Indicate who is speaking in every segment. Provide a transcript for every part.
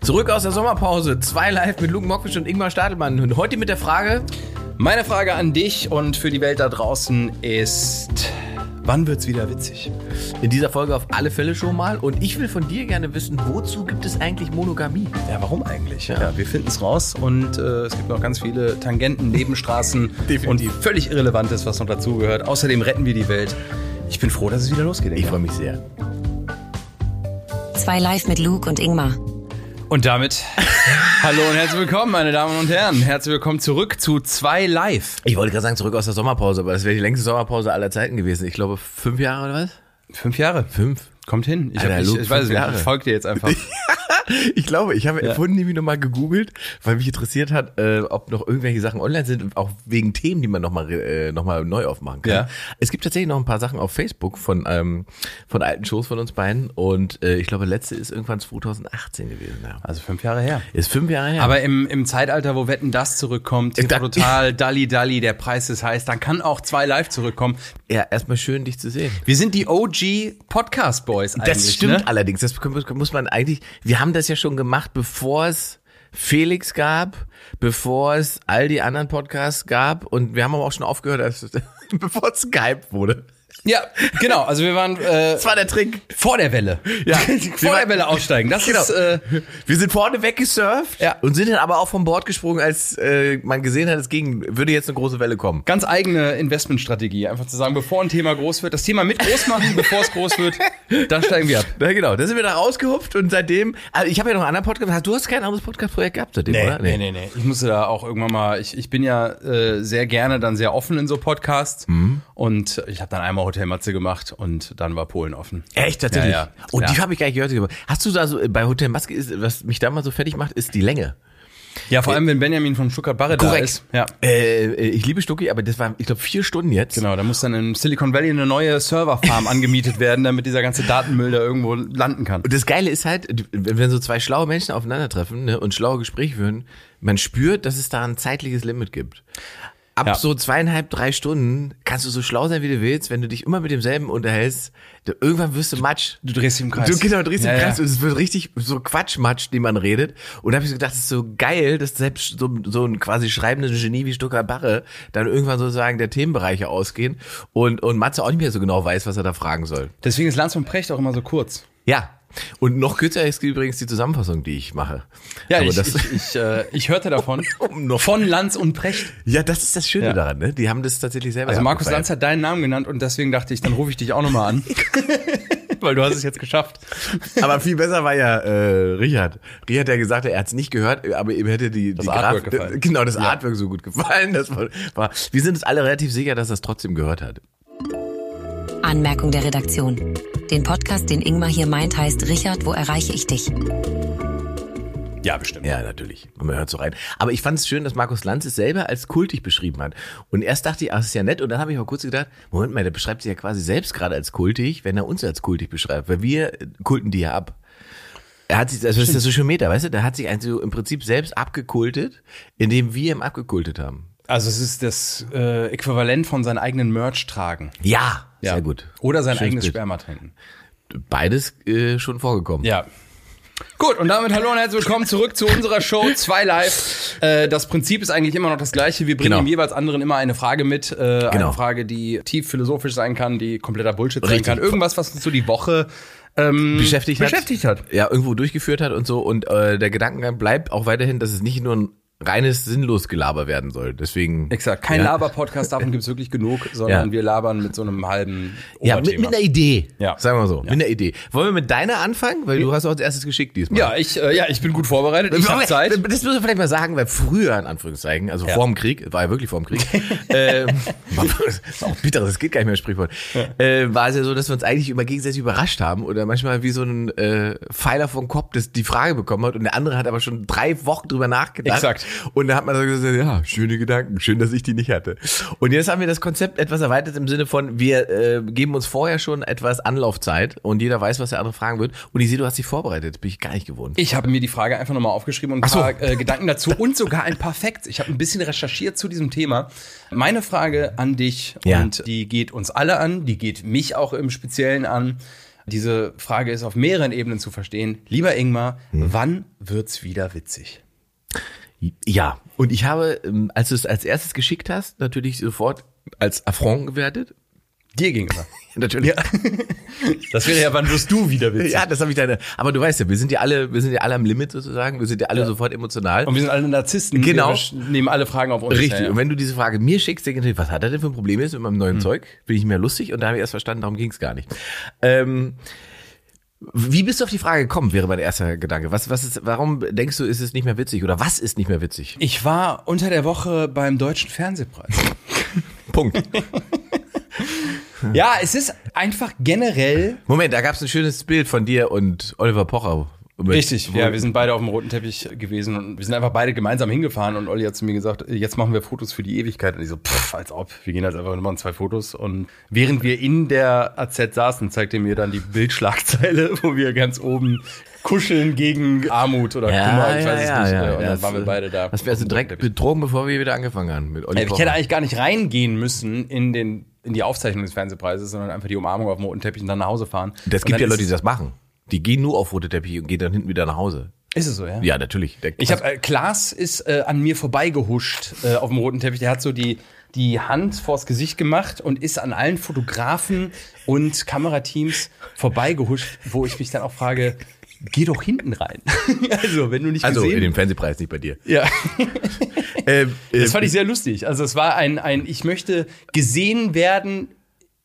Speaker 1: Zurück aus der Sommerpause. Zwei live mit Luke Mockfisch und Ingmar Stadelmann. Und heute mit der Frage,
Speaker 2: Meine Frage an dich und für die Welt da draußen ist: Wann wird's wieder witzig?
Speaker 1: in dieser Folge auf alle Fälle schon mal. Und ich will von dir gerne wissen, wozu gibt es eigentlich Monogamie?
Speaker 2: Ja, warum eigentlich? Ja, wir finden es raus und äh, es gibt noch ganz viele Tangenten, Nebenstraßen und
Speaker 1: Definitiv.
Speaker 2: völlig Irrelevantes, was noch dazugehört. Außerdem retten wir die Welt. Ich bin froh, dass es wieder losgeht. Inga.
Speaker 1: mich sehr.
Speaker 3: Zwei Live mit Luke und Ingmar.
Speaker 2: Und damit hallo und herzlich willkommen, meine Damen und Herren. Herzlich willkommen zurück zu 2 Live.
Speaker 1: Ich wollte gerade sagen, zurück aus der Sommerpause, aber das wäre die längste Sommerpause aller Zeiten gewesen. Ich glaube, fünf Jahre oder was?
Speaker 2: Fünf Jahre.
Speaker 1: Fünf.
Speaker 2: Kommt hin. Ich, hab,
Speaker 1: Alter,
Speaker 2: ich,
Speaker 1: Luke,
Speaker 2: ich weiß es
Speaker 1: fünf
Speaker 2: nicht.
Speaker 1: Jahre.
Speaker 2: Ich folge dir jetzt einfach.
Speaker 1: Ich glaube, ich habe vorhin nämlich nochmal gegoogelt, weil mich interessiert hat, äh, ob noch irgendwelche Sachen online sind, auch wegen Themen, die man nochmal äh, noch mal neu aufmachen kann.
Speaker 2: Ja.
Speaker 1: Es gibt tatsächlich noch ein paar Sachen auf Facebook von, ähm, von alten Shows von uns beiden und äh, ich glaube, letzte ist irgendwann 2018 gewesen. Ja.
Speaker 2: Also fünf Jahre her.
Speaker 1: Ist fünf Jahre her.
Speaker 2: Aber im, im Zeitalter, wo Wetten das zurückkommt, TV
Speaker 1: Da-
Speaker 2: Total, Dalli Dalli, der Preis ist heiß, dann kann auch zwei live zurückkommen.
Speaker 1: ja, erstmal schön, dich zu sehen.
Speaker 2: Wir sind die OG Podcast Boys eigentlich.
Speaker 1: Das stimmt
Speaker 2: Ne?
Speaker 1: allerdings. Das können- muss man eigentlich. Wir haben das ja schon gemacht, bevor es Felix gab, bevor es all die anderen Podcasts gab und wir haben aber auch schon aufgehört, als, bevor es gehypt wurde.
Speaker 2: Ja, genau. Also wir waren äh,
Speaker 1: Das war der Trick.
Speaker 2: vor der Welle.
Speaker 1: Ja. Wir
Speaker 2: vor
Speaker 1: waren-
Speaker 2: der Welle aussteigen. Das
Speaker 1: Genau.
Speaker 2: ist äh,
Speaker 1: Wir sind vorne weggesurft
Speaker 2: Ja.
Speaker 1: und sind dann aber auch vom Bord gesprungen, als äh, man gesehen hat, es ging, würde jetzt eine große Welle kommen.
Speaker 2: ganz eigene Investmentstrategie. Einfach zu sagen, bevor ein Thema groß wird, das Thema mit groß machen, bevor es groß wird, dann steigen wir ab.
Speaker 1: Na genau, da sind wir da rausgehupft und seitdem, also ich habe ja noch einen anderen Podcast, du hast kein anderes Podcast-Projekt gehabt seitdem, oder?
Speaker 2: nee, nee. Ich musste da auch irgendwann mal, ich, ich bin ja äh, sehr gerne dann sehr offen in so Podcasts und ich habe dann einmal Hotelmatze gemacht und dann war Polen offen.
Speaker 1: Echt, tatsächlich?
Speaker 2: Ja, ja.
Speaker 1: Und
Speaker 2: Ja.
Speaker 1: die habe ich gar nicht gehört. Hast du da so, äh, bei Hotel Maske, ist, was mich da mal so fertig macht, ist die Länge.
Speaker 2: Ja, vor allem, wenn Benjamin von Stuttgart-Barre da
Speaker 1: Korrekt.
Speaker 2: ist. Ja.
Speaker 1: Äh, äh, ich liebe Stucki, aber das war, ich glaube, vier Stunden jetzt.
Speaker 2: Genau, da muss dann in Silicon Valley eine neue Serverfarm angemietet werden, damit dieser ganze Datenmüll da irgendwo landen kann.
Speaker 1: Und das Geile ist halt, wenn wenn so zwei schlaue Menschen aufeinandertreffen ne, und schlaue Gespräche führen, man spürt, dass es da ein zeitliches Limit gibt. Ab
Speaker 2: Ja.
Speaker 1: so zweieinhalb, drei Stunden kannst du so schlau sein, wie du willst, wenn du dich immer mit demselben unterhältst, da- irgendwann wirst du matsch.
Speaker 2: Du drehst dich im Kreis.
Speaker 1: Du genau, drehst dich
Speaker 2: Ja,
Speaker 1: im Kreis
Speaker 2: ja.
Speaker 1: und es wird richtig so Quatschmatsch, den man redet. Und da habe ich so gedacht, das ist so geil, dass selbst so, so ein quasi schreibendes Genie wie Stucker Barre dann irgendwann sozusagen der Themenbereiche ausgehen und, und Matze auch nicht mehr so genau weiß, was er da fragen soll.
Speaker 2: Deswegen ist Lanz von Precht auch immer so kurz.
Speaker 1: Ja. Und noch kürzer ist übrigens die Zusammenfassung, die ich mache.
Speaker 2: Ja,
Speaker 1: Aber
Speaker 2: ich,
Speaker 1: das,
Speaker 2: ich, ich, äh, ich hörte davon.
Speaker 1: Noch-
Speaker 2: Von Lanz und Precht.
Speaker 1: ja, das ist das Schöne
Speaker 2: Ja.
Speaker 1: daran, ne? Die haben das tatsächlich selber.
Speaker 2: Also Markus
Speaker 1: abgefeiert.
Speaker 2: Lanz hat deinen Namen genannt und deswegen dachte ich, dann rufe ich dich auch nochmal an. Weil du hast es jetzt geschafft.
Speaker 1: Aber viel besser war ja äh, Richard. Richard, der gesagt hat, er hat es nicht gehört, aber ihm hätte die, die
Speaker 2: Artwork
Speaker 1: Grafik-
Speaker 2: gefallen.
Speaker 1: genau das Artwork so gut gefallen. Das war, war, wir sind uns alle relativ sicher, dass er es trotzdem gehört hat.
Speaker 3: Anmerkung der Redaktion. Den Podcast, den Ingmar hier meint, heißt Richard, wo erreiche ich dich?
Speaker 2: Ja, bestimmt.
Speaker 1: Ja, natürlich. Und man hört so rein. Aber ich fand es schön, dass Markus Lanz es selber als kultig beschrieben hat. Und erst dachte ich, ach, das ist ja nett. Und dann habe ich mal kurz gedacht, Moment mal, der beschreibt sich ja quasi selbst gerade als kultig, wenn er uns als kultig beschreibt. Weil wir äh, kulten die ja ab. Er hat sich, also das ist der Social Meter, weißt du, der hat sich also im Prinzip selbst abgekultet, indem wir ihm abgekultet haben.
Speaker 2: Also es ist das äh, Äquivalent von seinen eigenen Merch tragen.
Speaker 1: Ja, sehr gut.
Speaker 2: Oder sein
Speaker 1: Schönes
Speaker 2: eigenes
Speaker 1: Bild.
Speaker 2: Sperma trinken.
Speaker 1: Beides äh, schon vorgekommen.
Speaker 2: Ja. Gut, und damit hallo und herzlich willkommen zurück zu unserer Show 2 Live. Äh, das Prinzip ist eigentlich immer noch das gleiche. Wir bringen
Speaker 1: Genau.
Speaker 2: dem jeweils anderen immer eine Frage mit. Äh,
Speaker 1: Genau.
Speaker 2: Eine Frage, die tief philosophisch sein kann, die kompletter Bullshit sein
Speaker 1: Richtig.
Speaker 2: kann. Irgendwas, was uns so die Woche ähm,
Speaker 1: beschäftigt,
Speaker 2: beschäftigt hat.
Speaker 1: Ja, irgendwo durchgeführt hat und so. Und äh, der Gedankengang bleibt auch weiterhin, dass es nicht nur ein reines sinnlos Gelaber werden soll. Deswegen.
Speaker 2: Exakt. Kein
Speaker 1: ja.
Speaker 2: Laber-Podcast, davon gibt's wirklich genug, sondern
Speaker 1: Ja.
Speaker 2: wir labern mit so einem halben
Speaker 1: Ja, mit,
Speaker 2: Oberthema.
Speaker 1: mit einer Idee.
Speaker 2: Ja.
Speaker 1: Sagen wir mal so. Mit einer Idee. Wollen wir mit deiner anfangen? Weil du hast auch als erstes geschickt diesmal.
Speaker 2: ja, ich, äh, ja, ich bin gut vorbereitet. Ich habe
Speaker 1: Moment,
Speaker 2: Zeit.
Speaker 1: Das müssen wir vielleicht mal sagen, weil früher, in Anführungszeichen, also
Speaker 2: Ja.
Speaker 1: vor dem Krieg, war ja wirklich vor dem Krieg, ähm, war- das ist auch bitter, das geht gar nicht mehr, Sprichwort, äh, war es ja so, dass wir uns eigentlich immer gegenseitig überrascht haben oder manchmal wie so ein äh, Pfeiler vom Kopf das die Frage bekommen hat und der andere hat aber schon drei Wochen drüber nachgedacht.
Speaker 2: Exakt.
Speaker 1: Und da hat man so gesagt, ja, schöne Gedanken, schön, dass ich die nicht hatte. Und jetzt haben wir das Konzept etwas erweitert im Sinne von, wir äh, geben uns vorher schon etwas Anlaufzeit und jeder weiß, was der andere fragen wird. Und ich sehe, du hast dich vorbereitet, bin ich gar nicht gewohnt.
Speaker 2: Ich habe mir die Frage einfach nochmal aufgeschrieben und ein
Speaker 1: so.
Speaker 2: paar äh, Gedanken dazu und sogar ein paar Facts. Ich habe ein bisschen recherchiert zu diesem Thema. Meine Frage an dich
Speaker 1: Ja.
Speaker 2: und die geht uns alle an, die geht mich auch im Speziellen an. Diese Frage ist auf mehreren Ebenen zu verstehen. Lieber Ingmar,
Speaker 1: Hm.
Speaker 2: wann wird's wieder witzig?
Speaker 1: Ja, und ich habe, ähm, als du es als erstes geschickt hast, natürlich sofort als Affront gewertet.
Speaker 2: Dir gegenüber.
Speaker 1: Natürlich.
Speaker 2: Das wäre ja, wann wirst du wieder witzig?
Speaker 1: Ja, das habe ich deine. Aber du weißt ja, wir sind ja alle, wir sind ja alle am Limit sozusagen, wir sind ja alle sofort emotional.
Speaker 2: Und wir sind alle Narzissten.
Speaker 1: Genau.
Speaker 2: Wir sch- nehmen alle Fragen auf uns.
Speaker 1: Richtig.
Speaker 2: Ja,
Speaker 1: Und
Speaker 2: ja.
Speaker 1: wenn du diese Frage mir schickst, denke ich, natürlich, was hat er denn für ein Problem jetzt mit meinem neuen Zeug? Bin ich mehr lustig? Und da habe ich erst verstanden, darum ging es gar nicht. Ähm, wie bist du auf die Frage gekommen, wäre mein erster Gedanke. Was, was ist, warum denkst du, ist es nicht mehr witzig? Oder was ist nicht mehr witzig?
Speaker 2: Ich war unter der Woche beim Deutschen Fernsehpreis.
Speaker 1: Punkt.
Speaker 2: ja, es ist einfach generell.
Speaker 1: Moment, da gab es ein schönes Bild von dir und Oliver Pocher. Mit-
Speaker 2: Richtig, ja, wir sind beide auf dem roten Teppich gewesen und wir sind einfach beide gemeinsam hingefahren und Olli hat zu mir gesagt, jetzt machen wir Fotos für die Ewigkeit und ich so, pff, als ob, wir gehen jetzt einfach und machen zwei Fotos und während wir in der AZ saßen, zeigte er mir dann die Bildschlagzeile, wo wir ganz oben kuscheln gegen Armut oder
Speaker 1: Ja,
Speaker 2: Kummer, ich
Speaker 1: ja,
Speaker 2: weiß
Speaker 1: ja,
Speaker 2: es nicht, äh,
Speaker 1: ja,
Speaker 2: und
Speaker 1: Das-
Speaker 2: dann waren wir beide da.
Speaker 1: Das wärst du
Speaker 2: auf dem
Speaker 1: direkt
Speaker 2: roten Teppich.
Speaker 1: betrogen, bevor wir wieder angefangen haben mit Oliver
Speaker 2: Ich hätte eigentlich gar nicht reingehen müssen in den in die Aufzeichnung des Fernsehpreises, sondern einfach die Umarmung auf dem roten Teppich und dann nach Hause fahren.
Speaker 1: Das
Speaker 2: Und
Speaker 1: gibt
Speaker 2: dann
Speaker 1: ja Leute,
Speaker 2: ist-
Speaker 1: die das machen. Die gehen nur auf rote Teppiche und gehen dann hinten wieder nach Hause.
Speaker 2: Ist es so, ja?
Speaker 1: Ja, natürlich. Der- also,
Speaker 2: Ich habe äh, Klaas ist äh, an mir vorbeigehuscht äh, auf dem roten Teppich. Der hat so die die Hand vors Gesicht gemacht und ist an allen Fotografen und Kamerateams vorbeigehuscht, wo ich mich dann auch frage, geh doch hinten rein. also, wenn du nicht
Speaker 1: also in
Speaker 2: gesehen
Speaker 1: dem Fernsehpreis nicht bei dir.
Speaker 2: ja,
Speaker 1: Ähm,
Speaker 2: das fand
Speaker 1: ähm,
Speaker 2: ich sehr lustig. Also, es war ein ein ich möchte gesehen werden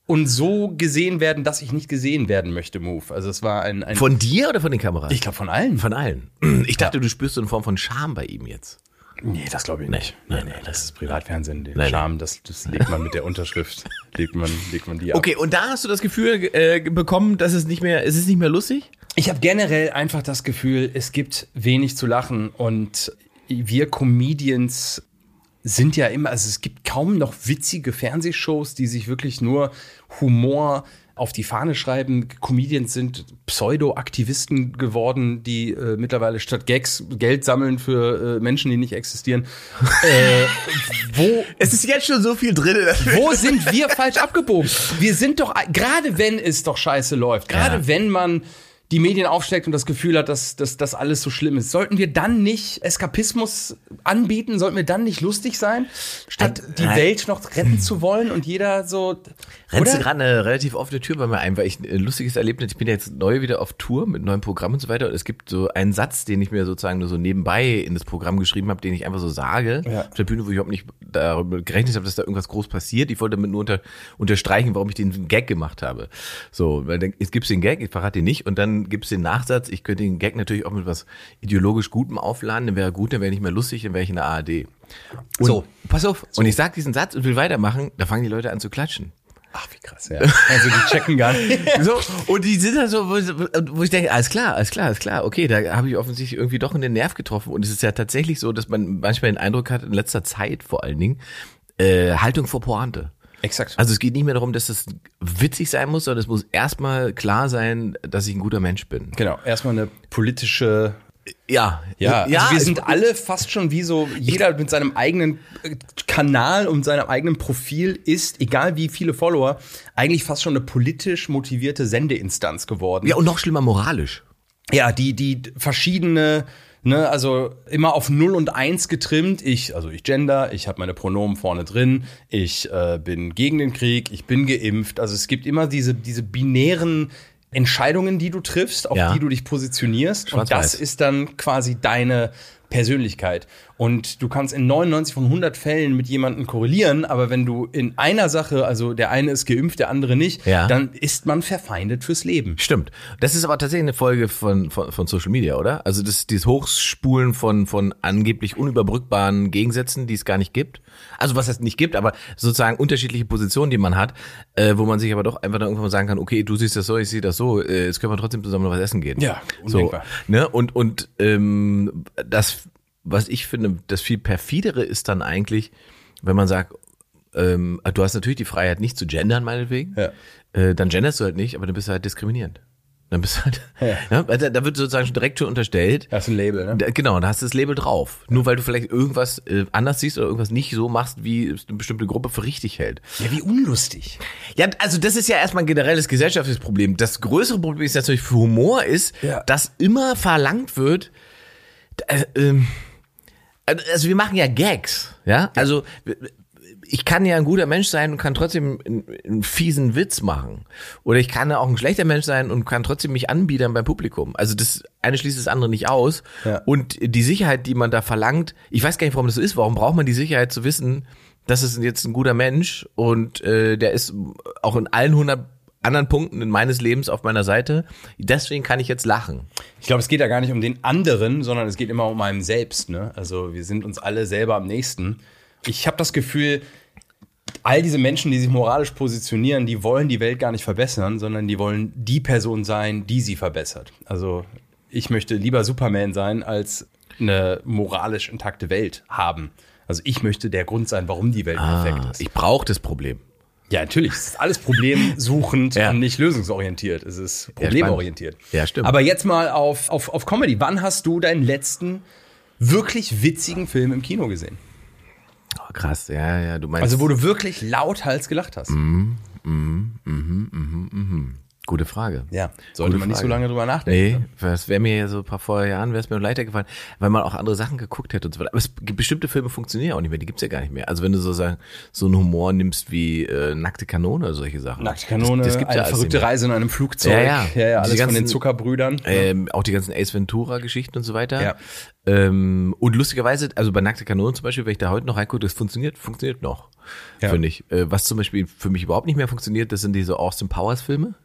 Speaker 2: und so gesehen werden, dass ich nicht gesehen werden möchte Move. Also, es war ein, ein
Speaker 1: ähm, von dir oder von den Kameras?
Speaker 2: ich glaube von allen.
Speaker 1: von allen. Ich dachte, du spürst so eine Form von Scham bei ihm jetzt.
Speaker 2: Nee, das glaube ich nicht. Nein, nein, das ist Privatfernsehen. Den
Speaker 1: Nein,
Speaker 2: Charme, das, das legt man mit der Unterschrift, legt man, legt man die ab.
Speaker 1: Okay, und da hast du das Gefühl äh, bekommen, dass es nicht mehr, es ist nicht mehr lustig?
Speaker 2: Ich habe generell einfach das Gefühl, es gibt wenig zu lachen und wir Comedians sind ja immer, also es gibt kaum noch witzige Fernsehshows, die sich wirklich nur Humor auf die Fahne schreiben. Comedians sind Pseudo-Aktivisten geworden, die äh, mittlerweile statt Gags Geld sammeln für äh, Menschen, die nicht existieren. äh, wo
Speaker 1: Es ist jetzt schon so viel drin.
Speaker 2: Wo sind wir falsch abgebogen? Wir sind doch, gerade wenn es doch scheiße läuft, gerade
Speaker 1: Ja.
Speaker 2: wenn man die Medien aufsteckt und das Gefühl hat, dass, dass das alles so schlimm ist, sollten wir dann nicht Eskapismus anbieten? Sollten wir dann nicht lustig sein, statt
Speaker 1: Nein,
Speaker 2: die
Speaker 1: nein.
Speaker 2: Welt noch retten zu wollen und jeder so.
Speaker 1: Rennst du
Speaker 2: oder?
Speaker 1: gerade eine relativ offene Tür bei mir ein, weil ich ein lustiges Erlebnis, ich bin ja jetzt neu wieder auf Tour mit neuem Programm und so weiter und es gibt so einen Satz, den ich mir sozusagen nur so nebenbei in das Programm geschrieben habe, den ich einfach so sage
Speaker 2: Ja.
Speaker 1: auf der Bühne, wo ich überhaupt nicht darüber gerechnet habe, dass da irgendwas groß passiert. Ich wollte damit nur unter, unterstreichen, warum ich den Gag gemacht habe. So, weil dann, es gibt den Gag, ich verrate den nicht und dann gibt es den Nachsatz, ich könnte den Gag natürlich auch mit was ideologisch Gutem aufladen, dann wäre er gut, dann wäre er nicht mehr lustig, dann wäre ich in der ARD. Und,
Speaker 2: So.
Speaker 1: pass auf. Und ich sag diesen Satz und will weitermachen, da fangen die Leute an zu klatschen.
Speaker 2: Ach, wie krass, ja. Also die checken gar nicht.
Speaker 1: So, und die sind da so, wo, wo ich denke, alles klar, alles klar, alles klar, okay, da habe ich offensichtlich irgendwie doch in den Nerv getroffen. Und es ist ja tatsächlich so, dass man manchmal den Eindruck hat, in letzter Zeit vor allen Dingen, äh, Haltung vor Pointe.
Speaker 2: Exakt.
Speaker 1: Also es geht nicht mehr darum, dass es witzig sein muss, sondern es muss erstmal klar sein, dass ich ein guter Mensch bin.
Speaker 2: genau, erstmal eine politische
Speaker 1: Ja,
Speaker 2: Ja,
Speaker 1: ja
Speaker 2: also wir
Speaker 1: ich-
Speaker 2: sind alle fast schon wie so, jeder mit seinem eigenen äh, Kanal und seinem eigenen Profil ist, egal wie viele Follower, eigentlich fast schon eine politisch motivierte Sendeinstanz geworden.
Speaker 1: ja, und noch schlimmer moralisch.
Speaker 2: Ja, die, die verschiedene, ne, also immer auf 0 und 1 getrimmt. Ich, also ich gender, ich habe meine Pronomen vorne drin, ich äh, bin gegen den Krieg, ich bin geimpft. Also es gibt immer diese, diese binären Entscheidungen, die du triffst, auf
Speaker 1: Ja.
Speaker 2: die du dich positionierst. Und
Speaker 1: Schwarz-weiß.
Speaker 2: das ist dann quasi deine Persönlichkeit. Und du kannst in 99 von 100 Fällen mit jemandem korrelieren, aber wenn du in einer Sache, also der eine ist geimpft, der andere nicht,
Speaker 1: Ja.
Speaker 2: dann ist man verfeindet fürs Leben.
Speaker 1: Stimmt. Das ist aber tatsächlich eine Folge von, von, von Social Media, oder? Also das, dieses Hochspulen von, von angeblich unüberbrückbaren Gegensätzen, die es gar nicht gibt. Also was es nicht gibt, aber sozusagen unterschiedliche Positionen, die man hat, äh, wo man sich aber doch einfach dann irgendwann mal sagen kann, okay, du siehst das so, ich sehe das so, äh, jetzt können wir trotzdem zusammen noch was essen gehen.
Speaker 2: Ja,
Speaker 1: so,
Speaker 2: undenkbar.
Speaker 1: ne? Und, und ähm, das, was ich finde, das viel perfidere ist dann eigentlich, wenn man sagt, ähm, du hast natürlich die Freiheit, nicht zu gendern, meinetwegen.
Speaker 2: Ja.
Speaker 1: Äh, dann genderst du halt nicht, aber dann bist du halt diskriminierend. Dann bist du halt, ja. da, da wird sozusagen schon direkt schon unterstellt.
Speaker 2: Das ist ein Label, ne?
Speaker 1: Da, genau, da hast du das Label drauf. Nur weil du vielleicht irgendwas äh, anders siehst oder irgendwas nicht so machst, wie es eine bestimmte Gruppe für richtig hält.
Speaker 2: Ja, wie unlustig.
Speaker 1: Ja, also das ist ja erstmal ein generelles gesellschaftliches Problem. Das größere Problem ist natürlich für Humor ist,
Speaker 2: Ja.
Speaker 1: dass immer verlangt wird, äh, ähm, also wir machen ja Gags, ja? Also ich kann ja ein guter Mensch sein und kann trotzdem einen, einen fiesen Witz machen. Oder ich kann ja auch ein schlechter Mensch sein und kann trotzdem mich anbiedern beim Publikum. Also das eine schließt das andere nicht aus.
Speaker 2: Ja.
Speaker 1: Und die Sicherheit, die man da verlangt, ich weiß gar nicht, warum das so ist. Warum braucht man die Sicherheit zu wissen, das ist jetzt ein guter Mensch und äh, der ist auch in allen 100 anderen Punkten in meines Lebens auf meiner Seite. Deswegen kann ich jetzt lachen.
Speaker 2: Ich glaube, es geht ja gar nicht um den anderen, sondern es geht immer um einem selbst. Ne? Also wir sind uns alle selber am nächsten. Ich habe das Gefühl, all diese Menschen, die sich moralisch positionieren, die wollen die Welt gar nicht verbessern, sondern die wollen die Person sein, die sie verbessert. Also ich möchte lieber Superman sein, als eine moralisch intakte Welt haben. Also ich möchte der Grund sein, warum die Welt perfekt
Speaker 1: Ah,
Speaker 2: ist.
Speaker 1: ich brauche das Problem.
Speaker 2: Ja, natürlich. Es ist alles problemsuchend
Speaker 1: Ja.
Speaker 2: und nicht lösungsorientiert. Es ist problemorientiert.
Speaker 1: spannend. Ja, stimmt.
Speaker 2: Aber jetzt mal auf, auf, auf Comedy. Wann hast du deinen letzten wirklich witzigen Film im Kino gesehen?
Speaker 1: Oh, krass, ja, ja, du meinst.
Speaker 2: Also, wo du wirklich lauthals gelacht hast.
Speaker 1: Mhm. Gute Frage.
Speaker 2: Ja, sollte
Speaker 1: Gute
Speaker 2: man nicht so
Speaker 1: Frage.
Speaker 2: lange drüber nachdenken.
Speaker 1: Nee, das wäre mir ja so ein paar vorher Jahren, wäre es mir leichter gefallen, weil man auch andere Sachen geguckt hätte und so weiter. Aber es gibt bestimmte Filme funktionieren ja auch nicht mehr, die gibt's ja gar nicht mehr. Also wenn du so, sagen, so einen Humor nimmst wie äh, Nackte Kanone oder solche Sachen.
Speaker 2: Nackte Kanone,
Speaker 1: das, das gibt's
Speaker 2: eine
Speaker 1: ja alles
Speaker 2: verrückte
Speaker 1: nicht mehr.
Speaker 2: Reise in einem Flugzeug.
Speaker 1: Ja, ja.
Speaker 2: ja,
Speaker 1: Diese
Speaker 2: alles von den
Speaker 1: ganzen-
Speaker 2: Zuckerbrüdern.
Speaker 1: Ähm, auch die ganzen Ace Ventura-Geschichten und so weiter.
Speaker 2: Ja.
Speaker 1: Ähm, und lustigerweise, also bei Nackte Kanone zum Beispiel, wenn ich da heute noch reingucke, das funktioniert, funktioniert noch,
Speaker 2: Ja.
Speaker 1: finde ich. Äh, was zum Beispiel für mich überhaupt nicht mehr funktioniert, das sind diese Austin Powers-Filme.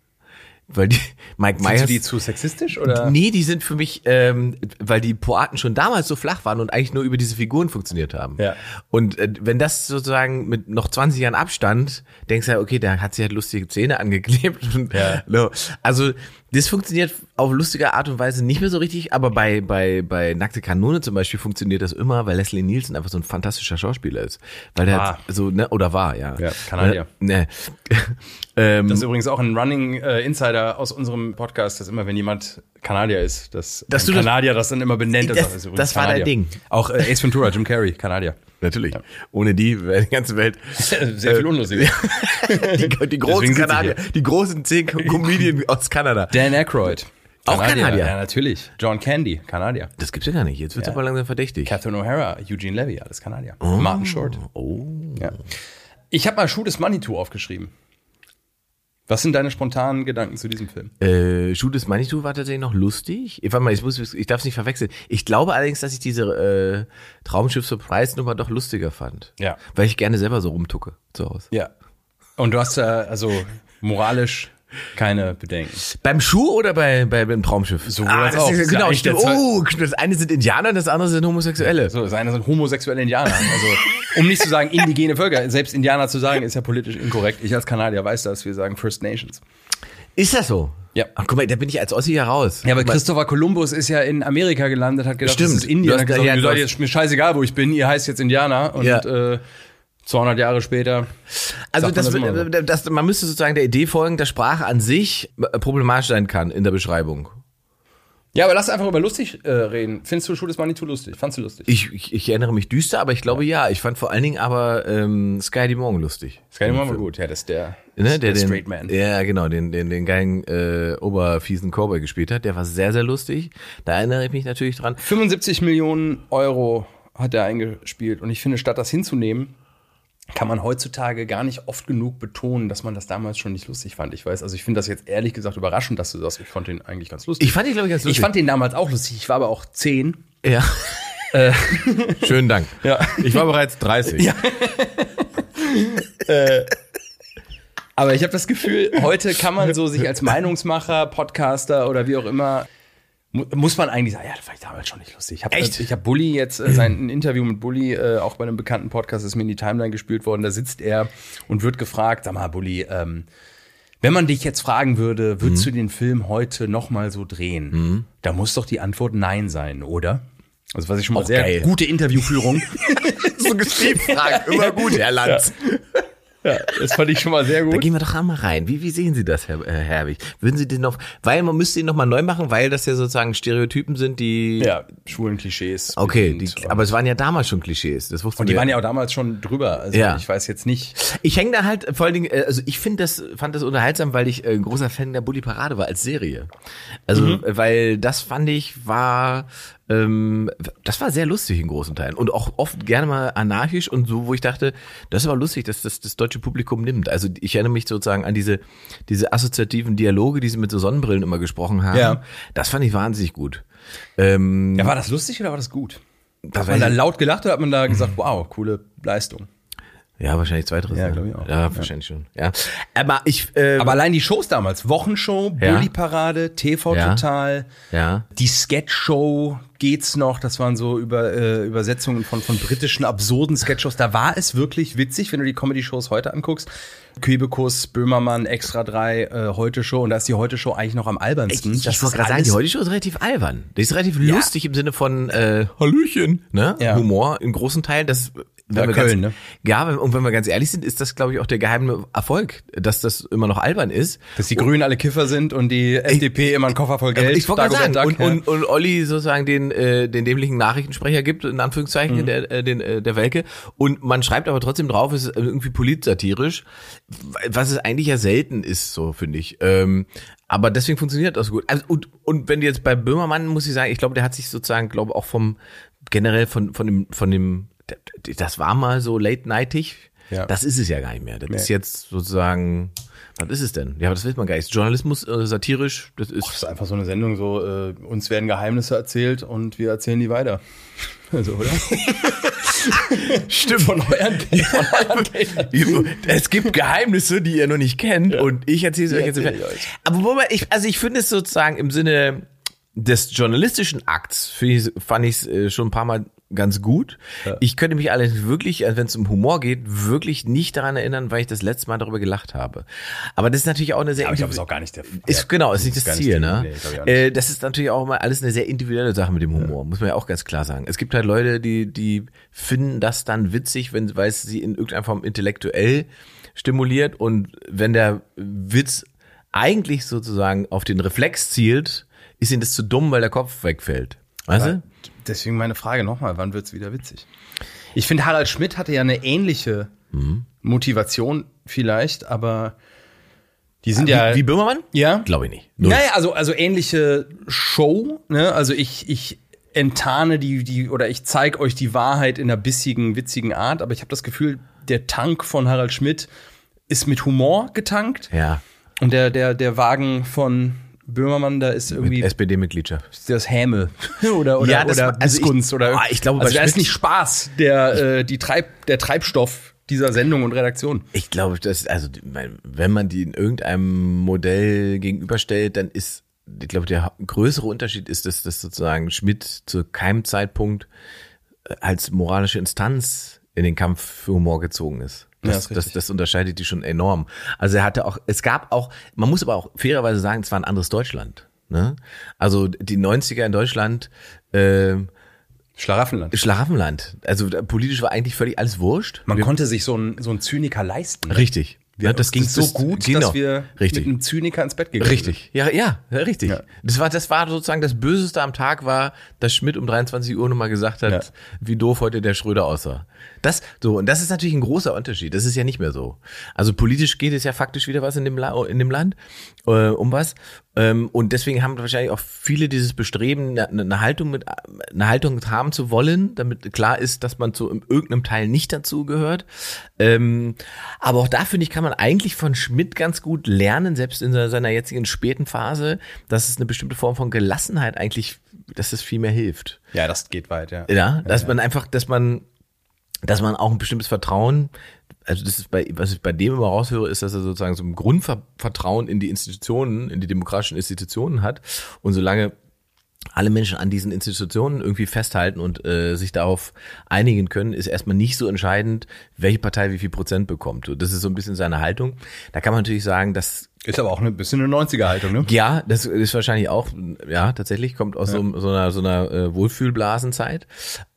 Speaker 1: Weil die, Mike
Speaker 2: Findest
Speaker 1: Myers.
Speaker 2: du die zu sexistisch oder?
Speaker 1: Nee, die sind für mich, ähm, weil die Poaten schon damals so flach waren und eigentlich nur über diese Figuren funktioniert haben.
Speaker 2: Ja.
Speaker 1: Und äh, wenn das sozusagen mit noch 20 Jahren Abstand, denkst du ja, okay, da hat sie halt lustige Zähne angeklebt. Und,
Speaker 2: Ja.
Speaker 1: no. Also das funktioniert auf lustige Art und Weise nicht mehr so richtig, aber bei, bei, bei Nackte Kanone zum Beispiel funktioniert das immer, weil Leslie Nielsen einfach so ein fantastischer Schauspieler ist. Weil der
Speaker 2: War.
Speaker 1: so, ne, oder war, ja.
Speaker 2: Ja, Kanadier.
Speaker 1: Ne, ähm,
Speaker 2: Das ist übrigens auch ein Running äh, Insider aus unserem Podcast, dass immer, wenn jemand Kanadier ist, dass,
Speaker 1: Dass
Speaker 2: ein
Speaker 1: du das-
Speaker 2: Kanadier das, dann immer benennt.
Speaker 1: Das-
Speaker 2: sagt, ist übrigens
Speaker 1: das war dein
Speaker 2: Kanadier.
Speaker 1: Ding.
Speaker 2: Auch äh, Ace Ventura, Jim Carrey, Kanadier.
Speaker 1: natürlich. Ohne die wäre die ganze Welt
Speaker 2: Sehr viel unlustiger.
Speaker 1: die, die
Speaker 2: Äh, Deswegen
Speaker 1: großen
Speaker 2: sitze ich
Speaker 1: Kanadier, die großen zehn Comedien aus Kanada.
Speaker 2: Dan Aykroyd.
Speaker 1: Auch Kanadier.
Speaker 2: Ja, natürlich. John Candy, Kanadier.
Speaker 1: Das gibt's ja gar nicht. Jetzt wird's
Speaker 2: Ja.
Speaker 1: aber langsam verdächtig.
Speaker 2: Catherine O'Hara, Eugene Levy, alles Kanadier. Martin Short.
Speaker 1: Oh.
Speaker 2: Ja. Ich habe mal Shoot is Manitou aufgeschrieben. Was sind deine spontanen Gedanken zu diesem Film?
Speaker 1: Äh, Shoot is Manitou war tatsächlich noch lustig. Ich, warte mal, ich, muss, ich darf es nicht verwechseln. Ich glaube allerdings, dass ich diese äh, Traumschiff-Surprise-Nummer doch lustiger fand.
Speaker 2: Ja.
Speaker 1: Weil ich gerne selber so rumtucke zu Hause.
Speaker 2: Ja. Und du hast da also moralisch keine Bedenken.
Speaker 1: Beim Schuh oder bei, bei beim Traumschiff?
Speaker 2: Sowohl als
Speaker 1: das
Speaker 2: auch.
Speaker 1: Ist,
Speaker 2: Ist ja
Speaker 1: genau,
Speaker 2: eigentlich
Speaker 1: stimmt.
Speaker 2: der zwei-
Speaker 1: Oh, das eine sind Indianer, das andere sind Homosexuelle.
Speaker 2: So, das eine sind homosexuelle Indianer. Also, um nicht zu sagen indigene Völker, selbst Indianer zu sagen, ist ja politisch inkorrekt. Ich als Kanadier weiß das, wir sagen First Nations.
Speaker 1: Ist das so?
Speaker 2: Ja.
Speaker 1: Ach, guck mal, da bin ich als Ossi ja raus.
Speaker 2: Ja, aber Christopher Columbus ist ja in Amerika gelandet, hat gedacht,
Speaker 1: Stimmt.
Speaker 2: das ist Indien.
Speaker 1: Du hast-
Speaker 2: Hat gesagt,
Speaker 1: ja,
Speaker 2: ihr
Speaker 1: du
Speaker 2: seid
Speaker 1: hast-
Speaker 2: jetzt, mir scheißegal, wo ich bin, ihr heißt jetzt Indianer. Und
Speaker 1: Ja.
Speaker 2: äh, 200 Jahre später.
Speaker 1: Also
Speaker 2: Sagt man
Speaker 1: das,
Speaker 2: das immer so?
Speaker 1: das, das, man müsste sozusagen der Idee folgen, dass Sprache an sich äh, problematisch sein kann in der Beschreibung.
Speaker 2: Ja, aber lass einfach über lustig äh, reden. Findest du, Schule ist mal nicht zu lustig? Fandst du lustig?
Speaker 1: Ich, ich, ich erinnere mich düster, aber ich glaube ja. Ich fand vor allen Dingen aber ähm, Sky Dumont lustig.
Speaker 2: Das kann ich immer mal gut. Ja, das ist der,
Speaker 1: Ne, der, den,
Speaker 2: Straight Man.
Speaker 1: Ja, genau, den, den, den geilen äh, oberfiesen Cowboy gespielt hat. Der war sehr, sehr lustig. Da erinnere ich mich natürlich dran.
Speaker 2: 75 Millionen Euro hat er eingespielt. Und ich finde, statt das hinzunehmen, kann man heutzutage gar nicht oft genug betonen, dass man das damals schon nicht lustig fand. Ich weiß, also ich finde das jetzt ehrlich gesagt überraschend, dass du sagst, ich fand den eigentlich ganz lustig.
Speaker 1: Ich fand ihn, glaube ich, ganz lustig.
Speaker 2: ich fand den damals auch lustig. Ich war aber auch 10.
Speaker 1: ja. Schönen Dank.
Speaker 2: Äh. Ja.
Speaker 1: Ich war bereits 30. Ja.
Speaker 2: Aber ich habe das Gefühl, heute kann man so sich als Meinungsmacher, Podcaster oder wie auch immer, mu muss man eigentlich sagen, ja, das war ich damals schon nicht lustig. Ich hab,
Speaker 1: Echt?
Speaker 2: Ich habe Bully jetzt, äh, sein ein Interview mit Bully, äh, auch bei einem bekannten Podcast, ist mir in die Timeline gespielt worden. Da sitzt er und wird gefragt, sag mal, Bully, ähm, wenn man dich jetzt fragen würde, würdest
Speaker 1: Mhm.
Speaker 2: du den Film heute nochmal so drehen? Da muss doch die Antwort Nein sein, oder? Also was ich schon mal
Speaker 1: Auch
Speaker 2: sehr
Speaker 1: geil.
Speaker 2: gute Interviewführung.
Speaker 1: So gespielt, Frank. Immer gut, Herr Lanz.
Speaker 2: Ja, das fand ich schon mal sehr
Speaker 1: Da
Speaker 2: gut.
Speaker 1: gehen wir doch einmal rein. Wie, wie sehen Sie das, Herr, äh, Herwig? Würden Sie den noch, weil man müsste ihn nochmal neu machen, weil das ja sozusagen Stereotypen sind, die.
Speaker 2: Ja, schwulen Klischees.
Speaker 1: Okay, die,
Speaker 2: bedient und-
Speaker 1: aber es waren ja damals schon Klischees. Das wussten
Speaker 2: Und die
Speaker 1: wir.
Speaker 2: waren ja auch damals schon drüber. Also
Speaker 1: Ja.
Speaker 2: ich weiß jetzt nicht.
Speaker 1: Ich hänge da halt vor allen Dingen, äh, also ich finde das, fand das unterhaltsam, weil ich äh, ein großer Fan der Bully Parade war als Serie. Also,
Speaker 2: Mhm.
Speaker 1: äh, weil das fand ich war, ähm, das war sehr lustig in großen Teilen und auch oft gerne mal anarchisch und so, wo ich dachte, das ist aber lustig, dass das das deutsche Publikum nimmt. Also ich erinnere mich sozusagen an diese diese assoziativen Dialoge, die sie mit so Sonnenbrillen immer gesprochen haben.
Speaker 2: Ja.
Speaker 1: Das fand ich wahnsinnig gut. Ähm,
Speaker 2: Ja, war das lustig oder war das gut?
Speaker 1: das
Speaker 2: Hat man
Speaker 1: weiß
Speaker 2: da
Speaker 1: ich- Mhm.
Speaker 2: laut gelacht oder hat man da gesagt, wow, coole Leistung?
Speaker 1: ja, wahrscheinlich zweiteres.
Speaker 2: Ja,
Speaker 1: ne?
Speaker 2: glaub ich auch.
Speaker 1: Ja,
Speaker 2: Ja.
Speaker 1: wahrscheinlich schon. Ja, aber ich. Äh,
Speaker 2: Aber allein die Shows damals, Wochenshow,
Speaker 1: Ja.
Speaker 2: Bulli-Parade, TV
Speaker 1: Ja.
Speaker 2: Total,
Speaker 1: ja.
Speaker 2: die Sketch-Show geht's noch, das waren so über, äh, Übersetzungen von, von britischen absurden Sketch-Shows. Da war es wirklich witzig, wenn du die Comedy-Shows heute anguckst. Quebekus, Böhmermann, Extra 3, äh, Heute-Show und da ist die Heute-Show eigentlich noch am albernsten.
Speaker 1: Ich, ich
Speaker 2: ist
Speaker 1: wollte gerade sagen,
Speaker 2: alles-
Speaker 1: die heutige Show ist relativ albern. Die ist relativ lustig im Sinne von äh, Hallöchen, ne?
Speaker 2: Ja.
Speaker 1: Humor in großen Teilen. Das wenn
Speaker 2: Ja,
Speaker 1: wir
Speaker 2: Köln,
Speaker 1: ganz,
Speaker 2: ne?
Speaker 1: Ja, wenn- und wenn wir ganz ehrlich sind, ist das, glaube ich, auch der geheime Erfolg, dass das immer noch albern ist.
Speaker 2: dass die Grünen alle Kiffer sind und die FDP immer einen Koffer voll Geld.
Speaker 1: ich wollte gerade
Speaker 2: Dagobert
Speaker 1: sagen,
Speaker 2: Duck, ja.
Speaker 1: und, und, und Olli sozusagen den, äh, den dämlichen Nachrichtensprecher gibt, in Anführungszeichen,
Speaker 2: Mhm.
Speaker 1: der, äh, den, äh, der Welke. Und man schreibt aber trotzdem drauf, es ist irgendwie politsatirisch, was es eigentlich ja selten ist, so finde ich. Ähm, aber deswegen funktioniert das so gut. Also, und, und wenn du jetzt bei Böhmermann, muss ich sagen, ich glaube, der hat sich sozusagen, glaube auch vom, generell von, von dem, von dem, das war mal so late-nightig.
Speaker 2: Ja.
Speaker 1: Das ist es ja gar nicht mehr. Das
Speaker 2: Nee.
Speaker 1: ist jetzt sozusagen, was ist es denn? Ja, aber das will man gar nicht. Journalismus äh, satirisch, das ist.
Speaker 2: Das ist einfach so eine Sendung, so äh, uns werden Geheimnisse erzählt und wir erzählen die weiter. Also, oder? Stimmt. Von euren, von euren Kindern.
Speaker 1: es gibt Geheimnisse, die ihr noch nicht kennt und ich erzähle es euch jetzt.
Speaker 2: erzähl
Speaker 1: nicht
Speaker 2: ich euch.
Speaker 1: Aber wobei ich, also ich finde es sozusagen im Sinne des journalistischen Akts finde ich, fand ich es schon ein paar Mal ganz gut. Ich könnte mich allerdings wirklich, also wenn es um Humor geht, wirklich nicht daran erinnern, weil ich das letzte Mal darüber gelacht habe. Aber das ist natürlich auch eine sehr
Speaker 2: Aber ich glaube, es ist auch gar nicht der
Speaker 1: ist genau, ist nicht das
Speaker 2: gar nicht
Speaker 1: Ziel,
Speaker 2: die-
Speaker 1: ne?
Speaker 2: nee, glaub ich auch nicht.
Speaker 1: äh, das ist natürlich auch mal alles eine sehr individuelle Sache mit dem Humor, muss man ja auch ganz klar sagen. Es gibt halt Leute, die die finden das dann witzig, wenn weil es sie in irgendeiner Form intellektuell stimuliert und wenn der Witz eigentlich sozusagen auf den Reflex zielt, ist ihnen das zu dumm, weil der Kopf wegfällt. Weißt du?
Speaker 2: Deswegen meine Frage nochmal, wann wird's wieder witzig? Ich finde, Harald Schmidt hatte ja eine ähnliche
Speaker 1: Mhm.
Speaker 2: Motivation vielleicht, aber die sind ja...
Speaker 1: Wie, wie Böhmermann?
Speaker 2: ja?
Speaker 1: Glaube ich nicht. Null.
Speaker 2: Naja, also, also ähnliche Show, ne? Also ich, ich enttarne die, die, oder ich zeige euch die Wahrheit in einer bissigen, witzigen Art, aber ich habe das Gefühl, der Tank von Harald Schmidt ist mit Humor getankt
Speaker 1: Ja.
Speaker 2: und der, der, der Wagen von Böhmermann, da ist irgendwie
Speaker 1: SPD-Mitgliedschaft.
Speaker 2: das Häme oder, oder,
Speaker 1: Ja, das-
Speaker 2: oder
Speaker 1: also ich-
Speaker 2: Missgunst oder
Speaker 1: Ah, ich glaube,
Speaker 2: also
Speaker 1: bei
Speaker 2: da ist
Speaker 1: Schmidt-
Speaker 2: nicht Spaß der, äh, die Treib, der Treibstoff dieser Sendung und Redaktion.
Speaker 1: Ich glaube, das also die- mein, wenn man die in irgendeinem Modell gegenüberstellt, dann ist ich glaube der hau- größere Unterschied ist, dass das sozusagen Schmidt zu keinem Zeitpunkt äh, als moralische Instanz in den Kampf für Humor gezogen ist.
Speaker 2: Ja,
Speaker 1: Das,
Speaker 2: ist richtig.
Speaker 1: das, das unterscheidet die schon enorm. Also er hatte auch, es gab auch, man muss aber auch fairerweise sagen, es war ein anderes Deutschland. Ne? Also die 90er in Deutschland, äh,
Speaker 2: Schlaraffenland.
Speaker 1: Schlaraffenland. Also da- politisch war eigentlich völlig alles wurscht.
Speaker 2: Man konnte sich so einen so einen Zyniker leisten. ne?
Speaker 1: Richtig. Ja, das ging
Speaker 2: so
Speaker 1: das-
Speaker 2: gut,
Speaker 1: genau.
Speaker 2: dass wir
Speaker 1: richtig.
Speaker 2: mit einem Zyniker ins Bett gegangen
Speaker 1: Richtig, ja, ja, ja, richtig.
Speaker 2: Ja.
Speaker 1: Das war, das war sozusagen das Böseste am Tag war, dass Schmidt um 23 Uhr nochmal gesagt hat,
Speaker 2: Ja.
Speaker 1: wie doof heute der Schröder aussah. Das, so, und das ist natürlich ein großer Unterschied. Das ist ja nicht mehr so. Also politisch geht es ja faktisch wieder was in dem, La in dem Land, äh, um was. Ähm, und deswegen haben wahrscheinlich auch viele dieses Bestreben, eine, eine Haltung mit, eine Haltung haben zu wollen, damit klar ist, dass man zu irgendeinem Teil nicht dazu gehört. Ähm, aber auch da finde ich, kann man eigentlich von Schmidt ganz gut lernen, selbst in se- seiner jetzigen späten Phase, dass es eine bestimmte Form von Gelassenheit eigentlich, dass es viel mehr hilft.
Speaker 2: Sind. Ja, das geht weit, ja.
Speaker 1: Ja, dass man einfach, dass man, dass man auch ein bestimmtes Vertrauen, also das ist bei, was ich bei dem immer raushöre, ist, dass er sozusagen so ein Grundvertrauen in die Institutionen, in die demokratischen Institutionen hat. Und solange alle Menschen an diesen Institutionen irgendwie festhalten und äh, sich darauf einigen können, ist erstmal nicht so entscheidend, welche Partei wie viel Prozent bekommt. Und das ist so ein bisschen seine Haltung. Da kann man natürlich sagen, das
Speaker 2: Ist aber auch ein bisschen eine 90er-Haltung, ne?
Speaker 1: Ja, das ist wahrscheinlich auch, ja, tatsächlich, kommt aus so, so einer, so einer äh, Wohlfühlblasenzeit.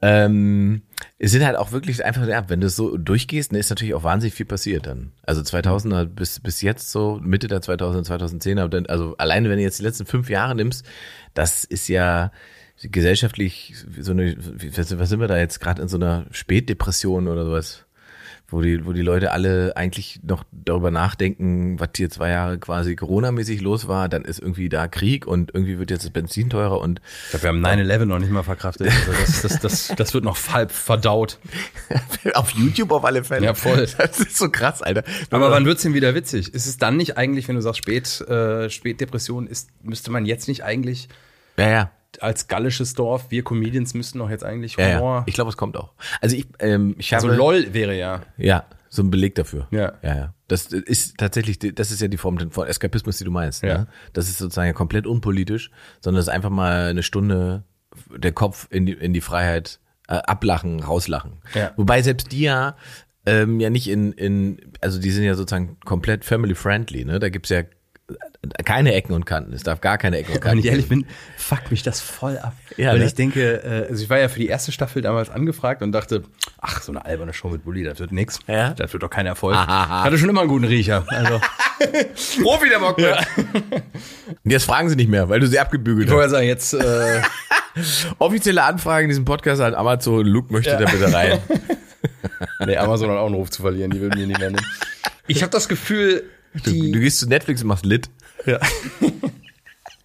Speaker 1: Ähm, es sind halt auch wirklich einfach, ja, wenn du es so durchgehst, dann ist natürlich auch wahnsinnig viel passiert dann. Also 2000er bis, bis jetzt so, Mitte der 2000er, 2010er, dann, also alleine wenn du jetzt die letzten fünf Jahre nimmst, das ist ja gesellschaftlich so eine, wie- was was sind wir da jetzt gerade in so einer Spätdepression oder sowas? wo die, wo die Leute alle eigentlich noch darüber nachdenken, was hier zwei Jahre quasi Corona-mäßig los war, dann ist irgendwie da Krieg und irgendwie wird jetzt das Benzin teurer und
Speaker 2: Ich glaube, wir haben 9-11 noch nicht mal verkraftet. Also das, das, das, das wird noch halb verdaut.
Speaker 1: auf YouTube auf alle Fälle.
Speaker 2: Ja, voll.
Speaker 1: Das ist so krass, Alter.
Speaker 2: Aber wann wird's denn wieder witzig? Ist es dann nicht eigentlich, wenn du sagst, Spät, äh, Spätdepression ist, müsste man jetzt nicht eigentlich
Speaker 1: Ja, ja.
Speaker 2: als gallisches Dorf, wir Comedians müssten doch jetzt eigentlich
Speaker 1: ja,
Speaker 2: Humor.
Speaker 1: ja. Ich glaube, es kommt auch. Also ich, ähm, ich habe
Speaker 2: also LOL wäre ja.
Speaker 1: ja so ein Beleg dafür.
Speaker 2: Ja.
Speaker 1: ja, ja. Das ist tatsächlich, das ist ja die Form von Eskapismus, die du meinst.
Speaker 2: Ja.
Speaker 1: Ne? Das ist sozusagen ja komplett unpolitisch, sondern es ist einfach mal eine Stunde der Kopf in die, in die Freiheit äh, ablachen, rauslachen.
Speaker 2: Ja.
Speaker 1: Wobei selbst die ja, ähm, ja nicht in, in, also die sind ja sozusagen komplett family-friendly, ne? Da gibt's ja keine Ecken und Kanten. Es darf gar keine Ecken und Kanten.
Speaker 2: Wenn ich ehrlich
Speaker 1: geben.
Speaker 2: bin, fuck mich das voll ab.
Speaker 1: Ja,
Speaker 2: Weil
Speaker 1: ne?
Speaker 2: ich denke, äh, also ich war ja für die erste Staffel damals angefragt und dachte, ach, so eine alberne Show mit Bulli, das wird nix.
Speaker 1: Ja.
Speaker 2: Das wird doch kein Erfolg.
Speaker 1: Ahaha.
Speaker 2: Ich hatte schon immer einen guten Riecher. Ah, Also,
Speaker 1: Profi der Bock ja. Und Jetzt fragen sie nicht mehr, weil du sie abgebügelt
Speaker 2: ich
Speaker 1: hast.
Speaker 2: wollte sagen, jetzt äh,
Speaker 1: Offizielle Anfrage in diesem Podcast an Amazon. Luke möchte da bitte rein.
Speaker 2: nee, Amazon hat auch einen Ruf zu verlieren, die will mir nicht mehr nehmen. Ich habe das Gefühl,
Speaker 1: Du, du gehst zu Netflix und machst Lit.
Speaker 2: Ja.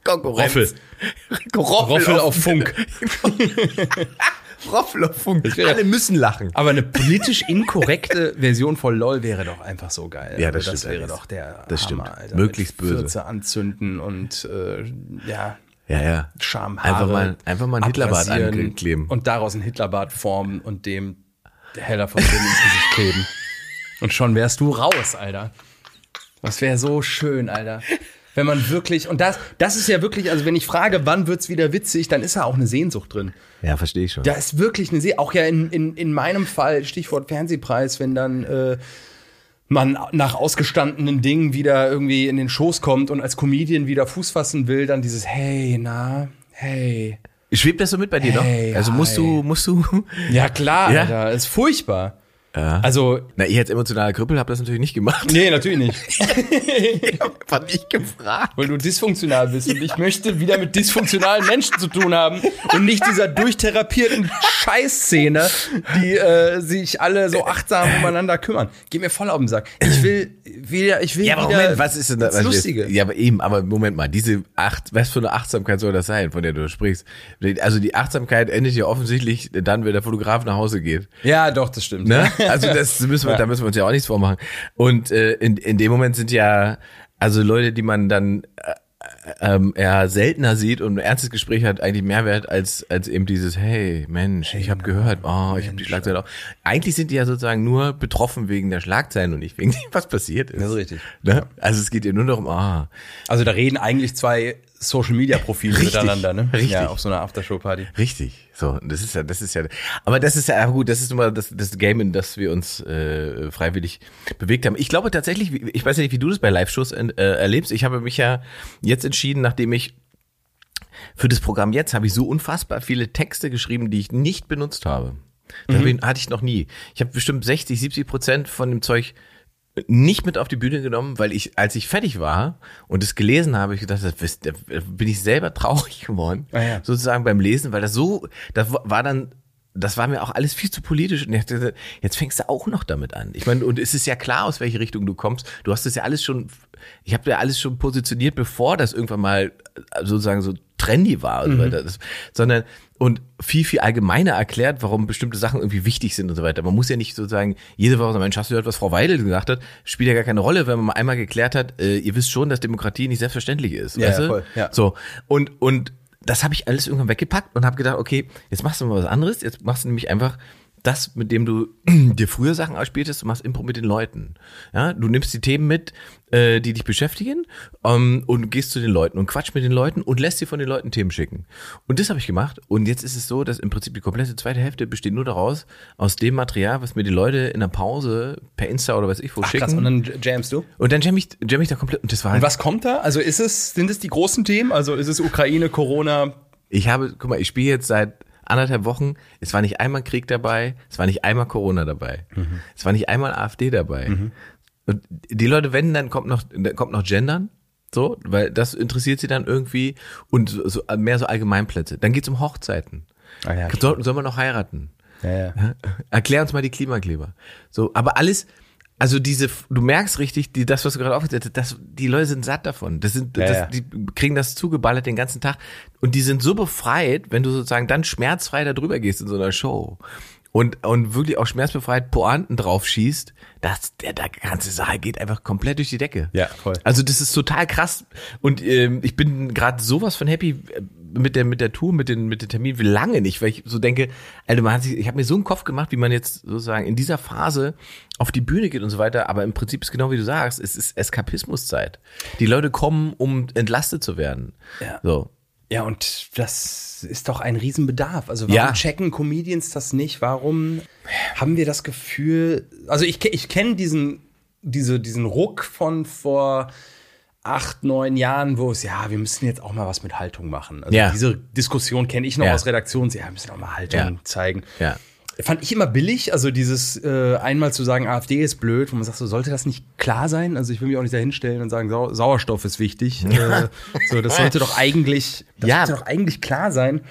Speaker 1: Konkurrenz.
Speaker 2: Roffel.
Speaker 1: Roffel,
Speaker 2: Roffel
Speaker 1: auf
Speaker 2: auf Funk.
Speaker 1: Roffel auf Funk.
Speaker 2: wär-
Speaker 1: Alle müssen lachen.
Speaker 2: Aber eine politisch inkorrekte Version von LOL wäre doch einfach so geil. Also
Speaker 1: Ja, das
Speaker 2: das
Speaker 1: stimmt
Speaker 2: wäre
Speaker 1: allerdings.
Speaker 2: doch der
Speaker 1: Das
Speaker 2: Hammer,
Speaker 1: stimmt.
Speaker 2: Alter.
Speaker 1: Möglichst
Speaker 2: Mit
Speaker 1: böse.
Speaker 2: Fürze anzünden und äh, ja,
Speaker 1: Ja, ja.
Speaker 2: Schamhaare.
Speaker 1: Einfach mal, einfach mal einen Hitlerbart
Speaker 2: abrasieren
Speaker 1: ankleben.
Speaker 2: Und daraus einen Hitlerbart formen und dem heller von dem ins Gesicht kleben. Und schon wärst du raus, Alter. Das wäre so schön, Alter. Wenn man wirklich, und das, das ist ja wirklich, also wenn ich frage, wann wird's wieder witzig, dann ist da auch eine Sehnsucht drin.
Speaker 1: ja, verstehe ich schon.
Speaker 2: Da ist wirklich eine Sehnsucht. Auch ja in, in, in meinem Fall, Stichwort Fernsehpreis, wenn dann äh, man nach ausgestandenen Dingen wieder irgendwie in den Schoß kommt und als Comedian wieder Fuß fassen will, dann dieses Hey, na, hey.
Speaker 1: Schwebt das so mit bei dir
Speaker 2: Hey,
Speaker 1: noch? Also musst du, musst du.
Speaker 2: Ja, klar,
Speaker 1: Ja.
Speaker 2: Alter, ist furchtbar. Also,
Speaker 1: Na, ich als emotionaler Krüppel habe das natürlich nicht gemacht.
Speaker 2: nee, natürlich nicht,
Speaker 1: Ich habe einfach nicht gefragt.
Speaker 2: weil du dysfunktional bist und ich möchte wieder mit dysfunktionalen Menschen zu tun haben und nicht dieser durchtherapierten Scheißszene, die äh, sich alle so achtsam umeinander kümmern. Geh mir voll auf den Sack. Ich will wieder, ich will
Speaker 1: Ja, aber
Speaker 2: wieder
Speaker 1: Moment, was ist denn
Speaker 2: das
Speaker 1: was
Speaker 2: Lustige?
Speaker 1: Ja, aber eben, aber Moment mal, diese acht, was für eine Achtsamkeit soll das sein, von der du sprichst? Also die Achtsamkeit endet ja offensichtlich dann, wenn der Fotograf nach Hause geht.
Speaker 2: Ja, doch, das stimmt.
Speaker 1: Ne? Also das müssen wir, da müssen wir uns ja auch nichts vormachen. Und äh, in, in dem Moment sind ja also Leute, die man dann äh, ähm, eher seltener sieht und ein ernstes Gespräch hat, eigentlich mehr wert als als eben dieses Hey Mensch, ich habe gehört, oh, ich habe die Schlagzeile auch. Eigentlich sind die ja sozusagen nur betroffen wegen der Schlagzeilen und nicht wegen dem, was passiert ist.
Speaker 2: Das ist richtig.
Speaker 1: Ne? Also es geht ja nur darum, ah,
Speaker 2: Also da reden eigentlich zwei Social Media Profile
Speaker 1: Richtig,
Speaker 2: miteinander, ne?
Speaker 1: richtig.
Speaker 2: Ja, auf so einer Aftershow Party.
Speaker 1: Richtig. So, und das ist ja, das ist ja, aber das ist ja aber gut, das ist nun mal das, das Game, in das wir uns äh, freiwillig bewegt haben. Ich glaube tatsächlich, wie- ich weiß ja nicht, wie du das bei Live-Shows äh, erlebst. Ich habe mich ja jetzt entschieden, nachdem ich für das Programm jetzt habe ich so unfassbar viele Texte geschrieben, die ich nicht benutzt habe.
Speaker 2: Mhm.
Speaker 1: Das hab ich- hatte ich noch nie. Ich habe bestimmt 60, 70 Prozent von dem Zeug nicht mit auf die Bühne genommen, weil ich, als ich fertig war und es gelesen habe, ich gedacht, das wisst- da bin ich selber traurig geworden,
Speaker 2: Ah ja.
Speaker 1: sozusagen beim Lesen, weil das so, das war dann, das war mir auch alles viel zu politisch und ich dachte, gesagt, jetzt fängst du auch noch damit an. Ich meine, und es ist ja klar, aus welche Richtung du kommst. Du hast das ja alles schon, ich habe ja alles schon positioniert, bevor das irgendwann mal äh, sozusagen so trendy war
Speaker 2: Mhm.
Speaker 1: und so weiter. Das, sondern, und viel, viel allgemeiner erklärt, warum bestimmte Sachen irgendwie wichtig sind und so weiter. Man muss ja nicht sozusagen jede Woche sagen, Mensch, hast du gehört, was Frau Weidel gesagt hat? Spielt ja gar keine Rolle, wenn man mal einmal geklärt hat, äh, ihr wisst schon, dass Demokratie nicht selbstverständlich ist.
Speaker 2: Ja,
Speaker 1: weißt
Speaker 2: ja,
Speaker 1: du?
Speaker 2: voll, ja.
Speaker 1: So. Und, und das habe ich alles irgendwann weggepackt und habe gedacht, okay, jetzt machst du mal was anderes. Jetzt machst du nämlich einfach das, mit dem du dir früher Sachen ausspieltest, du machst Impro mit den Leuten. Ja, du nimmst die Themen mit, äh, die dich beschäftigen ähm, und gehst zu den Leuten und quatsch mit den Leuten und lässt dir von den Leuten Themen schicken. Und das habe ich gemacht. Und jetzt ist es so, dass im Prinzip die komplette zweite Hälfte besteht nur daraus, aus dem Material, was mir die Leute in der Pause per Insta oder weiß ich wo
Speaker 2: Ach,
Speaker 1: schicken.
Speaker 2: krass. Und
Speaker 1: und dann,
Speaker 2: dann jamst du?
Speaker 1: jam ich, jam ich da komplett. Und das war
Speaker 2: Und
Speaker 1: halt
Speaker 2: was kommt da? Also ist es, sind es die großen Themen? Also ist es Ukraine, Corona?
Speaker 1: Ich habe, guck mal, ich spiele jetzt seit anderthalb Wochen, es war nicht einmal Krieg dabei, es war nicht einmal Corona dabei, es war nicht einmal AfD dabei. Und die Leute, wenn, dann kommt noch, dann kommt noch Gendern. So, weil das interessiert sie dann irgendwie und so, so, mehr so Allgemeinplätze. Dann geht's um Hochzeiten.
Speaker 2: Ah ja,
Speaker 1: Soll, soll man noch heiraten?
Speaker 2: Ja, ja.
Speaker 1: Erklär uns mal die Klimakleber. So, aber alles, also diese, du merkst richtig, die, das, was du gerade aufgezählt hast, das, die Leute sind satt davon. Das sind,
Speaker 2: Ja,
Speaker 1: das,
Speaker 2: ja.
Speaker 1: die kriegen das zugeballert den ganzen Tag. Und die sind so befreit, wenn du sozusagen dann schmerzfrei da drüber gehst in so einer Show. Und, und wirklich auch schmerzbefreit Pointen drauf schießt, dass der, der ganze Saal geht einfach komplett durch die Decke.
Speaker 2: Ja, voll.
Speaker 1: Also das ist total krass und ähm, ich bin gerade sowas von happy äh, mit der mit der Tour, mit den mit den Terminen, wie lange nicht, weil ich so denke, Alter, man hat sich, ich habe mir so einen Kopf gemacht, wie man jetzt sozusagen in dieser Phase auf die Bühne geht und so weiter, aber im Prinzip ist genau wie du sagst, es ist Eskapismuszeit. Die Leute kommen, um entlastet zu werden.
Speaker 2: Ja.
Speaker 1: So.
Speaker 2: Ja, und das ist doch ein Riesenbedarf. Also warum
Speaker 1: Ja.
Speaker 2: checken Comedians das nicht? Warum haben wir das Gefühl, also ich, ke- ich kenne diesen, diese, diesen Ruck von vor acht, neun Jahren, wo es, ja, wir müssen jetzt auch mal was mit Haltung machen. Also
Speaker 1: Ja.
Speaker 2: diese Diskussion kenne ich noch
Speaker 1: Ja.
Speaker 2: aus Redaktions, ja, wir müssen auch mal Haltung
Speaker 1: Ja.
Speaker 2: zeigen.
Speaker 1: Ja.
Speaker 2: Fand ich immer billig, also dieses äh, einmal zu sagen, AfD ist blöd, wo man sagt, so sollte das nicht klar sein? Also ich will mich auch nicht dahinstellen und sagen, Sau Sauerstoff ist wichtig. äh, so, das sollte doch eigentlich, das
Speaker 1: Ja.
Speaker 2: sollte doch eigentlich klar sein.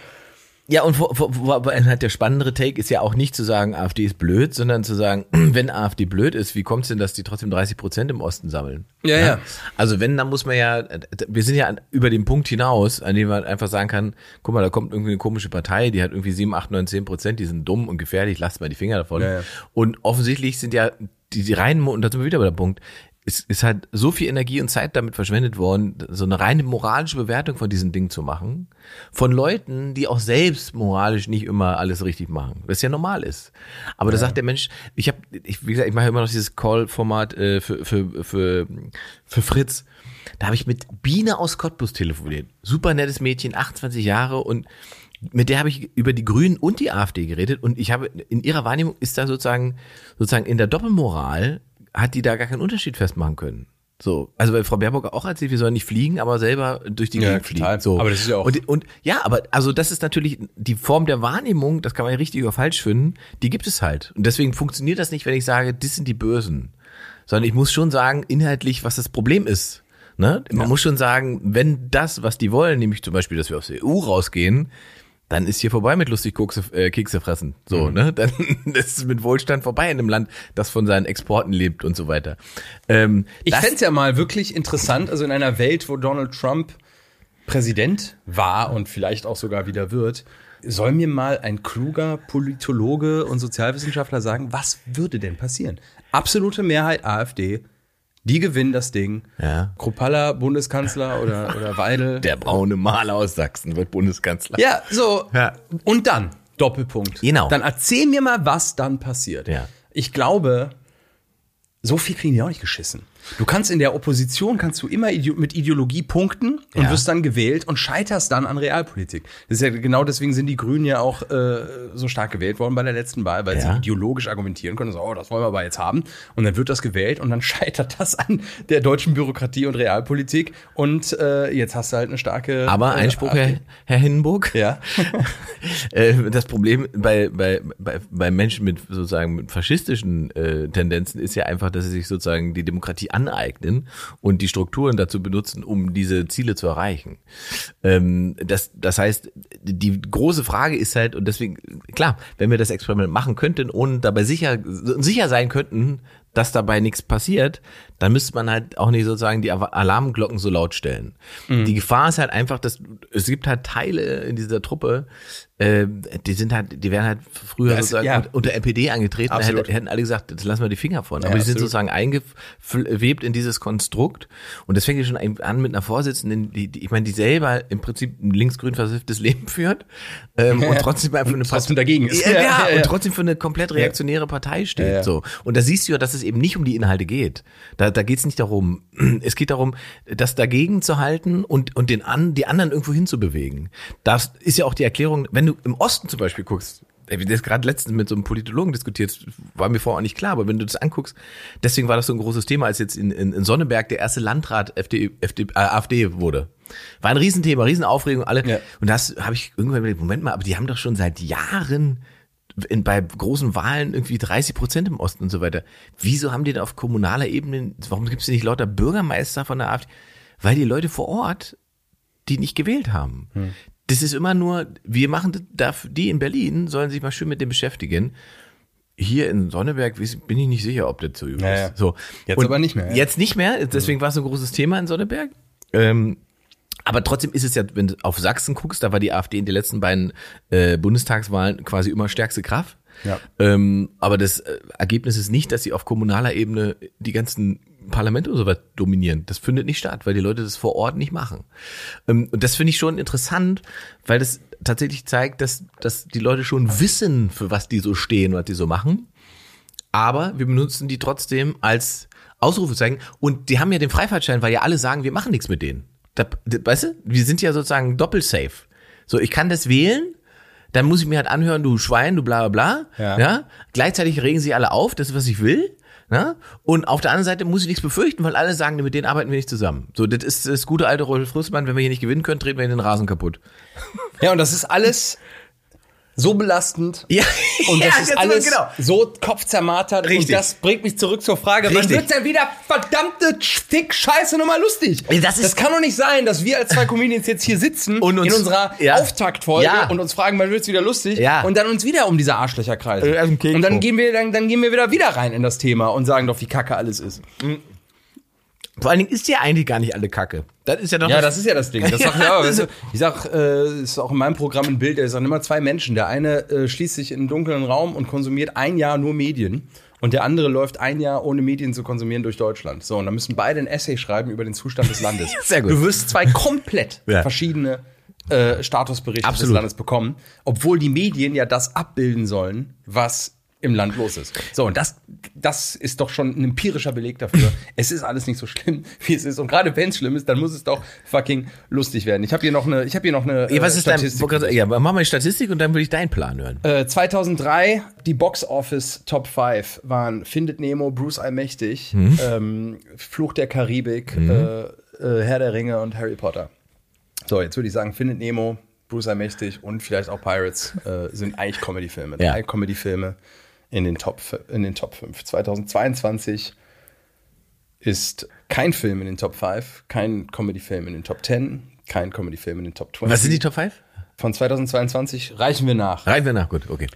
Speaker 1: Ja, und vor, vor, vor, aber halt der spannendere Take ist ja auch nicht zu sagen, AfD ist blöd, sondern zu sagen, wenn AfD blöd ist, wie kommt es denn, dass die trotzdem 30 Prozent im Osten sammeln?
Speaker 2: Ja, ja.
Speaker 1: Also wenn, dann muss man ja, wir sind ja an, über den Punkt hinaus, an dem man einfach sagen kann, guck mal, da kommt irgendwie eine komische Partei, die hat irgendwie 7, 8, 9, 10 Prozent, die sind dumm und gefährlich, lasst mal die Finger davon.
Speaker 2: Ja, ja.
Speaker 1: Und offensichtlich sind ja die, die reinen, Mo- und da sind wir wieder bei der Punkt, es ist halt so viel Energie und Zeit damit verschwendet worden, so eine reine moralische Bewertung von diesen Dingen zu machen, von Leuten, die auch selbst moralisch nicht immer alles richtig machen, was ja normal ist. Aber da sagt der Mensch, ich habe, ich, wie gesagt, ich mache immer noch dieses Call-Format äh, für, für, für, für Fritz. Da habe ich mit Biene aus Cottbus telefoniert. Super nettes Mädchen, 28 Jahre und mit der habe ich über die Grünen und die AfD geredet und ich habe in ihrer Wahrnehmung ist da sozusagen sozusagen in der Doppelmoral hat die da gar keinen Unterschied festmachen können. So, also weil Frau Baerbock auch erzählt, wir sollen nicht fliegen, aber selber durch die
Speaker 2: Ja,
Speaker 1: Gegend
Speaker 2: total.
Speaker 1: fliegen. So.
Speaker 2: Aber das ist ja auch-
Speaker 1: und, und ja, aber also das ist natürlich die Form der Wahrnehmung, das kann man ja richtig oder falsch finden, die gibt es halt und deswegen funktioniert das nicht, wenn ich sage, das sind die Bösen, sondern ich muss schon sagen inhaltlich, was das Problem ist. Ne? Man muss schon sagen, wenn das, was die wollen, nämlich zum Beispiel, dass wir aus der EU rausgehen, dann ist hier vorbei mit lustig Kokse, äh, Kekse fressen. So, ne? Dann ist es mit Wohlstand vorbei in einem Land, das von seinen Exporten lebt und so weiter. Ähm,
Speaker 2: Ich
Speaker 1: das-
Speaker 2: fände es ja mal wirklich interessant, also in einer Welt, wo Donald Trump Präsident war und vielleicht auch sogar wieder wird, soll mir mal ein kluger Politologe und Sozialwissenschaftler sagen, was würde denn passieren? Absolute Mehrheit AfD, die gewinnen das Ding.
Speaker 1: Ja.
Speaker 2: Kruppalla, Bundeskanzler oder, oder Weidel.
Speaker 1: der braune Maler aus Sachsen wird Bundeskanzler.
Speaker 2: Ja, so.
Speaker 1: Ja.
Speaker 2: Und dann, Doppelpunkt.
Speaker 1: Genau.
Speaker 2: Dann erzähl mir mal, was dann passiert.
Speaker 1: Ja.
Speaker 2: Ich glaube, so viel kriegen die auch nicht geschissen. Du kannst in der Opposition, kannst du immer Ideo mit Ideologie punkten und
Speaker 1: Ja.
Speaker 2: wirst dann gewählt und scheiterst dann an Realpolitik. Das ist ja genau deswegen sind die Grünen ja auch äh, so stark gewählt worden bei der letzten Wahl, weil
Speaker 1: Ja.
Speaker 2: sie ideologisch argumentieren können, so, oh, das wollen wir aber jetzt haben. Und dann wird das gewählt und dann scheitert das an der deutschen Bürokratie und Realpolitik. Und äh, jetzt hast du halt eine starke.
Speaker 1: Aber
Speaker 2: äh,
Speaker 1: Einspruch, Herr, Herr Hindenburg.
Speaker 2: Ja.
Speaker 1: Äh, das Problem bei, bei, bei, bei Menschen mit sozusagen mit faschistischen äh, Tendenzen ist ja einfach, dass sie sich sozusagen die Demokratie aneignen und die Strukturen dazu benutzen, um diese Ziele zu erreichen. Ähm, das, das heißt, die große Frage ist halt, und deswegen, klar, wenn wir das Experiment machen könnten und dabei sicher, sicher sein könnten, dass dabei nichts passiert, dann müsste man halt auch nicht sozusagen die Awa- Alarmglocken
Speaker 2: Mhm.
Speaker 1: so laut stellen. Die Gefahr ist halt einfach, dass es gibt halt Teile in dieser Truppe, äh, die sind halt, die wären halt früher
Speaker 2: Das-
Speaker 1: sozusagen
Speaker 2: ja.
Speaker 1: un- unter NPD angetreten, da
Speaker 2: Absolut.
Speaker 1: hätte, hätten alle gesagt, jetzt lassen wir die Finger von. Aber
Speaker 2: Ja,
Speaker 1: die sind
Speaker 2: absolut.
Speaker 1: sozusagen eingewebt in dieses Konstrukt und das fängt ja schon ein- an mit einer Vorsitzenden, die, die ich meine, die selber im Prinzip ein linksgrün versifftes Leben führt ähm, und trotzdem einfach eine
Speaker 2: trotzdem dagegen ist.
Speaker 1: Ja, ja,
Speaker 2: Ja, ja, ja.
Speaker 1: und trotzdem für eine komplett reaktionäre Partei steht.
Speaker 2: Ja, ja.
Speaker 1: So. Und da siehst du ja, dass es eben nicht um die Inhalte geht. Da, da geht es nicht darum. Es geht darum, das dagegen zu halten und, und den an, die anderen irgendwo hinzubewegen. Das ist ja auch die Erklärung, wenn du im Osten zum Beispiel guckst, ey, das gerade letztens mit so einem Politologen diskutiert, war mir vorher auch nicht klar, aber wenn du das anguckst, deswegen war das so ein großes Thema, als jetzt in, in, in Sonneberg der erste Landrat FD, FD, äh, AfD wurde. War ein Riesenthema, Riesenaufregung, alle.
Speaker 2: Ja.
Speaker 1: Und das habe ich irgendwann überlegt, Moment mal, aber die haben doch schon seit Jahren in, bei großen Wahlen irgendwie 30 Prozent im Osten und so weiter. Wieso haben die denn auf kommunaler Ebene, warum gibt es nicht lauter Bürgermeister von der AfD? Weil die Leute vor Ort die nicht gewählt haben.
Speaker 2: Hm.
Speaker 1: Das ist immer nur, wir machen das, dafür- die in Berlin sollen sich mal schön mit dem beschäftigen. Hier in Sonneberg weiß- bin ich nicht sicher, ob das so übel
Speaker 2: Ja, ja.
Speaker 1: ist. So.
Speaker 2: Jetzt aber nicht mehr, ja. Hm.
Speaker 1: Jetzt nicht mehr, deswegen war es so ein großes Thema in Sonneberg. Ähm, aber trotzdem ist es ja, wenn du auf Sachsen guckst, da war die AfD in den letzten beiden äh, Bundestagswahlen quasi immer stärkste Kraft.
Speaker 2: Ja.
Speaker 1: Ähm, aber das äh, Ergebnis ist nicht, dass sie auf kommunaler Ebene die ganzen Parlamente und so was dominieren. Das findet nicht statt, weil die Leute das vor Ort nicht machen. Ähm, und das finde ich schon interessant, weil das tatsächlich zeigt, dass, dass die Leute schon wissen, für was die so stehen, was die so machen. Aber wir benutzen die trotzdem als Ausrufezeichen. Und die haben ja den Freifahrtschein, weil ja alle sagen, wir machen nichts mit denen. Da, da, weißt du, wir sind ja sozusagen doppelsafe. So, ich kann das wählen, dann muss ich mir halt anhören, du Schwein, du bla bla bla.
Speaker 2: Ja.
Speaker 1: Gleichzeitig regen sie alle auf, das ist, was ich will. Na? Und auf der anderen Seite muss ich nichts befürchten, weil alle sagen, mit denen arbeiten wir nicht zusammen. So, das ist das gute alte Rolf Rüssmann, wenn wir hier nicht gewinnen können, treten wir in den Rasen kaputt.
Speaker 2: Ja, und das ist alles so belastend.
Speaker 1: Ja,
Speaker 2: Und das
Speaker 1: ja,
Speaker 2: ist
Speaker 1: jetzt
Speaker 2: alles
Speaker 1: genau.
Speaker 2: so kopfzermartert.
Speaker 1: Richtig.
Speaker 2: Und das bringt mich zurück zur Frage, wann
Speaker 1: Richtig.
Speaker 2: wird denn wieder verdammte Stick-Scheiße nochmal lustig?
Speaker 1: Ja, das ist-
Speaker 2: kann doch nicht sein, dass wir als zwei Comedians jetzt hier sitzen
Speaker 1: Und uns-
Speaker 2: in unserer
Speaker 1: ja.
Speaker 2: Auftaktfolge
Speaker 1: Ja.
Speaker 2: und uns fragen, wann wird's wieder lustig?
Speaker 1: Ja.
Speaker 2: Und dann uns wieder um diese Arschlöcher kreisen.
Speaker 1: Äh, aus dem Keks
Speaker 2: und dann
Speaker 1: hoch.
Speaker 2: gehen, wir, dann, dann gehen wir wieder wieder rein in das Thema und sagen doch, wie kacke alles ist.
Speaker 1: Vor allen Dingen ist ja eigentlich gar nicht alle Kacke. Das ist ja doch
Speaker 2: Ja, das ist ja das Ding. Das sagt, ja, weißt du, ich sag, äh, ist auch in meinem Programm ein Bild, es sind immer zwei Menschen. Der eine äh, schließt sich in einen dunklen Raum und konsumiert ein Jahr nur Medien. Und der andere läuft ein Jahr ohne Medien zu konsumieren durch Deutschland. So, und dann müssen beide ein Essay schreiben über den Zustand des Landes.
Speaker 1: Sehr gut.
Speaker 2: Du wirst zwei komplett
Speaker 1: Ja.
Speaker 2: verschiedene äh, Statusberichte des
Speaker 1: Absolut.
Speaker 2: Landes bekommen, obwohl die Medien ja das abbilden sollen, was im Land los ist. So, und das, das ist doch schon ein empirischer Beleg dafür. es ist alles nicht so schlimm, wie es ist. Und gerade wenn es schlimm ist, dann muss es doch fucking lustig werden. Ich habe hier noch eine, ich habe hier noch eine.
Speaker 1: Ja, was
Speaker 2: äh,
Speaker 1: ist dein,
Speaker 2: Statistik.
Speaker 1: wollte gerade sagen, ja, mach mal die Statistik und dann will ich deinen Plan hören.
Speaker 2: Äh, 2003, die Box Office Top 5 waren Findet Nemo, Bruce Allmächtig,
Speaker 1: Mhm.
Speaker 2: ähm, Fluch der Karibik, äh, äh, Herr der Ringe und Harry Potter. So, jetzt würde ich sagen, Findet Nemo, Bruce Allmächtig und vielleicht auch Pirates äh, sind eigentlich Comedy-Filme.
Speaker 1: Ja.
Speaker 2: Drei Comedy-Filme in, den Top f- in den Top 5. 2022 ist kein Film in den Top 5, kein Comedy-Film in den Top 10, kein Comedy-Film in den Top 20.
Speaker 1: Was sind die Top 5?
Speaker 2: Von 2022 reichen wir nach.
Speaker 1: Reichen wir nach, gut, okay.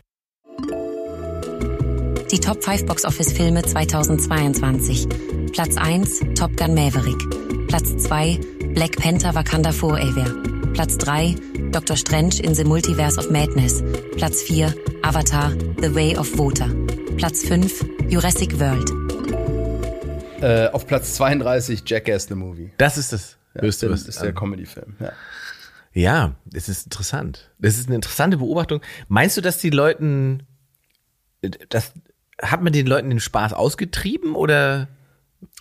Speaker 3: Die Top 5 Box Office Filme 2022. Platz 1 Top Gun Maverick. Platz 2 Black Panther Wakanda Forever. Platz 3 Dr. Strange in the Multiverse of Madness. Platz 4 Avatar The Way of Water. Platz 5 Jurassic World.
Speaker 2: Äh, auf Platz 32 Jackass the Movie.
Speaker 1: Das ist das höchste,
Speaker 2: das
Speaker 1: was
Speaker 2: ist der Comedy-Film. Ja.
Speaker 1: Ja, es ist interessant. Das ist eine interessante Beobachtung. Meinst du, dass die Leuten, das, hat man den Leuten den Spaß ausgetrieben oder?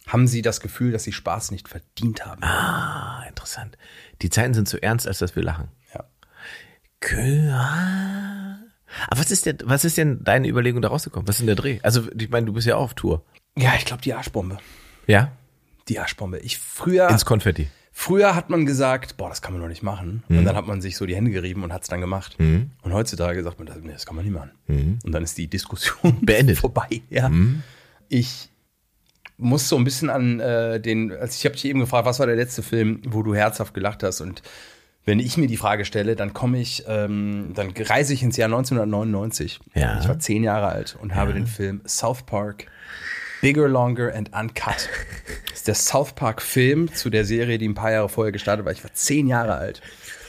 Speaker 2: Haben Sie das Gefühl, dass Sie Spaß nicht verdient haben?
Speaker 1: Ah, interessant. Die Zeiten sind zu ernst, als dass wir lachen.
Speaker 2: Ja.
Speaker 1: Kö- ah. Aber was ist denn, was ist denn deine Überlegung, da rauszukommen? Was ist denn der Dreh? Also, ich meine, du bist ja auch auf Tour.
Speaker 2: ja, ich glaube, die Arschbombe.
Speaker 1: Ja?
Speaker 2: Die Arschbombe. Ich früher,
Speaker 1: Ins Konfetti.
Speaker 2: früher hat man gesagt, boah, das kann man doch nicht machen.
Speaker 1: Mhm.
Speaker 2: Und dann hat man sich so die Hände gerieben und hat es dann gemacht. Und heutzutage sagt man, das- nee, das kann man nicht machen. Und dann ist die Diskussion
Speaker 1: Mhm. Beendet. Mhm.
Speaker 2: vorbei. Ja. Ich muss so ein bisschen an äh, den, also ich habe dich eben gefragt, was war der letzte Film, wo du herzhaft gelacht hast? Und wenn ich mir die Frage stelle, dann komme ich, ähm, dann reise ich ins Jahr 1999.
Speaker 1: Ja.
Speaker 2: Ich war zehn Jahre alt und habe den Film South Park Bigger, Longer and Uncut. Das ist der South Park-Film zu der Serie, die ein paar Jahre vorher gestartet war. Ich war zehn Jahre alt.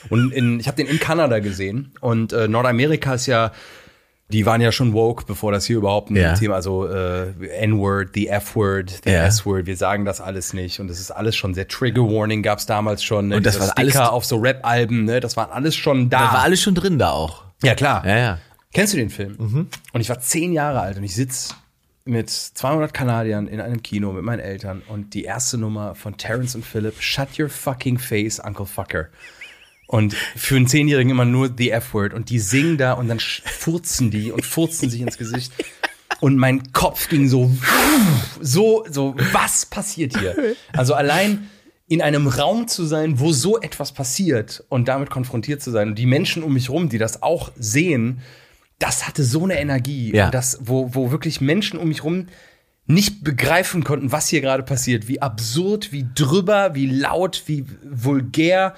Speaker 2: Und in, ich habe den in Kanada gesehen und äh, Nordamerika ist ja die waren ja schon woke, bevor das hier überhaupt ein
Speaker 1: Ja.
Speaker 2: Thema, also äh, N-Word, the F-Word, the
Speaker 1: Ja.
Speaker 2: S-Word, wir sagen das alles nicht und es ist alles schon sehr Trigger Warning gab's damals schon, ne?
Speaker 1: Und das
Speaker 2: Diese
Speaker 1: war alles-
Speaker 2: Sticker auf so Rap Alben, ne, das waren alles schon da.
Speaker 1: Da war alles schon drin da auch.
Speaker 2: ja klar.
Speaker 1: Ja, ja.
Speaker 2: Kennst du den Film? Und ich war zehn Jahre alt und ich sitz mit 200 Kanadiern in einem Kino mit meinen Eltern und die erste Nummer von Terence und Philip, Shut Your Fucking Face, Uncle Fucker. Und für einen Zehnjährigen immer nur the F-Word. Und die singen da und dann sch- furzen die und furzen sich ins Gesicht. Und mein Kopf ging so, so, so, was passiert hier? Also allein in einem Raum zu sein, wo so etwas passiert und damit konfrontiert zu sein und die Menschen um mich rum, die das auch sehen, das hatte so eine Energie.
Speaker 1: Ja.
Speaker 2: Und das, wo, wo wirklich Menschen um mich rum nicht begreifen konnten, was hier gerade passiert. Wie absurd, wie drüber, wie laut, wie vulgär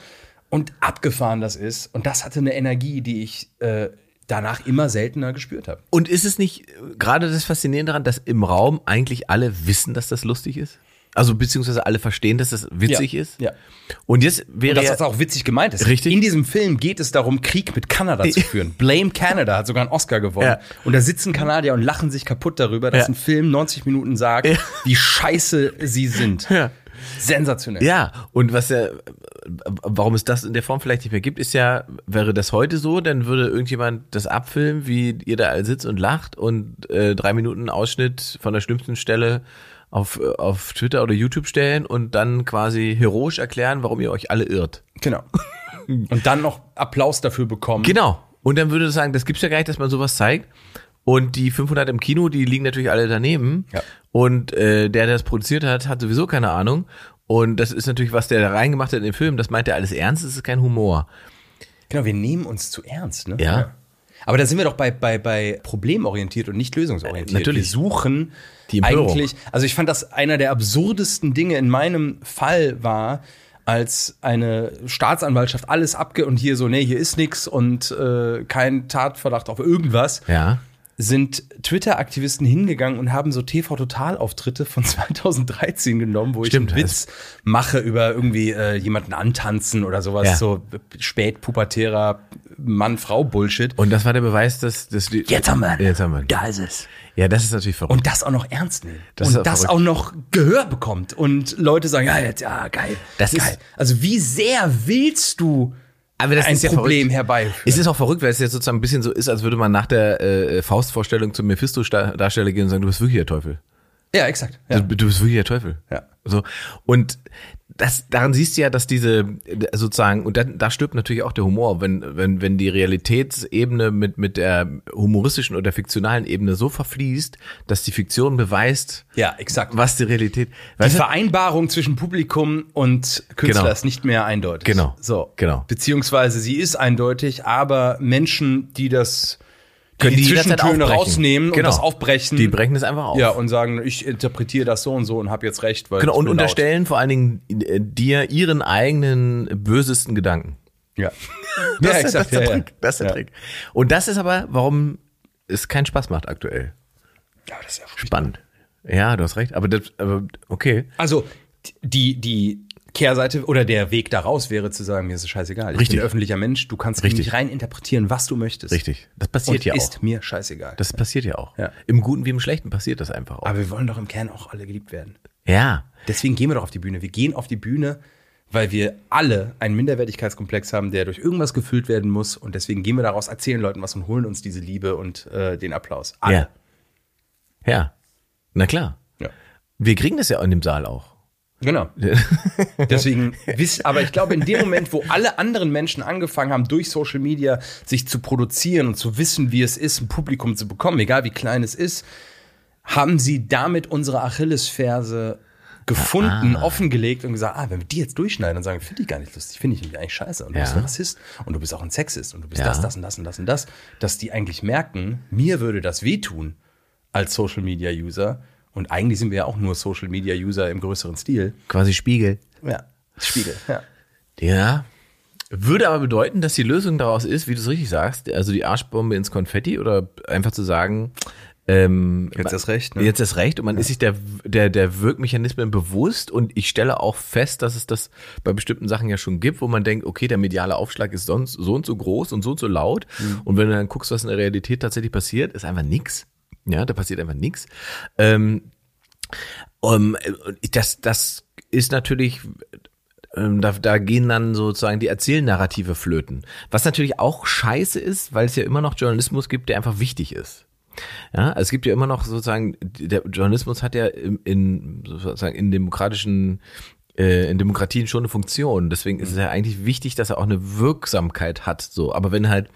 Speaker 2: und abgefahren das ist. Und das hatte eine Energie, die ich äh, danach immer seltener gespürt habe.
Speaker 1: Und ist es nicht äh, gerade das Faszinierende daran, dass im Raum eigentlich alle wissen, dass das lustig ist? Also beziehungsweise alle verstehen, dass das witzig
Speaker 2: Ja,
Speaker 1: ist?
Speaker 2: ja.
Speaker 1: Und jetzt wäre
Speaker 2: Dass
Speaker 1: ja,
Speaker 2: das auch witzig gemeint ist.
Speaker 1: Richtig.
Speaker 2: In diesem Film geht es darum, Krieg mit Kanada zu führen. Blame Canada hat sogar einen Oscar gewonnen.
Speaker 1: Ja.
Speaker 2: Und da sitzen Kanadier und lachen sich kaputt darüber, dass
Speaker 1: Ja.
Speaker 2: ein Film 90 Minuten sagt, wie scheiße sie sind.
Speaker 1: Ja.
Speaker 2: Sensationell.
Speaker 1: Ja, und was ja, warum es das in der Form vielleicht nicht mehr gibt, ist ja, wäre das heute so, dann würde irgendjemand das abfilmen, wie ihr da alle sitzt und lacht und äh, drei Minuten Ausschnitt von der schlimmsten Stelle auf, äh, auf Twitter oder YouTube stellen und dann quasi heroisch erklären, warum ihr euch alle irrt.
Speaker 2: Genau. Und dann noch Applaus dafür bekommen.
Speaker 1: Genau. Und dann würde ich sagen, das gibt's ja gar nicht, dass man sowas zeigt. Und die 500 im Kino, die liegen natürlich alle daneben.
Speaker 2: Ja.
Speaker 1: Und äh, der, der das produziert hat, hat sowieso keine Ahnung. Und das ist natürlich, was der da reingemacht hat in den Film. Das meint er alles ernst, das ist kein Humor.
Speaker 2: Genau, wir nehmen uns zu ernst, ne?
Speaker 1: Ja.
Speaker 2: Aber da sind wir doch bei, bei, bei problemorientiert und nicht lösungsorientiert.
Speaker 1: Äh, natürlich.
Speaker 2: Wir suchen
Speaker 1: Die Empörung.
Speaker 2: eigentlich. Also ich fand das einer der absurdesten Dinge in meinem Fall war, als eine Staatsanwaltschaft alles abge und hier so, nee, hier ist nichts und äh, kein Tatverdacht auf irgendwas
Speaker 1: Ja.
Speaker 2: sind Twitter-Aktivisten hingegangen und haben so TV-Total-Auftritte von 2013 genommen, wo
Speaker 1: Stimmt,
Speaker 2: ich einen Witz mache über irgendwie äh, jemanden antanzen oder sowas,
Speaker 1: Ja.
Speaker 2: so spätpubertärer Mann-Frau-Bullshit.
Speaker 1: Und das war der Beweis, dass, dass die, Jetzt haben wir. ihn.
Speaker 2: Da ist es.
Speaker 1: Ja, das ist natürlich verrückt.
Speaker 2: Und das auch noch ernst nehmen.
Speaker 1: Das ist ja
Speaker 2: und das
Speaker 1: verrückt.
Speaker 2: auch noch Gehör bekommt. Und Leute sagen, ja, jetzt, ja, geil.
Speaker 1: Das
Speaker 2: geil.
Speaker 1: ist-
Speaker 2: also wie sehr willst du
Speaker 1: Aber
Speaker 2: ein Problem
Speaker 1: verrückt.
Speaker 2: herbeiführen?
Speaker 1: Es ist auch verrückt, weil es jetzt sozusagen ein bisschen so ist, als würde man nach der äh, Faustvorstellung zum Mephisto-Darsteller gehen und sagen, du bist wirklich der Teufel.
Speaker 2: ja, exakt. Ja.
Speaker 1: Also, Du, du bist wirklich der Teufel.
Speaker 2: Ja.
Speaker 1: So. Und das, daran siehst du ja, dass diese äh, sozusagen, und da, da stirbt natürlich auch der Humor, wenn, wenn, wenn die Realitätsebene mit, mit der humoristischen oder fiktionalen Ebene so verfließt, dass die Fiktion beweist,
Speaker 2: ja, exakt.
Speaker 1: was die Realität.
Speaker 2: Die
Speaker 1: Weißt du?
Speaker 2: Vereinbarung zwischen Publikum und Künstler
Speaker 1: Genau.
Speaker 2: ist nicht mehr eindeutig.
Speaker 1: Genau.
Speaker 2: So.
Speaker 1: Genau.
Speaker 2: Beziehungsweise sie ist eindeutig, aber Menschen, die das
Speaker 1: Können
Speaker 2: die,
Speaker 1: die jederzeit
Speaker 2: Zwischentöne
Speaker 1: aufbrechen.
Speaker 2: rausnehmen
Speaker 1: Genau.
Speaker 2: und das aufbrechen.
Speaker 1: Die brechen das einfach auf.
Speaker 2: Ja, und sagen, ich interpretiere das so und so und habe jetzt recht, weil
Speaker 1: Genau,
Speaker 2: es
Speaker 1: und
Speaker 2: nur laut.
Speaker 1: unterstellen vor allen Dingen äh, dir ihren eigenen bösesten Gedanken.
Speaker 2: Ja.
Speaker 1: Das,
Speaker 2: ja,
Speaker 1: ist, das
Speaker 2: exakt.
Speaker 1: ist der
Speaker 2: ja, ja.
Speaker 1: Trick. Das ist der
Speaker 2: ja.
Speaker 1: Trick. Und das ist aber, warum es keinen Spaß macht aktuell.
Speaker 2: Ja, das ist ja furchtbar.
Speaker 1: Spannend. Ja, du hast recht. Aber, das, aber okay.
Speaker 2: Also die, die Kehrseite oder der Weg daraus wäre zu sagen, mir ist es scheißegal. Ich
Speaker 1: Richtig.
Speaker 2: bin ein öffentlicher Mensch, du kannst
Speaker 1: Richtig.
Speaker 2: mich rein interpretieren, was du möchtest.
Speaker 1: Richtig. Das
Speaker 2: Und
Speaker 1: passiert ja
Speaker 2: ist
Speaker 1: auch.
Speaker 2: mir scheißegal.
Speaker 1: Das passiert ja auch.
Speaker 2: Ja.
Speaker 1: Im Guten wie im Schlechten passiert das einfach auch.
Speaker 2: aber wir wollen doch im Kern auch alle geliebt werden.
Speaker 1: ja.
Speaker 2: Deswegen gehen wir doch auf die Bühne. Wir gehen auf die Bühne, weil wir alle einen Minderwertigkeitskomplex haben, der durch irgendwas gefüllt werden muss. Und deswegen gehen wir daraus, erzählen Leuten was und holen uns diese Liebe und äh, den Applaus.
Speaker 1: Ja.
Speaker 2: Alle.
Speaker 1: Ja. Na klar.
Speaker 2: Ja.
Speaker 1: Wir kriegen das ja in dem Saal auch.
Speaker 2: Genau. Deswegen wisst, aber ich glaube, in dem Moment, wo alle anderen Menschen angefangen haben, durch Social Media sich zu produzieren und zu wissen, wie es ist, ein Publikum zu bekommen, egal wie klein es ist, haben sie damit unsere Achillesferse gefunden, offengelegt und gesagt, ah, wenn wir die jetzt durchschneiden und sagen, finde ich gar nicht lustig, finde ich nämlich eigentlich scheiße und du
Speaker 1: Ja.
Speaker 2: bist ein Rassist und du bist auch ein Sexist und du bist
Speaker 1: Ja.
Speaker 2: das, das und das und das und das, dass die eigentlich merken, mir würde das wehtun als Social Media User und eigentlich sind wir ja auch nur Social Media User im größeren Stil.
Speaker 1: Quasi Spiegel.
Speaker 2: Ja, Spiegel. Ja.
Speaker 1: Ja. Würde aber bedeuten, dass die Lösung daraus ist, wie du es richtig sagst, also die Arschbombe ins Konfetti oder einfach zu sagen, Ähm,
Speaker 2: Jetzt erst recht, ne?
Speaker 1: Jetzt erst recht. Und man ist sich der, der, der Wirkmechanismen bewusst. Und ich stelle auch fest, dass es das bei bestimmten Sachen ja schon gibt, wo man denkt, okay, der mediale Aufschlag ist sonst so und so groß und so und so laut.
Speaker 2: Mhm.
Speaker 1: Und wenn du dann guckst, was in der Realität tatsächlich passiert, ist einfach nix. Ja, da passiert einfach nix. Ähm, ähm, das, das ist natürlich, ähm, da, da gehen dann sozusagen die Erzählnarrative flöten. Was natürlich auch scheiße ist, weil es ja immer noch Journalismus gibt, der einfach wichtig ist. Ja, also es gibt ja immer noch sozusagen, der Journalismus hat ja in, in sozusagen in demokratischen äh, in Demokratien schon eine Funktion. Deswegen ist es ja eigentlich wichtig, dass er auch eine Wirksamkeit hat. So, aber wenn halt,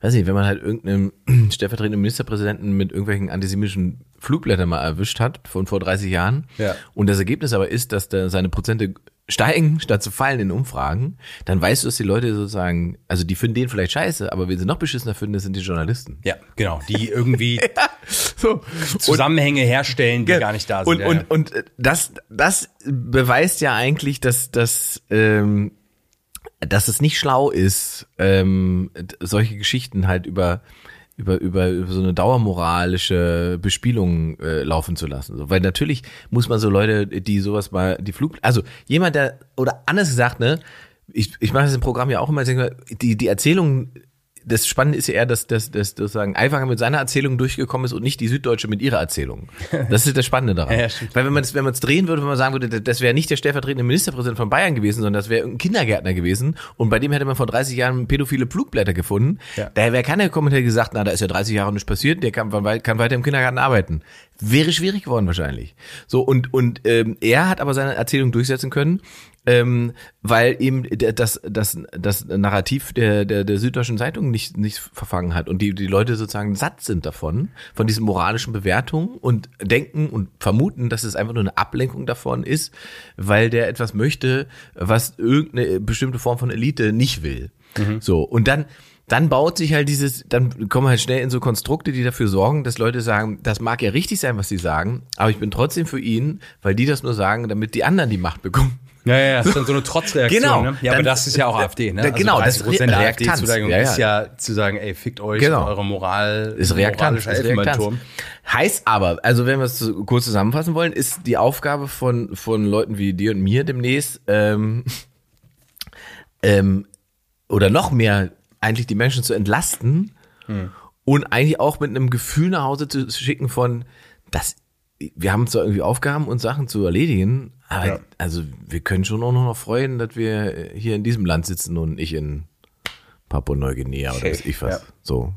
Speaker 1: weiß nicht, wenn man halt irgendeinen stellvertretenden Ministerpräsidenten mit irgendwelchen antisemitischen Flugblättern mal erwischt hat von vor 30 Jahren
Speaker 2: Ja.
Speaker 1: und das Ergebnis aber ist, dass da seine Prozente steigen statt zu fallen in Umfragen, dann weißt du, dass die Leute sozusagen, also die finden den vielleicht scheiße, aber wen sie noch beschissener finden, das sind die Journalisten.
Speaker 2: Ja, genau. Die irgendwie
Speaker 1: So.
Speaker 2: Zusammenhänge herstellen, die gar nicht da sind.
Speaker 1: Und,
Speaker 2: ja, ja.
Speaker 1: und, und äh, das, das beweist ja eigentlich, dass, dass, ähm, dass es nicht schlau ist, ähm, d- solche Geschichten halt über, über, über, über so eine dauermoralische Bespielung äh, laufen zu lassen. So, weil natürlich muss man so Leute, die sowas mal, die Flug, also jemand, der, oder anders gesagt, ne, ich, ich mache das im Programm ja auch immer, ich denke mal, die, die Erzählung das Spannende ist ja eher, dass, dass, dass, dass sagen, Aiwanger mit seiner Erzählung durchgekommen ist und nicht die Süddeutsche mit ihrer Erzählung. Das ist das Spannende daran.
Speaker 2: Ja, ja, stimmt.
Speaker 1: Weil wenn man es wenn man es drehen würde, wenn man sagen würde, das- das wäre nicht der stellvertretende Ministerpräsident von Bayern gewesen, sondern das wäre irgendein Kindergärtner gewesen und bei dem hätte man vor 30 Jahren pädophile Flugblätter gefunden,
Speaker 2: Ja.
Speaker 1: da wäre keiner gekommen und hätte gesagt, na, da ist ja 30 Jahre nichts passiert, der kann, kann weiter im Kindergarten arbeiten. Wäre schwierig geworden wahrscheinlich. So und und ähm, er hat aber seine Erzählung durchsetzen können. Ähm, weil eben der- das, das, das Narrativ der, der, der Süddeutschen Zeitung nicht, nicht verfangen hat und die, die Leute sozusagen satt sind davon, von diesen moralischen Bewertungen und denken und vermuten, dass es einfach nur eine Ablenkung davon ist, weil der etwas möchte, was irgendeine bestimmte Form von Elite nicht will. So, und dann, dann baut sich halt dieses, dann kommen halt schnell in so Konstrukte, die dafür sorgen, dass Leute sagen, das mag ja richtig sein, was sie sagen, aber ich bin trotzdem für ihn, weil die das nur sagen, damit die anderen die Macht bekommen.
Speaker 2: ja, ja, das ist dann so eine Trotzreaktion.
Speaker 1: Genau.
Speaker 2: Ne? Ja, aber
Speaker 1: Dann-
Speaker 2: das ist ja auch
Speaker 1: äh,
Speaker 2: AfD. Ne?
Speaker 1: da- genau, das ist
Speaker 2: also 30 Prozent der
Speaker 1: Reaktanz.
Speaker 2: AfD-Zulagung
Speaker 1: Ja, ja.
Speaker 2: ist ja zu sagen, ey, fickt euch,
Speaker 1: Genau.
Speaker 2: eure Moral
Speaker 1: ist Reaktanz.
Speaker 2: moralischer
Speaker 1: Ist Reaktanz.
Speaker 2: Elfenbeinturm.
Speaker 1: Heißt aber, also wenn wir es zu- kurz zusammenfassen wollen, ist die Aufgabe von, von Leuten wie dir und mir demnächst, ähm, ähm, oder noch mehr eigentlich die Menschen zu entlasten
Speaker 2: Hm.
Speaker 1: und eigentlich auch mit einem Gefühl nach Hause zu schicken von, das, wir haben zwar irgendwie Aufgaben und Sachen zu erledigen, aber
Speaker 2: Ja.
Speaker 1: also wir können schon auch noch freuen, dass wir hier in diesem Land sitzen und nicht in Papua-Neuguinea oder
Speaker 2: Safe,
Speaker 1: weiß ich was.
Speaker 2: ja.
Speaker 1: So.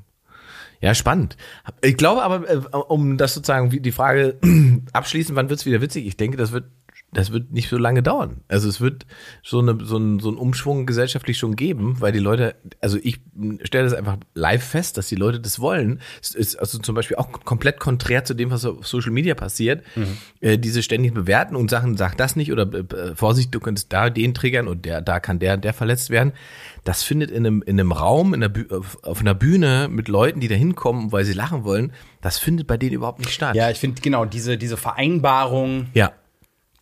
Speaker 1: Ja, spannend. Ich glaube aber, äh, um das sozusagen wie die Frage abschließen, wann wird's wieder witzig? Ich denke, das wird, das wird nicht so lange dauern. Also es wird so, eine, so, ein, so einen Umschwung gesellschaftlich schon geben, weil die Leute, also ich mh, stelle das einfach live fest, dass die Leute das wollen. Es ist also zum Beispiel auch komplett konträr zu dem, was auf Social Media passiert.
Speaker 2: Mhm.
Speaker 1: Äh, diese ständig bewerten und Sachen, sag das nicht oder äh, Vorsicht, du könntest da den triggern und der, da kann der, der verletzt werden. Das findet in einem, in einem Raum, in der Bü auf, auf einer Bühne mit Leuten, die da hinkommen, weil sie lachen wollen, das findet bei denen überhaupt nicht statt.
Speaker 2: Ja, ich finde genau, diese, diese Vereinbarung,
Speaker 1: ja.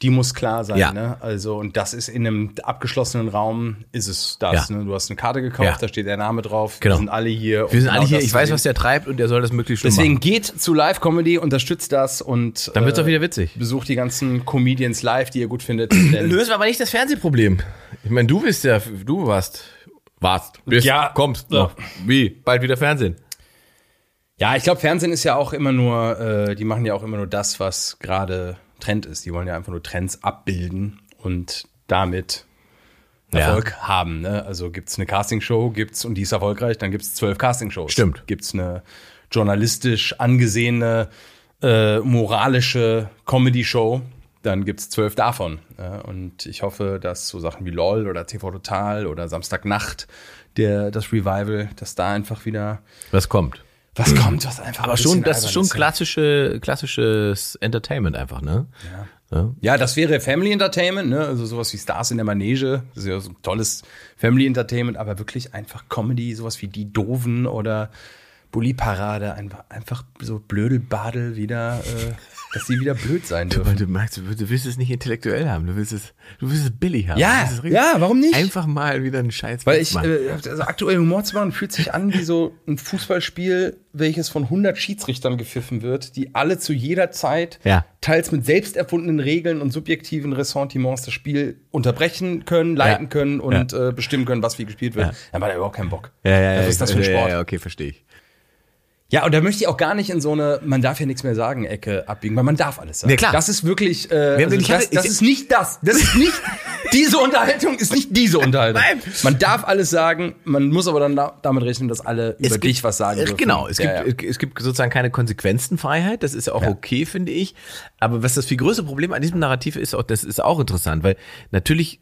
Speaker 2: die muss klar sein.
Speaker 1: Ja.
Speaker 2: Ne? Also, und das ist in einem abgeschlossenen Raum, ist es das.
Speaker 1: Ja.
Speaker 2: Ne? Du hast eine Karte gekauft,
Speaker 1: Ja.
Speaker 2: da steht der Name drauf.
Speaker 1: Genau.
Speaker 2: Wir sind alle hier. um
Speaker 1: Wir sind
Speaker 2: genau
Speaker 1: alle hier,
Speaker 2: das
Speaker 1: ich
Speaker 2: zu
Speaker 1: weiß,
Speaker 2: sehen.
Speaker 1: was der treibt und der soll das möglichst schlimm
Speaker 2: Deswegen
Speaker 1: machen.
Speaker 2: geht zu Live-Comedy, unterstützt das und.
Speaker 1: Dann wird's
Speaker 2: äh,
Speaker 1: auch wieder witzig.
Speaker 2: Besucht die ganzen Comedians live, die ihr gut findet. denn-
Speaker 1: Lösen wir aber nicht das Fernsehproblem. Ich meine, du bist ja, du warst, warst, bist,
Speaker 2: Ja.
Speaker 1: kommst noch. Wie? Bald wieder Fernsehen.
Speaker 2: ja, ich glaube, Fernsehen ist ja auch immer nur, äh, die machen ja auch immer nur das, was gerade Trend ist. Die wollen ja einfach nur Trends abbilden und damit Erfolg haben. Ne? Also gibt's eine Castingshow, gibt's und die ist erfolgreich, dann gibt's zwölf Castingshows.
Speaker 1: Stimmt.
Speaker 2: Gibt's eine journalistisch angesehene, äh, moralische Comedy-Show, dann gibt's zwölf davon. Ja? Und ich hoffe, dass so Sachen wie LOL oder TV Total oder Samstagnacht, der, das Revival, dass da einfach wieder
Speaker 1: Was kommt?
Speaker 2: was kommt, was einfach.
Speaker 1: Aber
Speaker 2: ein
Speaker 1: schon,
Speaker 2: bisschen
Speaker 1: das ist
Speaker 2: albern
Speaker 1: schon
Speaker 2: ja.
Speaker 1: klassische, klassisches Entertainment einfach, ne? Ja.
Speaker 2: Ja, das wäre Family Entertainment, ne? also sowas wie Stars in der Manege. Das ist ja so ein tolles Family Entertainment, aber wirklich einfach Comedy, sowas wie Die Doven oder Bulli-Parade, einfach, einfach so Blödelbadel wieder, äh, dass sie wieder blöd sein
Speaker 1: Du,
Speaker 2: dürfen.
Speaker 1: du merkst, du, du willst es nicht intellektuell haben, du willst es, du willst es billig haben. Du
Speaker 2: Ja,
Speaker 1: willst es richtig-
Speaker 2: ja, warum nicht?
Speaker 1: Einfach mal wieder einen Scheiß.
Speaker 2: Weil ich,
Speaker 1: machen.
Speaker 2: äh, also aktuell Humor zu machen, fühlt sich an wie so ein Fußballspiel, welches von 100 Schiedsrichtern gepfiffen wird, die alle zu jeder Zeit
Speaker 1: Ja.
Speaker 2: teils mit selbst erfundenen Regeln und subjektiven Ressentiments das Spiel unterbrechen können, leiten
Speaker 1: Ja.
Speaker 2: können und äh, bestimmen können, was wie gespielt wird. Dann war da überhaupt kein Bock.
Speaker 1: äh,
Speaker 2: Also, was ist das für ein
Speaker 1: ja,
Speaker 2: Sport?
Speaker 1: Ja, okay, verstehe ich.
Speaker 2: Ja, und da möchte ich auch gar nicht in so eine man darf ja nichts mehr sagen Ecke abbiegen, weil man darf alles sagen.
Speaker 1: Ja, klar.
Speaker 2: Das ist wirklich äh,
Speaker 1: Wir haben
Speaker 2: also
Speaker 1: nicht-
Speaker 2: das, das
Speaker 1: ich-
Speaker 2: ist nicht das. Das ist nicht diese Unterhaltung ist nicht diese Unterhaltung.
Speaker 1: Nein.
Speaker 2: Man darf alles sagen, man muss aber dann da, damit rechnen, dass alle über
Speaker 1: gibt-
Speaker 2: dich was sagen
Speaker 1: äh,
Speaker 2: dürfen.
Speaker 1: Genau, es,
Speaker 2: Ja,
Speaker 1: gibt, es gibt sozusagen keine Konsequenzenfreiheit, das ist ja auch okay, finde ich. Aber was das viel größere Problem an diesem Narrativ ist, auch, das ist auch interessant, weil natürlich,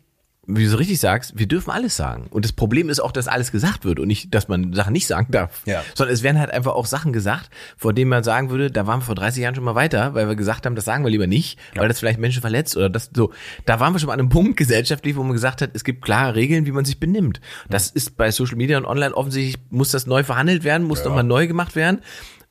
Speaker 1: wie du so richtig sagst, wir dürfen alles sagen. Und das Problem ist auch, dass alles gesagt wird und nicht, dass man Sachen nicht sagen darf.
Speaker 2: Ja.
Speaker 1: Sondern es werden halt einfach auch Sachen gesagt, vor denen man sagen würde, da waren wir vor 30 Jahren schon mal weiter, weil wir gesagt haben, das sagen wir lieber nicht, weil das vielleicht Menschen verletzt oder das so. Da waren wir schon mal an einem Punkt gesellschaftlich, wo man gesagt hat, es gibt klare Regeln, wie man sich benimmt. Das ist bei Social Media und Online offensichtlich, muss das neu verhandelt werden, muss nochmal neu gemacht werden.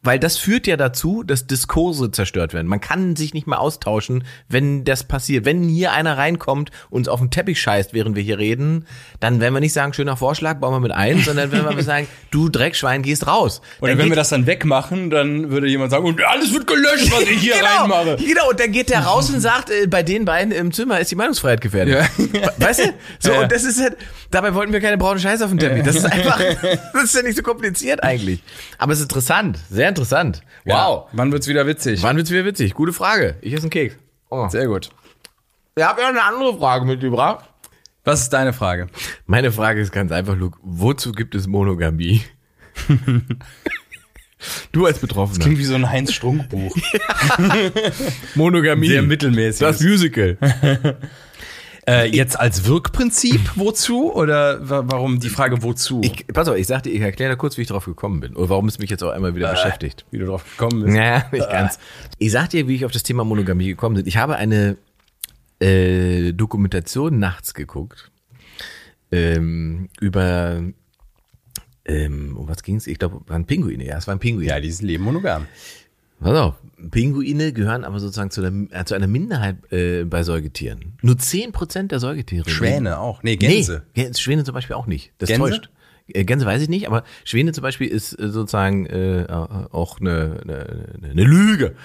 Speaker 1: Weil das führt ja dazu, dass Diskurse zerstört werden. Man kann sich nicht mehr austauschen, wenn das passiert. Wenn hier einer reinkommt, uns auf den Teppich scheißt, während wir hier reden, dann werden wir nicht sagen, schöner Vorschlag, bauen wir mit ein, sondern werden wir sagen, du Dreckschwein, gehst raus.
Speaker 2: Und
Speaker 1: Dann
Speaker 2: wenn
Speaker 1: geht-
Speaker 2: wir das dann wegmachen, dann würde jemand sagen, und alles wird gelöscht, was ich hier reinmache.
Speaker 1: Genau, und dann geht der raus und sagt, äh, bei den beiden im Zimmer ist die Meinungsfreiheit gefährdet.
Speaker 2: Ja.
Speaker 1: We- Weißt du? So,
Speaker 2: Ja.
Speaker 1: und das ist halt, dabei wollten wir keine braunen Scheiße auf dem Teppich. Das ist einfach, das ist ja nicht so kompliziert eigentlich. Aber es ist interessant, sehr interessant. Wow.
Speaker 2: Ja. Wann wird's wieder witzig?
Speaker 1: Wann wird's wieder witzig? Gute Frage. Ich esse einen Keks. Oh.
Speaker 2: Sehr gut.
Speaker 1: Ich habe ja eine andere Frage mitgebracht.
Speaker 2: Was ist deine Frage?
Speaker 1: Meine Frage ist ganz einfach, Luke. Wozu gibt es Monogamie? du als Betroffener.
Speaker 2: Klingt wie so ein Heinz-Strunk-Buch.
Speaker 1: Monogamie.
Speaker 2: Sehr mittelmäßig.
Speaker 1: Das Musical.
Speaker 2: Äh, jetzt als Wirkprinzip wozu oder wa warum die Frage wozu?
Speaker 1: Ich, pass auf, ich sag dir, ich erkläre dir kurz, wie ich drauf gekommen bin oder warum es mich jetzt auch einmal wieder beschäftigt.
Speaker 2: wie du drauf gekommen bist.
Speaker 1: Naja, nicht ganz. Ich sag dir, wie ich auf das Thema Monogamie gekommen bin. Ich habe eine äh, Dokumentation nachts geguckt ähm, über ähm, um was ging's? Ich glaube, waren Pinguine. Ja, es waren Pinguine.
Speaker 2: Ja, die sind leben monogam.
Speaker 1: Pass auf, Pinguine gehören aber sozusagen zu, der, äh, zu einer Minderheit äh, bei Säugetieren. Nur 10% der Säugetiere.
Speaker 2: Schwäne auch. Nee, Gänse.
Speaker 1: Nee, Gän- Schwäne zum Beispiel auch nicht. Das
Speaker 2: Gänse?
Speaker 1: täuscht. Äh, Gänse weiß ich nicht, aber Schwäne zum Beispiel ist äh, sozusagen äh, auch eine, eine, eine Lüge.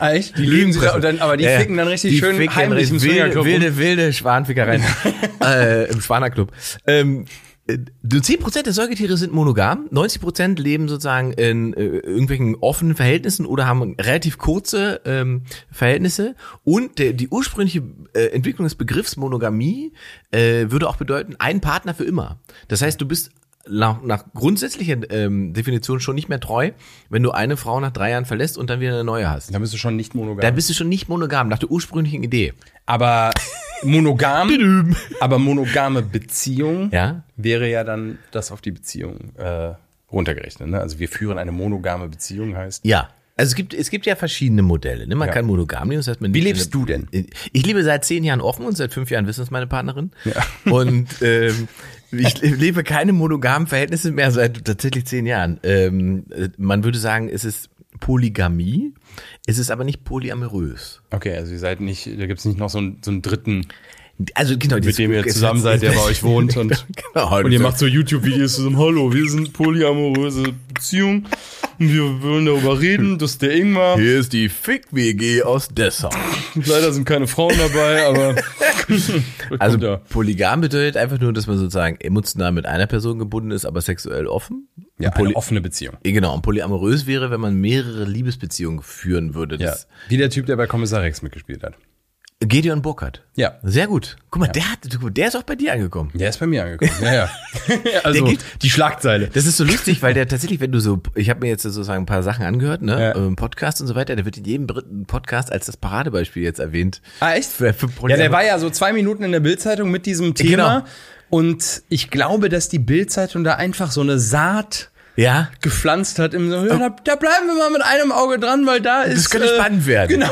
Speaker 2: Ah, echt? Die lügen sich da, und dann, aber die
Speaker 1: Ja, ja.
Speaker 2: ficken dann richtig
Speaker 1: Die
Speaker 2: schön
Speaker 1: ficken
Speaker 2: heimlich im
Speaker 1: richtig wilde,
Speaker 2: Swingerclub rum.
Speaker 1: wilde, wilde Schwanfickereien äh, im Schwanerclub. Ähm, äh, 10% der Säugetiere sind monogam, 90% leben sozusagen in äh, irgendwelchen offenen Verhältnissen oder haben relativ kurze ähm, Verhältnisse. Und der, die ursprüngliche äh, Entwicklung des Begriffs Monogamie äh, würde auch bedeuten, ein Partner für immer. Das heißt, du bist nach, nach grundsätzlicher ähm, Definition schon nicht mehr treu, wenn du eine Frau nach drei Jahren verlässt und dann wieder eine neue hast.
Speaker 2: Da bist du schon nicht monogam.
Speaker 1: Dann bist du schon nicht monogam, nach der ursprünglichen Idee.
Speaker 2: aber monogam, aber monogame Beziehung
Speaker 1: Ja?
Speaker 2: wäre ja dann das auf die Beziehung äh, runtergerechnet. Ne? Also wir führen eine monogame Beziehung heißt.
Speaker 1: Ja. Also es gibt, es gibt ja verschiedene Modelle. Ne? Man
Speaker 2: Ja.
Speaker 1: kann monogam leben, das heißt, man
Speaker 2: Wie
Speaker 1: lebt in
Speaker 2: lebst
Speaker 1: einer-
Speaker 2: du denn?
Speaker 1: Ich lebe seit zehn Jahren offen und seit fünf Jahren wissen es meine Partnerin. Und ähm, ich le- lebe keine monogamen Verhältnisse mehr seit tatsächlich zehn Jahren. Ähm, äh, man würde sagen, es ist Polygamie, es ist aber nicht polyamorös.
Speaker 2: Okay, also ihr seid nicht, da gibt es nicht noch so einen, so einen dritten,
Speaker 1: Also genau,
Speaker 2: mit dem ihr zusammen seid, der bei euch wohnt und
Speaker 1: Genau,
Speaker 2: Und ihr macht so YouTube-Videos zusammen. Hallo, wir sind polyamoröse Beziehung. Und wir wollen darüber reden. Das ist der Ingmar.
Speaker 1: hier ist die Fick-WG aus Dessau.
Speaker 2: Leider sind keine Frauen dabei, aber.
Speaker 1: Also
Speaker 2: Kommt ja.
Speaker 1: polygam bedeutet einfach nur, dass man sozusagen emotional mit einer Person gebunden ist, aber sexuell offen.
Speaker 2: ja,
Speaker 1: Und poly
Speaker 2: eine offene Beziehung.
Speaker 1: genau, und polyamorös wäre, wenn man mehrere Liebesbeziehungen führen würde.
Speaker 2: Ja.
Speaker 1: Das
Speaker 2: Wie der Typ, der bei Kommissar Rex mitgespielt hat.
Speaker 1: Gedeon Burkhardt.
Speaker 2: Ja.
Speaker 1: Sehr gut. Guck mal, der, hat, der ist auch bei dir angekommen.
Speaker 2: Der ist bei mir angekommen. Ja, ja. also,
Speaker 1: Der geht-
Speaker 2: die Schlagzeile.
Speaker 1: Das ist so lustig, weil der tatsächlich, wenn du so, ich habe mir jetzt sozusagen ein paar Sachen angehört, ne,
Speaker 2: Ja.
Speaker 1: ähm, Podcast und so weiter, der wird in jedem dritten Podcast als das Paradebeispiel jetzt erwähnt.
Speaker 2: Ah, echt?
Speaker 1: Für- für
Speaker 2: ja,
Speaker 1: Polyamor-
Speaker 2: der war ja so zwei Minuten in der Bildzeitung mit diesem Thema.
Speaker 1: Genau.
Speaker 2: Und ich glaube, dass die Bildzeitung da einfach so eine Saat
Speaker 1: Ja.
Speaker 2: gepflanzt hat. Im, so, ja, da, da bleiben wir mal mit einem Auge dran, weil da ist.
Speaker 1: Das könnte spannend werden.
Speaker 2: Genau,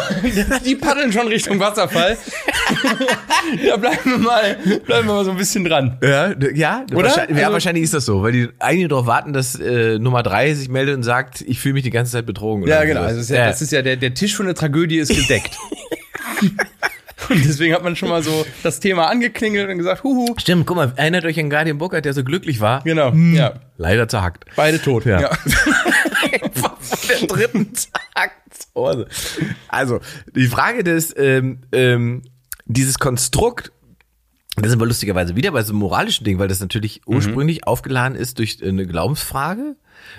Speaker 2: die paddeln schon Richtung Wasserfall. da bleiben wir mal, bleiben wir mal so ein bisschen dran.
Speaker 1: Ja, d- ja,
Speaker 2: Oder?
Speaker 1: wahrscheinlich, ja
Speaker 2: Also-
Speaker 1: wahrscheinlich ist das so, weil die einige darauf warten, dass äh, Nummer drei sich meldet und sagt, ich fühle mich die ganze Zeit betrogen. Oder
Speaker 2: Ja, genau.
Speaker 1: sowas.
Speaker 2: Also es ist ja, Das ist ja der, der Tisch von der Tragödie ist gedeckt. und deswegen hat man schon mal so das Thema angeklingelt und gesagt, huhu.
Speaker 1: Stimmt, guck mal, erinnert euch an Guardian Booker, der so glücklich war.
Speaker 2: Genau, ja.
Speaker 1: Leider zerhackt.
Speaker 2: Beide tot,
Speaker 1: Ja.
Speaker 2: ja.
Speaker 1: Von der dritten Tag. Also, die Frage des, ähm, ähm, dieses Konstrukt, das ist aber lustigerweise wieder bei so einem moralischen Ding, weil das natürlich
Speaker 2: Mhm.
Speaker 1: ursprünglich aufgeladen ist durch eine Glaubensfrage,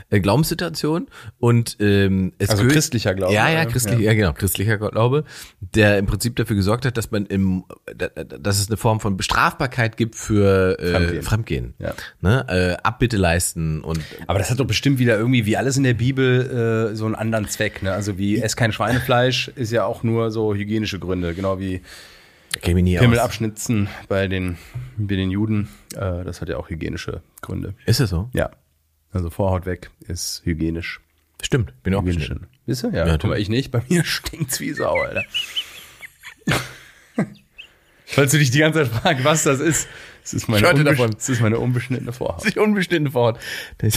Speaker 1: äh, Glaubenssituation und ähm, es
Speaker 2: Also
Speaker 1: gehört-
Speaker 2: christlicher Glaube,
Speaker 1: Ja, ja,
Speaker 2: oder?
Speaker 1: christlich, ja. genau, christlicher Glaube, der im Prinzip dafür gesorgt hat, dass man im, da- da- dass es eine Form von Bestrafbarkeit gibt für äh, Fremdgehen,
Speaker 2: Fremdgehen.
Speaker 1: Ja.
Speaker 2: Ja.
Speaker 1: Ne? Äh, Abbitte leisten und
Speaker 2: Aber das hat doch bestimmt wieder irgendwie, wie alles in der Bibel, äh, so einen anderen Zweck. Ne? Also wie ess kein Schweinefleisch ist ja auch nur so hygienische Gründe, genau wie
Speaker 1: käme ich nie
Speaker 2: Pimmel
Speaker 1: aus.
Speaker 2: abschnitzen bei den, bei den Juden. Äh, das hat ja auch hygienische Gründe.
Speaker 1: Ist das so?
Speaker 2: Ja. Also Vorhaut weg ist hygienisch.
Speaker 1: Stimmt, bin auch
Speaker 2: Hygienisch.
Speaker 1: geschnitten.
Speaker 2: Wisst ihr? Ja,
Speaker 1: Ja,
Speaker 2: guck mal,
Speaker 1: natürlich.
Speaker 2: ich nicht. Bei mir stinkt's wie Sau, Alter. Falls du dich die ganze Zeit fragst, was das ist, es ist meine,
Speaker 1: Ich hörte
Speaker 2: unbesch-
Speaker 1: davon.
Speaker 2: es ist meine unbeschnittene Vorhaut.
Speaker 1: Sich unbeschnitten fort. Das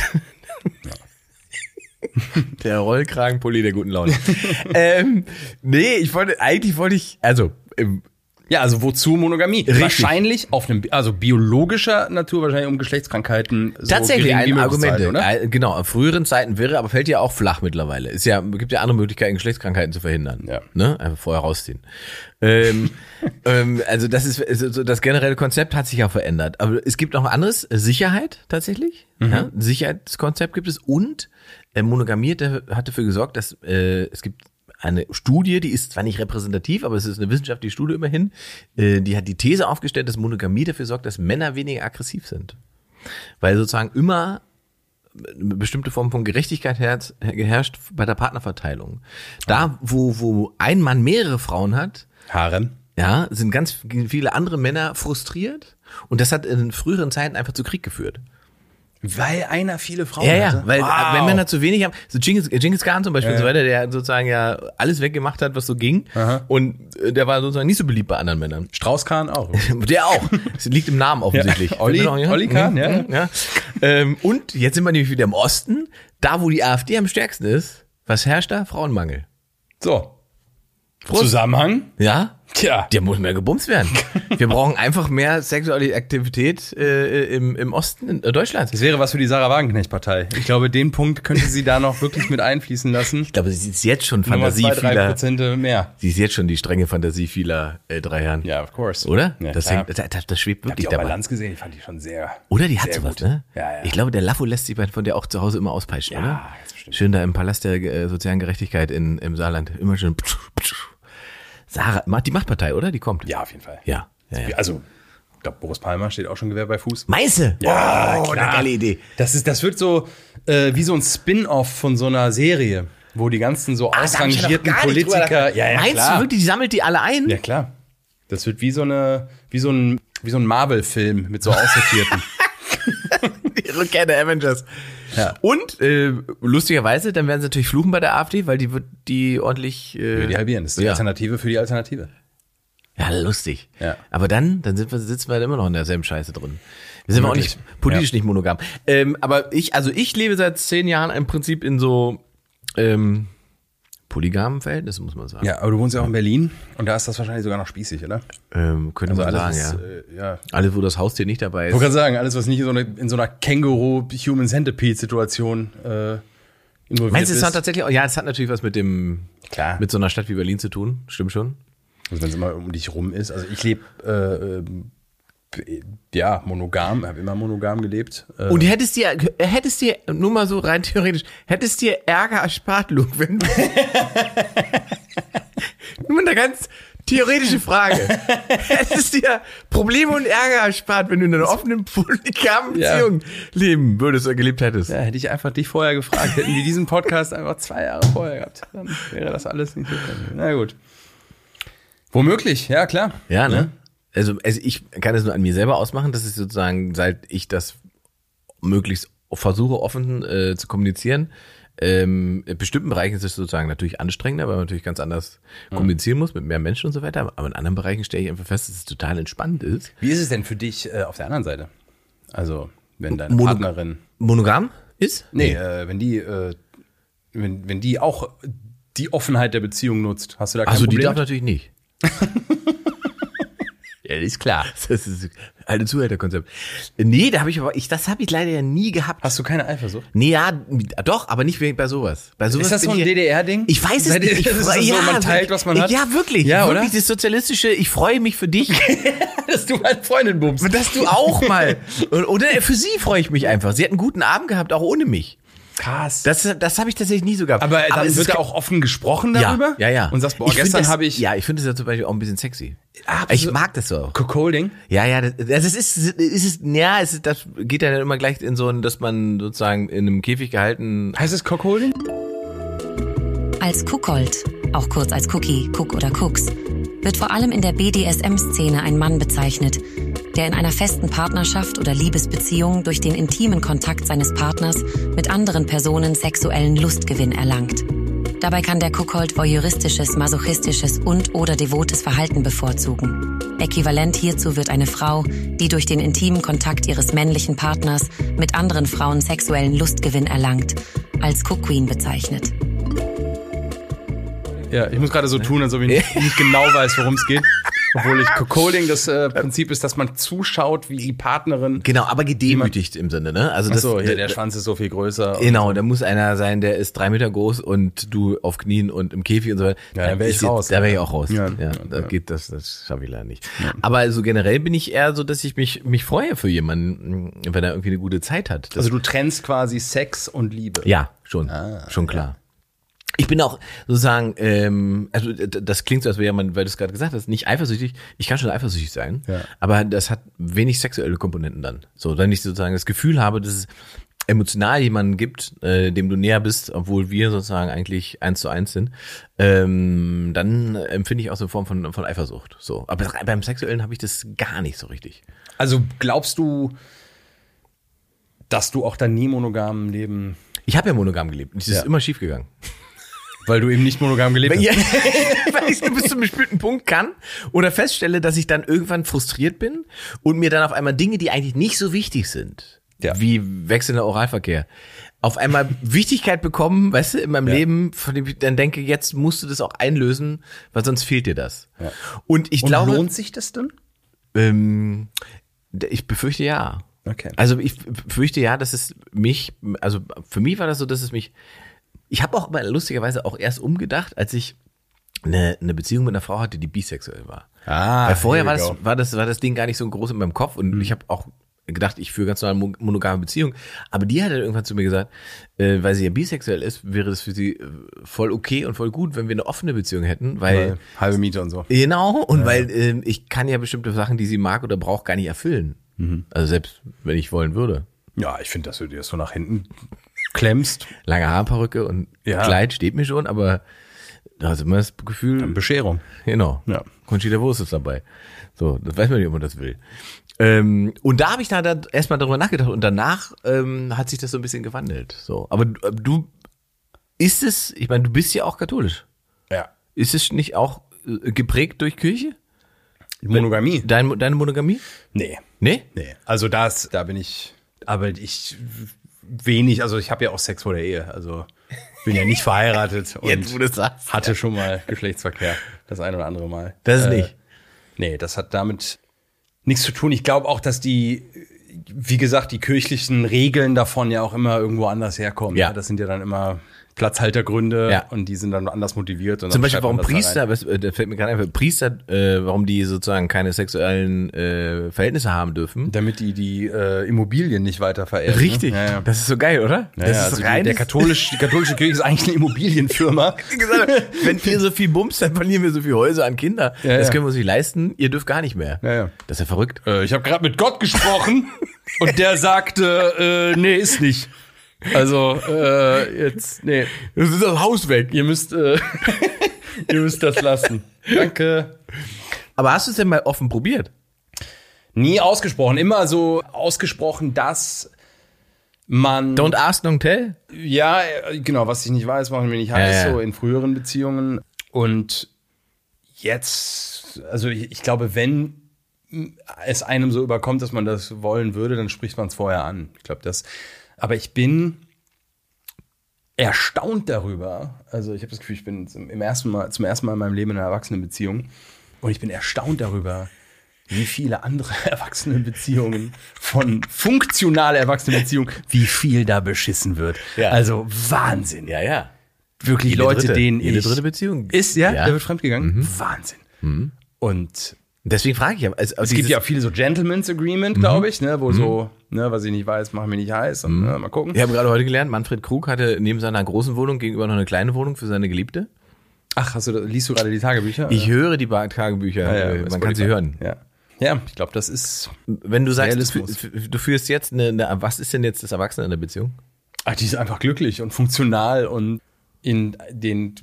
Speaker 1: der Rollkragenpulli der guten Laune. ähm, nee, ich wollte, eigentlich wollte ich, also, ähm,
Speaker 2: Ja, also wozu Monogamie?
Speaker 1: Richtig.
Speaker 2: Wahrscheinlich auf einem, also biologischer Natur wahrscheinlich um Geschlechtskrankheiten so
Speaker 1: tatsächlich
Speaker 2: gering wie
Speaker 1: ein
Speaker 2: möglich zu
Speaker 1: Argument.
Speaker 2: halten, oder?
Speaker 1: Äh, Genau, in früheren Zeiten wäre, aber fällt ja auch flach mittlerweile. Ist ja, gibt ja andere Möglichkeiten, Geschlechtskrankheiten zu verhindern.
Speaker 2: Ja.
Speaker 1: Ne? Einfach vorher rausziehen. ähm, ähm, also das ist, also so das generelle Konzept hat sich ja verändert. Aber es gibt noch ein anderes, äh, Sicherheit tatsächlich. Ja, ein Sicherheitskonzept gibt es und äh, Monogamie hat da- hat dafür gesorgt, dass äh, es gibt eine Studie, die ist zwar nicht repräsentativ, aber es ist eine wissenschaftliche Studie immerhin, äh, die hat die These aufgestellt, dass Monogamie dafür sorgt, dass Männer weniger aggressiv sind. Weil sozusagen immer eine bestimmte Form von Gerechtigkeit herz- herrscht bei der Partnerverteilung. Da, wo, wo ein Mann mehrere Frauen hat,
Speaker 2: Harem.
Speaker 1: ja, sind ganz viele andere Männer frustriert und das hat in früheren Zeiten einfach zu Krieg geführt.
Speaker 2: Weil einer viele Frauen
Speaker 1: Ja,
Speaker 2: hatte.
Speaker 1: ja, weil äh,
Speaker 2: Wow.
Speaker 1: wenn Männer zu wenig haben, so Genghis, Genghis Khan zum Beispiel und so
Speaker 2: ja.
Speaker 1: weiter, der sozusagen ja alles weggemacht hat, was so ging und äh, der war sozusagen nicht so beliebt bei anderen Männern.
Speaker 2: Strauß-Kahn auch.
Speaker 1: Der auch. Es liegt im Namen offensichtlich.
Speaker 2: Ja, Olli-
Speaker 1: Wenn wir noch-
Speaker 2: Olli Kahn,
Speaker 1: Mhm,
Speaker 2: ja.
Speaker 1: mhm, ja. Ähm, und jetzt sind wir nämlich wieder im Osten, da wo die AfD am stärksten ist. Was herrscht da? Frauenmangel.
Speaker 2: So. Zusammenhang?
Speaker 1: Ja?
Speaker 2: Tja.
Speaker 1: Der muss mehr gebumst werden. Wir brauchen einfach mehr sexuelle Aktivität äh, im, im Osten äh, Deutschlands.
Speaker 2: Das wäre was für die Sarah Wagenknecht-Partei. Ich glaube, den Punkt könnte sie da noch wirklich mit einfließen lassen.
Speaker 1: Ich glaube, sie ist jetzt schon
Speaker 2: Nur mal
Speaker 1: Fantasie vieler.
Speaker 2: Prozent mehr.
Speaker 1: Sie ist jetzt schon die strenge Fantasie vieler äh, Dreiherren.
Speaker 2: Ja, of course.
Speaker 1: Oder?
Speaker 2: Ja,
Speaker 1: das,
Speaker 2: klar.
Speaker 1: hängt, das, das, das schwebt
Speaker 2: Hab ich
Speaker 1: wirklich
Speaker 2: auch bei
Speaker 1: dabei.
Speaker 2: Lanz gesehen, die fand ich schon sehr.
Speaker 1: Oder die hat
Speaker 2: Sehr
Speaker 1: sowas,
Speaker 2: gut.
Speaker 1: ne?
Speaker 2: Ja, ja.
Speaker 1: Ich glaube, der Laffo lässt sich von der auch zu Hause immer auspeitschen, oder?
Speaker 2: ganz bestimmt.
Speaker 1: Schön da im Palast der äh, sozialen Gerechtigkeit in, im Saarland. Immer schön. Sarah, macht die Machtpartei, oder? Die kommt.
Speaker 2: Ja, auf jeden Fall.
Speaker 1: Ja. ja, ja.
Speaker 2: Also, ich glaube, Boris Palmer steht auch schon Gewehr bei Fuß.
Speaker 1: Meiße!
Speaker 2: Ja,
Speaker 1: oh, eine
Speaker 2: klar.
Speaker 1: geile Idee.
Speaker 2: Das, ist, das wird so äh, wie so ein Spin-off von so einer Serie, wo die ganzen so
Speaker 1: Ah, da hab ich ja noch
Speaker 2: ausrangierten
Speaker 1: gar nicht drüber
Speaker 2: Politiker.
Speaker 1: nachgedacht. Meinst du wirklich, die sammelt die alle ein?
Speaker 2: Ja, klar. Das wird wie so, eine, wie so ein, wie so ein Marvel-Film mit so aussortierten.
Speaker 1: Ihre gerne Avengers.
Speaker 2: Ja.
Speaker 1: Und äh, lustigerweise, dann werden sie natürlich fluchen bei der AfD, weil die wird die ordentlich. Äh,
Speaker 2: Oh, die halbieren. Das ist die
Speaker 1: ja.
Speaker 2: Alternative für die Alternative.
Speaker 1: ja, lustig.
Speaker 2: Ja.
Speaker 1: Aber dann, dann sind wir, sitzen wir halt immer noch in derselben Scheiße drin. Wir sind wir auch
Speaker 2: Wirklich.
Speaker 1: nicht politisch
Speaker 2: Ja.
Speaker 1: nicht monogam. Ähm, aber ich, also ich lebe seit zehn Jahren im Prinzip in so ähm, polygamen Verhältnissen, muss man sagen.
Speaker 2: Ja, aber du wohnst ja auch in Berlin und da ist das wahrscheinlich sogar noch spießig, oder?
Speaker 1: Ähm, könnte man sagen,
Speaker 2: Also ist,
Speaker 1: ja.
Speaker 2: äh, ja.
Speaker 1: Alles, wo das Haustier nicht dabei
Speaker 2: Ich
Speaker 1: ist.
Speaker 2: wollte gerade sagen, alles, was nicht in so einer, in so einer Känguru-Human-Centipede-Situation äh, involviert
Speaker 1: Meinst du,
Speaker 2: ist.
Speaker 1: es hat tatsächlich auch, ja, es hat natürlich was mit dem,
Speaker 2: Klar.
Speaker 1: mit so einer Stadt wie Berlin zu tun, stimmt schon.
Speaker 2: Also wenn es immer um dich rum ist. Also ich lebe, äh, ähm, b- ja, monogam, habe immer monogam gelebt. Äh,
Speaker 1: Und hättest dir, hättest dir, nur mal so rein theoretisch, hättest dir Ärger erspart, Luke, wenn du. nur eine ganz theoretische Frage. hättest dir Probleme und Ärger erspart, wenn du in einer offenen polygamen
Speaker 2: Ja.
Speaker 1: Beziehung leben würdest oder gelebt hättest?
Speaker 2: ja, hätte ich einfach dich vorher gefragt, hätten wir diesen Podcast einfach zwei Jahre vorher gehabt, dann wäre das alles nicht so. schlimm. Na gut. Womöglich, ja klar.
Speaker 1: Ja, ne? Also, also ich kann es nur an mir selber ausmachen, dass ich sozusagen, seit ich das möglichst versuche offen äh, zu kommunizieren. Ähm, in bestimmten Bereichen ist es sozusagen natürlich anstrengender, weil man natürlich ganz anders kommunizieren muss mit mehr Menschen und so weiter. Aber in anderen Bereichen stelle ich einfach fest, dass es total entspannt ist.
Speaker 2: Wie ist es denn für dich äh, auf der anderen Seite? Also, wenn deine
Speaker 1: Mono-
Speaker 2: Partnerin.
Speaker 1: Monogam ist?
Speaker 2: Nee, Äh, wenn die, äh, wenn, wenn die auch die Offenheit der Beziehung nutzt, hast du da kein
Speaker 1: Also die
Speaker 2: Problem?
Speaker 1: darf natürlich nicht. ja, ist klar. Das ist alte Zuhälterkonzept. Nee, da habe ich aber ich das habe ich leider ja nie gehabt.
Speaker 2: hast du keine Eifersucht?
Speaker 1: nee, ja, doch, aber nicht bei sowas. Bei sowas
Speaker 2: Ist das
Speaker 1: bin
Speaker 2: so ein
Speaker 1: ich-
Speaker 2: DDR-Ding?
Speaker 1: Ich weiß es
Speaker 2: Seid ihr-
Speaker 1: nicht. Ich,
Speaker 2: ist das so, man teilt,
Speaker 1: wirklich.
Speaker 2: was man hat?
Speaker 1: Ja, wirklich.
Speaker 2: Ja,
Speaker 1: wirklich
Speaker 2: oder?
Speaker 1: das sozialistische, ich freue mich für dich,
Speaker 2: Dass du meine Freundin bummst.
Speaker 1: dass du auch mal. Und- Oder für sie freue ich mich einfach. Sie hat einen guten Abend gehabt, auch ohne mich.
Speaker 2: Krass.
Speaker 1: Das, das habe ich tatsächlich nie so gehabt.
Speaker 2: aber dann
Speaker 1: es
Speaker 2: wird
Speaker 1: ist
Speaker 2: da auch offen gesprochen
Speaker 1: ja,
Speaker 2: darüber?
Speaker 1: Ja, ja.
Speaker 2: Und sagst, boah,
Speaker 1: Ich find
Speaker 2: gestern
Speaker 1: das-
Speaker 2: habe ich
Speaker 1: Ja, ich finde das ja zum Beispiel auch ein bisschen sexy. Ich
Speaker 2: Absolut.
Speaker 1: mag das so.
Speaker 2: Cocolding.
Speaker 1: Ja, ja, das, das ist, ist, ist, ist, ja, es ist, das geht ja dann immer gleich in so ein, dass man sozusagen in einem Käfig gehalten.
Speaker 2: Heißt es Cockholding?
Speaker 3: Als Kuckold, auch kurz als Cookie, Cook oder Cooks, wird vor allem in der BDSM-Szene ein Mann bezeichnet, der in einer festen Partnerschaft oder Liebesbeziehung durch den intimen Kontakt seines Partners mit anderen Personen sexuellen Lustgewinn erlangt. Dabei kann der Kuckold voyeuristisches, masochistisches und oder devotes Verhalten bevorzugen. Äquivalent hierzu wird eine Frau, die durch den intimen Kontakt ihres männlichen Partners mit anderen Frauen sexuellen Lustgewinn erlangt, als Cook Queen bezeichnet.
Speaker 2: Ja, ich muss gerade so tun, als ob ich nicht, nicht genau weiß, worum es geht. Obwohl ich Cocolding, das äh, Prinzip ist, dass man zuschaut, wie die Partnerin.
Speaker 1: Genau, aber gedemütigt im Sinne, ne? Also das,
Speaker 2: Achso, hier, der
Speaker 1: das-
Speaker 2: Schwanz ist so viel größer.
Speaker 1: Genau, da muss einer sein, der ist drei Meter groß und du auf Knien und im Käfig und so weiter.
Speaker 2: Ja, dann wär ich
Speaker 1: ist jetzt-
Speaker 2: raus.
Speaker 1: Da wäre ich auch raus. Ja,
Speaker 2: Ja.
Speaker 1: da geht das, das schaffe ich leider nicht. Aber also generell bin ich eher so, dass ich mich, mich freue für jemanden, wenn er irgendwie eine gute Zeit hat. Das
Speaker 2: Also du trennst quasi Sex und Liebe.
Speaker 1: Ja, schon.
Speaker 2: Ah,
Speaker 1: schon klar. Ich bin auch sozusagen, ähm, also d- d- das klingt so, als wäre man, weil du es gerade gesagt hast, nicht eifersüchtig. Ich kann schon eifersüchtig sein,
Speaker 2: Ja.
Speaker 1: aber das hat wenig sexuelle Komponenten dann. So, wenn ich sozusagen das Gefühl habe, dass es emotional jemanden gibt, äh, dem du näher bist, obwohl wir sozusagen eigentlich eins zu eins sind, ähm, dann empfinde ich auch so eine Form von, von Eifersucht. So, aber beim Sexuellen habe ich das gar nicht so richtig.
Speaker 2: Also glaubst du, dass du auch dann nie monogam leben,
Speaker 1: Ich habe ja monogam gelebt und es
Speaker 2: Ja.
Speaker 1: ist immer schief gegangen.
Speaker 2: weil du eben nicht monogam gelebt hast?
Speaker 1: Ja, weil ich bis zu einem bestimmten Punkt kann oder feststelle, dass ich dann irgendwann frustriert bin und mir dann auf einmal Dinge, die eigentlich nicht so wichtig sind,
Speaker 2: Ja.
Speaker 1: wie wechselnder Oralverkehr, auf einmal Wichtigkeit bekommen, weißt du, in meinem
Speaker 2: Ja.
Speaker 1: Leben, von dem ich dann denke, jetzt musst du das auch einlösen, weil sonst fehlt dir das.
Speaker 2: Ja.
Speaker 1: Und ich
Speaker 2: Und
Speaker 1: glaube,
Speaker 2: lohnt sich das denn?
Speaker 1: ähm, d- ich befürchte ja.
Speaker 2: Okay.
Speaker 1: Also ich fürchte ja, dass es mich, also für mich war das so, dass es mich, ich habe auch mal lustigerweise auch erst umgedacht, als ich eine, eine Beziehung mit einer Frau hatte, die bisexuell war.
Speaker 2: Ah,
Speaker 1: Weil vorher
Speaker 2: here
Speaker 1: war
Speaker 2: we
Speaker 1: das,
Speaker 2: go. Mhm.
Speaker 1: war, das, war das Ding gar nicht so groß in meinem Kopf und ich habe auch gedacht, ich führe ganz normal mo- monogame Beziehung. Aber die hat dann irgendwann zu mir gesagt, äh, weil sie ja bisexuell ist, wäre das für sie äh, voll okay und voll gut, wenn wir eine offene Beziehung hätten, weil
Speaker 2: Weil Äh, halbe Miete und so.
Speaker 1: Genau, und weil ähm, ich kann ja bestimmte Sachen, die sie mag oder braucht, gar nicht erfüllen.
Speaker 2: Mhm.
Speaker 1: Also selbst wenn ich wollen würde.
Speaker 2: Ja, ich finde, dass du dir das so nach hinten klemmst.
Speaker 1: Lange Haarperücke und
Speaker 2: Ja.
Speaker 1: Kleid steht mir schon, aber da ist immer das Gefühl,
Speaker 2: Bescherung.
Speaker 1: genau,
Speaker 2: Ja.
Speaker 1: Conchita Wurst ist dabei. So, das weiß man nicht, ob man das will. Ähm, und da habe ich da dann erstmal darüber nachgedacht und danach ähm, hat sich das so ein bisschen gewandelt. So, aber du- äh, du, ist es, ich meine, du bist ja auch katholisch.
Speaker 2: Ja.
Speaker 1: Ist es nicht auch äh, geprägt durch Kirche?
Speaker 2: Monogamie?
Speaker 1: Dein, deine Monogamie?
Speaker 2: Nee.
Speaker 1: Nee?
Speaker 2: Nee, also das, da bin ich, aber ich wenig, also ich habe ja auch Sex vor der Ehe, also bin ja nicht verheiratet und
Speaker 1: Jetzt, wo du sagst.
Speaker 2: hatte schon mal Geschlechtsverkehr, das ein oder andere Mal.
Speaker 1: Das
Speaker 2: Äh,
Speaker 1: nicht.
Speaker 2: Nee, das hat damit nichts zu tun. Ich glaube auch, dass die, wie gesagt, die kirchlichen Regeln davon ja auch immer irgendwo anders herkommen.
Speaker 1: Ja.
Speaker 2: Das sind ja dann immer Platzhaltergründe
Speaker 1: Ja.
Speaker 2: und die sind dann anders motiviert. Und
Speaker 1: Zum
Speaker 2: dann
Speaker 1: Beispiel,
Speaker 2: schreibt
Speaker 1: warum
Speaker 2: man das da rein.
Speaker 1: Priester, was, äh, da fällt mir gerade einfach, Priester, äh, warum die sozusagen keine sexuellen äh, Verhältnisse haben dürfen.
Speaker 2: Damit die die äh, Immobilien nicht weiter vererben.
Speaker 1: Richtig,
Speaker 2: Ne? Ja, ja.
Speaker 1: das ist so geil, oder?
Speaker 2: Ja,
Speaker 1: das
Speaker 2: ja,
Speaker 1: ist
Speaker 2: also die-
Speaker 1: reines-
Speaker 2: der katholisch, die katholische Kirche ist eigentlich eine Immobilienfirma.
Speaker 1: gesagt, wenn ihr so viel bumst, dann verlieren wir so viel Häuser an Kinder.
Speaker 2: Ja,
Speaker 1: das
Speaker 2: ja.
Speaker 1: können wir uns nicht leisten, ihr dürft gar nicht mehr.
Speaker 2: Ja, ja.
Speaker 1: Das ist ja verrückt.
Speaker 2: Äh, ich habe gerade mit Gott gesprochen und der sagte, äh, nee, ist nicht. Also äh, jetzt, nee,
Speaker 1: Das ist das Haus weg.
Speaker 2: ihr müsst, äh, ihr müsst das lassen. Danke.
Speaker 1: Aber hast du es denn mal offen probiert?
Speaker 2: Nie ausgesprochen, immer so ausgesprochen, dass Man,
Speaker 1: Don't ask, don't tell.
Speaker 2: ja, äh, genau, was ich nicht weiß, machen wir nicht heiß,
Speaker 1: Ja, ja.
Speaker 2: so in früheren Beziehungen. Und jetzt, also ich, ich glaube, wenn es einem so überkommt, dass man das wollen würde, dann spricht man es vorher an. Ich glaube, das. Aber ich bin erstaunt darüber. Also ich habe das Gefühl, ich bin zum, im ersten Mal, zum ersten Mal in meinem Leben in einer Erwachsenenbeziehung. Und ich bin erstaunt darüber, wie viele andere Erwachsenenbeziehungen von funktional Erwachsenenbeziehungen, wie viel da beschissen wird.
Speaker 1: Ja.
Speaker 2: Also Wahnsinn.
Speaker 1: Ja, ja.
Speaker 2: Wirklich
Speaker 1: Jede
Speaker 2: Leute,
Speaker 1: dritte,
Speaker 2: denen
Speaker 1: jede
Speaker 2: ich
Speaker 1: dritte Beziehung.
Speaker 2: ist ja,
Speaker 1: Ja. Mhm.
Speaker 2: da wird fremdgegangen. Wahnsinn. Und
Speaker 1: Deswegen frage ich ja. Also,
Speaker 2: es gibt ja auch viele so Gentleman's
Speaker 1: Mhm.
Speaker 2: Agreement, glaube ich, ne, wo so, ne, was ich nicht weiß, machen wir nicht heiß
Speaker 1: Mhm.
Speaker 2: und ne, mal gucken.
Speaker 1: Ich habe gerade heute gelernt, Manfred Krug hatte neben seiner großen Wohnung gegenüber noch eine kleine Wohnung für seine Geliebte.
Speaker 2: Ach, hast du, das- liest du gerade die Tagebücher?
Speaker 1: Ich höre die beiden Tagebücher,
Speaker 2: Ja, ja,
Speaker 1: äh,
Speaker 2: bei
Speaker 1: man kann sie
Speaker 2: Spotify.
Speaker 1: hören.
Speaker 2: Ja, ja ich glaube, das ist.
Speaker 1: Wenn du sagst, du,
Speaker 2: Realismus.
Speaker 1: fü- du führst jetzt eine, eine, was ist denn jetzt das Erwachsene in der Beziehung?
Speaker 2: Ach, ah, die ist einfach glücklich und funktional und in den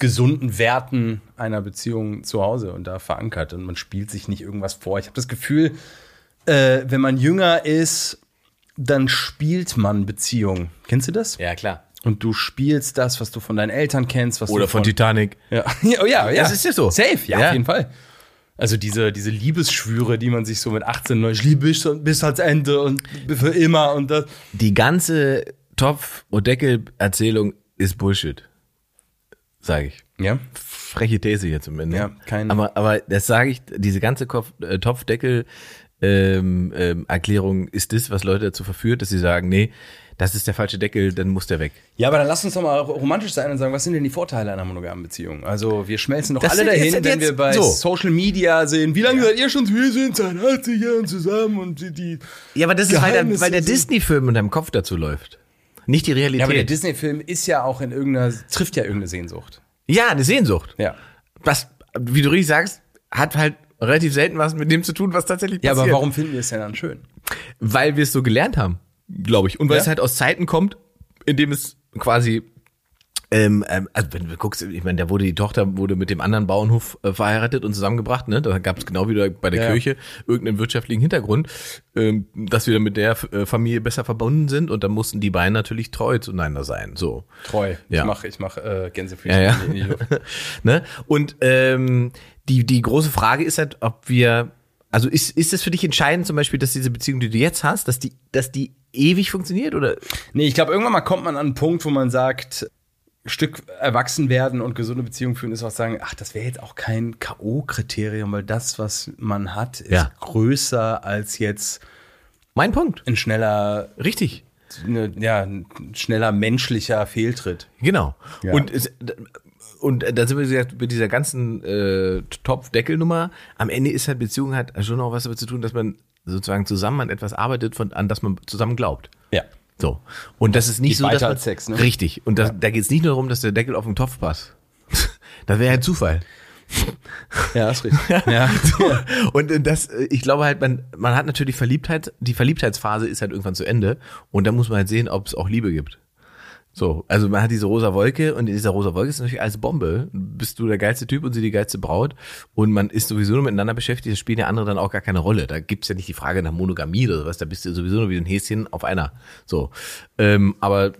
Speaker 2: gesunden Werten einer Beziehung zu Hause und da verankert und man spielt sich nicht irgendwas vor. Ich habe das Gefühl, äh, wenn man jünger ist, dann spielt man Beziehung. Kennst du das?
Speaker 1: Ja, klar.
Speaker 2: Und du spielst das, was du von deinen Eltern kennst, was
Speaker 1: Oder
Speaker 2: du
Speaker 1: von Titanic.
Speaker 2: Ja. ja, oh ja, ja.
Speaker 1: Das ist ja so.
Speaker 2: Safe, ja,
Speaker 1: Ja.
Speaker 2: auf jeden Fall. Also diese, diese Liebesschwüre, die man sich so mit 18, neu- ich liebe bis, bis ans Ende und für immer und das.
Speaker 1: Die ganze Topf- und Deckel-Erzählung ist Bullshit. Sage ich.
Speaker 2: Ja.
Speaker 1: Freche These hier zumindest.
Speaker 2: Ja, kein-
Speaker 1: Aber, aber das sage ich, diese ganze Kopf, äh, Topf-Deckel- ähm, ähm, Erklärung ist das, was Leute dazu verführt, dass sie sagen, nee, das ist der falsche Deckel, dann muss der weg.
Speaker 2: Ja, aber dann lass uns doch mal romantisch sein und sagen, was sind denn die Vorteile einer monogamen Beziehung? Also wir schmelzen doch
Speaker 1: Das
Speaker 2: alle
Speaker 1: sind
Speaker 2: dahin,
Speaker 1: jetzt-
Speaker 2: wenn
Speaker 1: jetzt-
Speaker 2: wir bei
Speaker 1: so.
Speaker 2: Social Media sehen. Wie lange seid ihr schon? Wir sind seit 80 Jahren zusammen und die. die
Speaker 1: Ja, aber das ist, weil der,
Speaker 2: Geheimnisse
Speaker 1: weil der
Speaker 2: sind-
Speaker 1: Disney-Film in deinem Kopf dazu läuft. Nicht die Realität.
Speaker 2: ja,
Speaker 1: Ja,
Speaker 2: aber der Disney-Film ist ja auch in irgendeiner, trifft ja irgendeine Sehnsucht.
Speaker 1: eine Sehnsucht.
Speaker 2: Ja.
Speaker 1: Was, wie du richtig sagst, hat halt relativ selten was mit dem zu tun, was tatsächlich
Speaker 2: Ja,
Speaker 1: passiert.
Speaker 2: aber warum finden wir es denn dann schön?
Speaker 1: Weil wir es so gelernt haben, glaube ich. Und weil
Speaker 2: Ja.
Speaker 1: es halt aus Zeiten kommt, in dem es quasi ähm, ähm, also wenn du guckst, ich meine, da wurde die Tochter wurde mit dem anderen Bauernhof äh, verheiratet und zusammengebracht, ne? Da gab es genau wieder bei der
Speaker 2: Ja.
Speaker 1: Kirche irgendeinen wirtschaftlichen Hintergrund, ähm, dass wir mit der äh, Familie besser verbunden sind und dann mussten die beiden natürlich treu zueinander sein. So.
Speaker 2: Treu.
Speaker 1: Ja.
Speaker 2: Ich mache ich mach, äh, Gänsefüße
Speaker 1: Ja, ja.
Speaker 2: in die Luft.
Speaker 1: ne? Und ähm, die, die große Frage ist halt, ob wir, also ist, ist es für dich entscheidend zum Beispiel, dass diese Beziehung, die du jetzt hast, dass die, dass die ewig funktioniert oder?
Speaker 2: Nee, ich glaube, irgendwann mal kommt man an einen Punkt, wo man sagt, Stück erwachsen werden und gesunde Beziehungen führen, ist auch sagen, ach, das wäre jetzt auch kein K.O.-Kriterium, weil das, was man hat, ist
Speaker 1: Ja.
Speaker 2: größer als jetzt
Speaker 1: Mein Punkt.
Speaker 2: ein schneller,
Speaker 1: Richtig.
Speaker 2: ne, ja, ein schneller menschlicher Fehltritt.
Speaker 1: Genau.
Speaker 2: Ja.
Speaker 1: Und, es, und da sind wir wie gesagt, mit dieser ganzen äh, Topf-Deckel-Nummer. Am Ende ist halt Beziehung hat schon auch was damit zu tun, dass man sozusagen zusammen an etwas arbeitet, von, an das man zusammen glaubt.
Speaker 2: Ja.
Speaker 1: So. Und das ist nicht
Speaker 2: Geht
Speaker 1: so, dass
Speaker 2: weiter
Speaker 1: man,
Speaker 2: als Sex, ne?
Speaker 1: Richtig. Und das, da geht es nicht nur darum, dass der Deckel auf den Topf passt. das wäre ja Zufall.
Speaker 2: Ja, ist richtig. ja.
Speaker 1: Und äh, das, äh, ich glaube halt, man, man hat natürlich Verliebtheit, die Verliebtheitsphase ist halt irgendwann zu Ende und da muss man halt sehen, ob es auch Liebe gibt. So, also man hat diese rosa Wolke und in dieser rosa Wolke ist natürlich alles Bombe. Bist du der geilste Typ und sie die geilste Braut und man ist sowieso nur miteinander beschäftigt, da spielen ja andere dann auch gar keine Rolle. Da gibt's ja nicht die Frage nach Monogamie oder sowas, da bist du sowieso nur wie ein Häschen auf einer. So, ähm, aber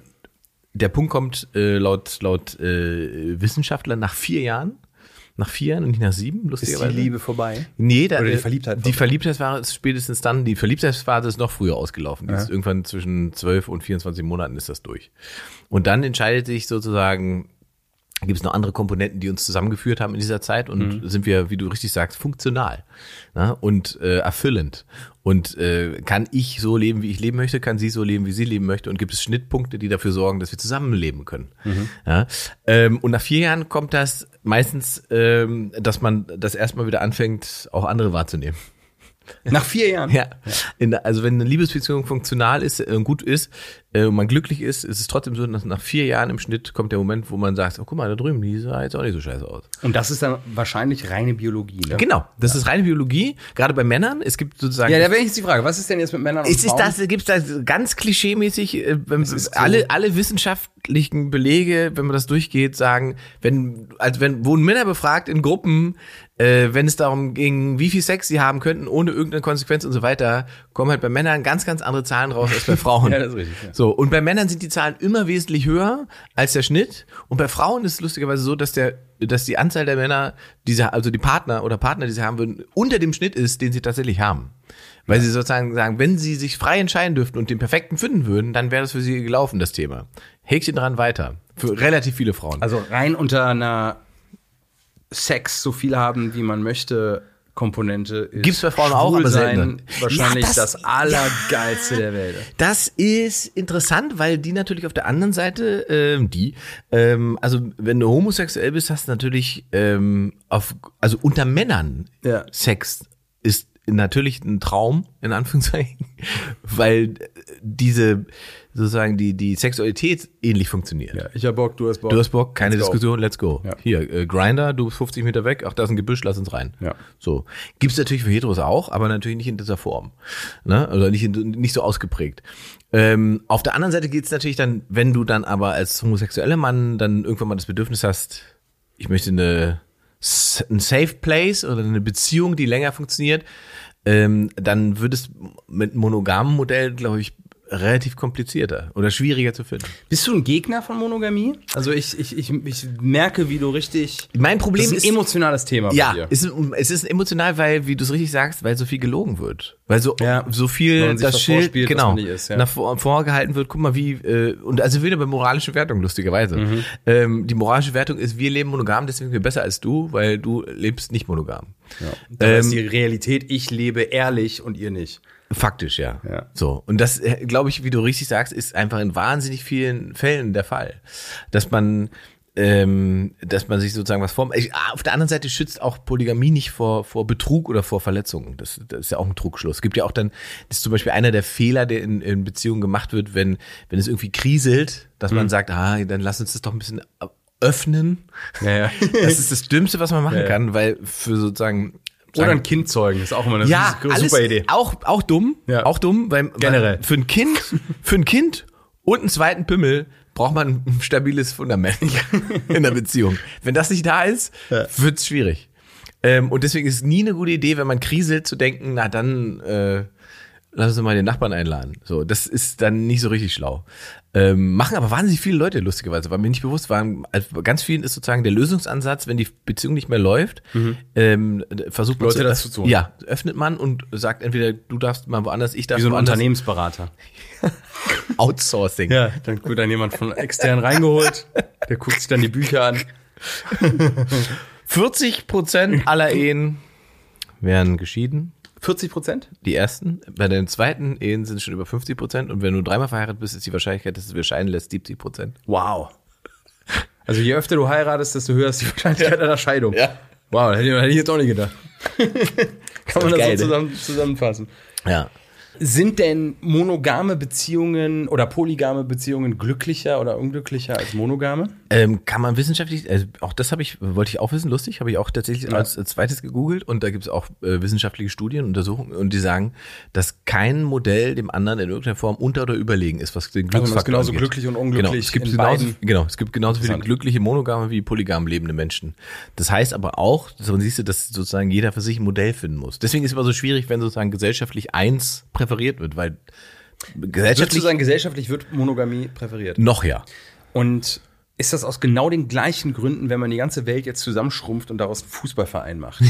Speaker 1: der Punkt kommt äh, laut, laut äh, Wissenschaftlern nach vier Jahren, nach vier Jahren und nicht nach sieben,
Speaker 2: Ist
Speaker 1: lustigerweise.
Speaker 2: die Liebe vorbei?
Speaker 1: Nee, da,
Speaker 2: Oder die
Speaker 1: äh,
Speaker 2: Verliebtheit
Speaker 1: Die
Speaker 2: vorbei.
Speaker 1: Verliebtheitsphase ist spätestens dann, die Verliebtheitsphase ist noch früher ausgelaufen. Die ist irgendwann zwischen 12 und 24 Monaten ist das durch. Und dann entscheidet sich sozusagen, gibt es noch andere Komponenten, die uns zusammengeführt haben in dieser Zeit und sind wir, wie du richtig sagst, funktional ne? und äh, erfüllend. Und äh, kann ich so leben, wie ich leben möchte, kann sie so leben, wie sie leben möchte und gibt es Schnittpunkte, die dafür sorgen, dass wir zusammenleben können. Ja? Ähm, und nach vier Jahren kommt das meistens, ähm, dass man das erstmal wieder anfängt, auch andere wahrzunehmen.
Speaker 2: Nach vier Jahren.
Speaker 1: Ja, in, der- also wenn eine Liebesbeziehung funktional ist, äh, gut ist, äh, und man glücklich ist, ist es trotzdem so, dass nach vier Jahren im Schnitt kommt der Moment, wo man sagt, oh guck mal, da drüben, die sah jetzt auch nicht so scheiße aus.
Speaker 2: Und das ist dann wahrscheinlich reine Biologie. Ne?
Speaker 1: Genau, das ist reine Biologie, gerade bei Männern, es gibt sozusagen...
Speaker 2: Ja, da wäre jetzt die Frage, was ist denn jetzt mit Männern und
Speaker 1: ist, ist
Speaker 2: Frauen?
Speaker 1: das, gibt's da ganz klischeemäßig, äh, wenn alle, alle wissenschaftlichen Belege, wenn man das durchgeht, sagen, wenn, also wenn, wurden Männer befragt in Gruppen, äh, wenn es darum ging, wie viel Sex sie haben könnten, ohne irgendeine Konsequenz und so weiter, kommen halt bei Männern ganz, ganz andere Zahlen raus als bei Frauen.
Speaker 2: Ja, das ist richtig, ja.
Speaker 1: So, und bei Männern sind die Zahlen immer wesentlich höher als der Schnitt. Und bei Frauen ist es lustigerweise so, dass der, dass die Anzahl der Männer, die sie, also die Partner oder Partner, die sie haben würden, unter dem Schnitt ist, den sie tatsächlich haben. Weil sie sozusagen sagen, wenn sie sich frei entscheiden dürften und den perfekten finden würden, dann wäre das für sie gelaufen, das Thema. Häkchen dran weiter. Für relativ viele Frauen.
Speaker 2: Also rein unter einer Sex so viel haben, wie man möchte, Komponente ist.
Speaker 1: Gibt's bei Frauen auch,
Speaker 2: schwul
Speaker 1: aber
Speaker 2: sein,
Speaker 1: selten.
Speaker 2: wahrscheinlich
Speaker 1: Ja, das-
Speaker 2: das, allergeilste der Welt.
Speaker 1: Das ist interessant, weil die natürlich auf der anderen Seite, ähm, die, ähm, also wenn du homosexuell bist, hast du natürlich ähm, auf, also unter Männern
Speaker 2: Ja.
Speaker 1: Sex ist natürlich ein Traum, in Anführungszeichen, weil äh, diese sozusagen die, die Sexualität ähnlich funktioniert.
Speaker 2: Ja, ich hab Bock, du hast Bock.
Speaker 1: Du hast Bock, keine
Speaker 2: Let's go.
Speaker 1: Diskussion, let's go.
Speaker 2: Ja.
Speaker 1: Hier, äh, Grinder, du bist 50 Meter weg, ach, da ist ein Gebüsch, lass uns rein.
Speaker 2: Ja.
Speaker 1: So. Gibt's natürlich für Heteros auch, aber natürlich nicht in dieser Form. Ne? Oder nicht, in, nicht so ausgeprägt. Ähm, auf der anderen Seite geht's natürlich dann, wenn du dann aber als homosexueller Mann dann irgendwann mal das Bedürfnis hast, ich möchte eine, s- ein Safe Place oder eine Beziehung, die länger funktioniert, ähm, dann wird es mit einem monogamen Modell, glaube ich, relativ komplizierter oder schwieriger zu finden.
Speaker 2: Bist du ein Gegner von Monogamie? Also ich, ich, ich, ich merke, wie du richtig.
Speaker 1: Mein Problem
Speaker 2: das ist
Speaker 1: ist-
Speaker 2: ein emotionales Thema
Speaker 1: Ja,
Speaker 2: bei dir.
Speaker 1: es ist, um, es ist emotional, weil, wie du es richtig sagst, weil so viel gelogen wird. Weil so,
Speaker 2: Ja,
Speaker 1: so
Speaker 2: wenn
Speaker 1: viel
Speaker 2: man sich
Speaker 1: das
Speaker 2: was
Speaker 1: Schild
Speaker 2: vorspielt, was
Speaker 1: genau,
Speaker 2: man nicht ist, ja.
Speaker 1: nach vor, vorgehalten wird. Guck mal, wie, äh, und also wieder bei moralischen Wertung, lustigerweise.
Speaker 2: Mhm.
Speaker 1: Ähm, die moralische Wertung ist, wir leben monogam, deswegen sind wir besser als du, weil du lebst nicht monogam.
Speaker 2: Dabei ist die Realität, ich lebe ehrlich und ihr nicht.
Speaker 1: Faktisch, ja.
Speaker 2: Ja.
Speaker 1: So. Und das, äh, glaube ich, wie du richtig sagst, ist einfach in wahnsinnig vielen Fällen der Fall. Dass man, ähm, dass man sich sozusagen was formt. Ich, ah, auf der anderen Seite schützt auch Polygamie nicht vor, vor Betrug oder vor Verletzungen. Das, das ist ja auch ein Trugschluss. Es gibt ja auch dann, das ist zum Beispiel einer der Fehler, der in, in Beziehungen gemacht wird, wenn, wenn es irgendwie kriselt, dass
Speaker 2: Mhm.
Speaker 1: man sagt, ah, dann lass uns das doch ein bisschen äh, öffnen.
Speaker 2: Ja, ja.
Speaker 1: Das ist das Dümmste, was man machen
Speaker 2: Ja, ja.
Speaker 1: kann, weil für sozusagen
Speaker 2: Oder ein Kind zeugen, ist auch immer eine
Speaker 1: ja,
Speaker 2: super
Speaker 1: alles
Speaker 2: Idee.
Speaker 1: Auch, auch dumm.
Speaker 2: Ja.
Speaker 1: Auch dumm, weil man-
Speaker 2: Generell.
Speaker 1: für ein Kind, für ein Kind und einen zweiten Pimmel braucht man ein stabiles Fundament in der Beziehung. Wenn das nicht da ist, wird's schwierig. Ähm, und deswegen ist es nie eine gute Idee, wenn man kriselt, zu denken, na dann äh, lass uns mal den Nachbarn einladen. So, das ist dann nicht so richtig schlau. Ähm, machen aber wahnsinnig viele Leute, lustigerweise, war mir nicht bewusst, waren, also bei ganz vielen ist sozusagen der Lösungsansatz, wenn die Beziehung nicht mehr läuft, ähm, d- versucht man
Speaker 2: Mhm. Leute dazu zu holen.
Speaker 1: Ja, öffnet man und sagt entweder du darfst mal woanders, ich darf
Speaker 2: Wie so ein
Speaker 1: woanders.
Speaker 2: Unternehmensberater.
Speaker 1: Outsourcing.
Speaker 2: Ja, dann wird dann jemand von extern reingeholt, der guckt sich dann die Bücher an.
Speaker 1: 40 Prozent aller Ehen werden geschieden.
Speaker 2: 40 Prozent?
Speaker 1: Die ersten. Bei den zweiten Ehen sind es schon über 50 Prozent. Und wenn du dreimal verheiratet bist, ist die Wahrscheinlichkeit, dass du wir scheiden lässt, 70 Prozent.
Speaker 2: Wow. Also je öfter du heiratest, desto höher ist die Wahrscheinlichkeit einer Scheidung.
Speaker 1: Ja.
Speaker 2: Wow, hätte ich, hätte ich jetzt auch nicht gedacht. Kann man das
Speaker 1: Geil, ne?
Speaker 2: so zusammen, zusammenfassen.
Speaker 1: Ja.
Speaker 2: Sind denn monogame Beziehungen oder polygame Beziehungen glücklicher oder unglücklicher als monogame?
Speaker 1: Ähm, kann man wissenschaftlich, also auch das habe ich, wollte ich auch wissen, lustig, habe ich auch tatsächlich als, als zweites gegoogelt und da gibt es auch äh, wissenschaftliche Studien, Untersuchungen und die sagen, dass kein Modell dem anderen in irgendeiner Form unter oder überlegen ist, was den
Speaker 2: Also man ist
Speaker 1: Glücksfaktor
Speaker 2: genauso
Speaker 1: angeht.
Speaker 2: glücklich und unglücklich
Speaker 1: Genau, es gibt
Speaker 2: in
Speaker 1: genauso,
Speaker 2: beiden.
Speaker 1: genau, es gibt genauso viele
Speaker 2: Interessant.
Speaker 1: glückliche monogame wie polygam lebende Menschen. Das heißt aber auch, daran siehst du, dass sozusagen jeder für sich ein Modell finden muss. Deswegen ist es immer so schwierig, wenn sozusagen gesellschaftlich eins präferiert wird, weil
Speaker 2: Würdest du
Speaker 1: gesellschaftlich
Speaker 2: sagen, gesellschaftlich wird Monogamie präferiert?
Speaker 1: noch ja.
Speaker 2: Und ist das aus genau den gleichen Gründen, wenn man die ganze Welt jetzt zusammenschrumpft und daraus einen Fußballverein macht?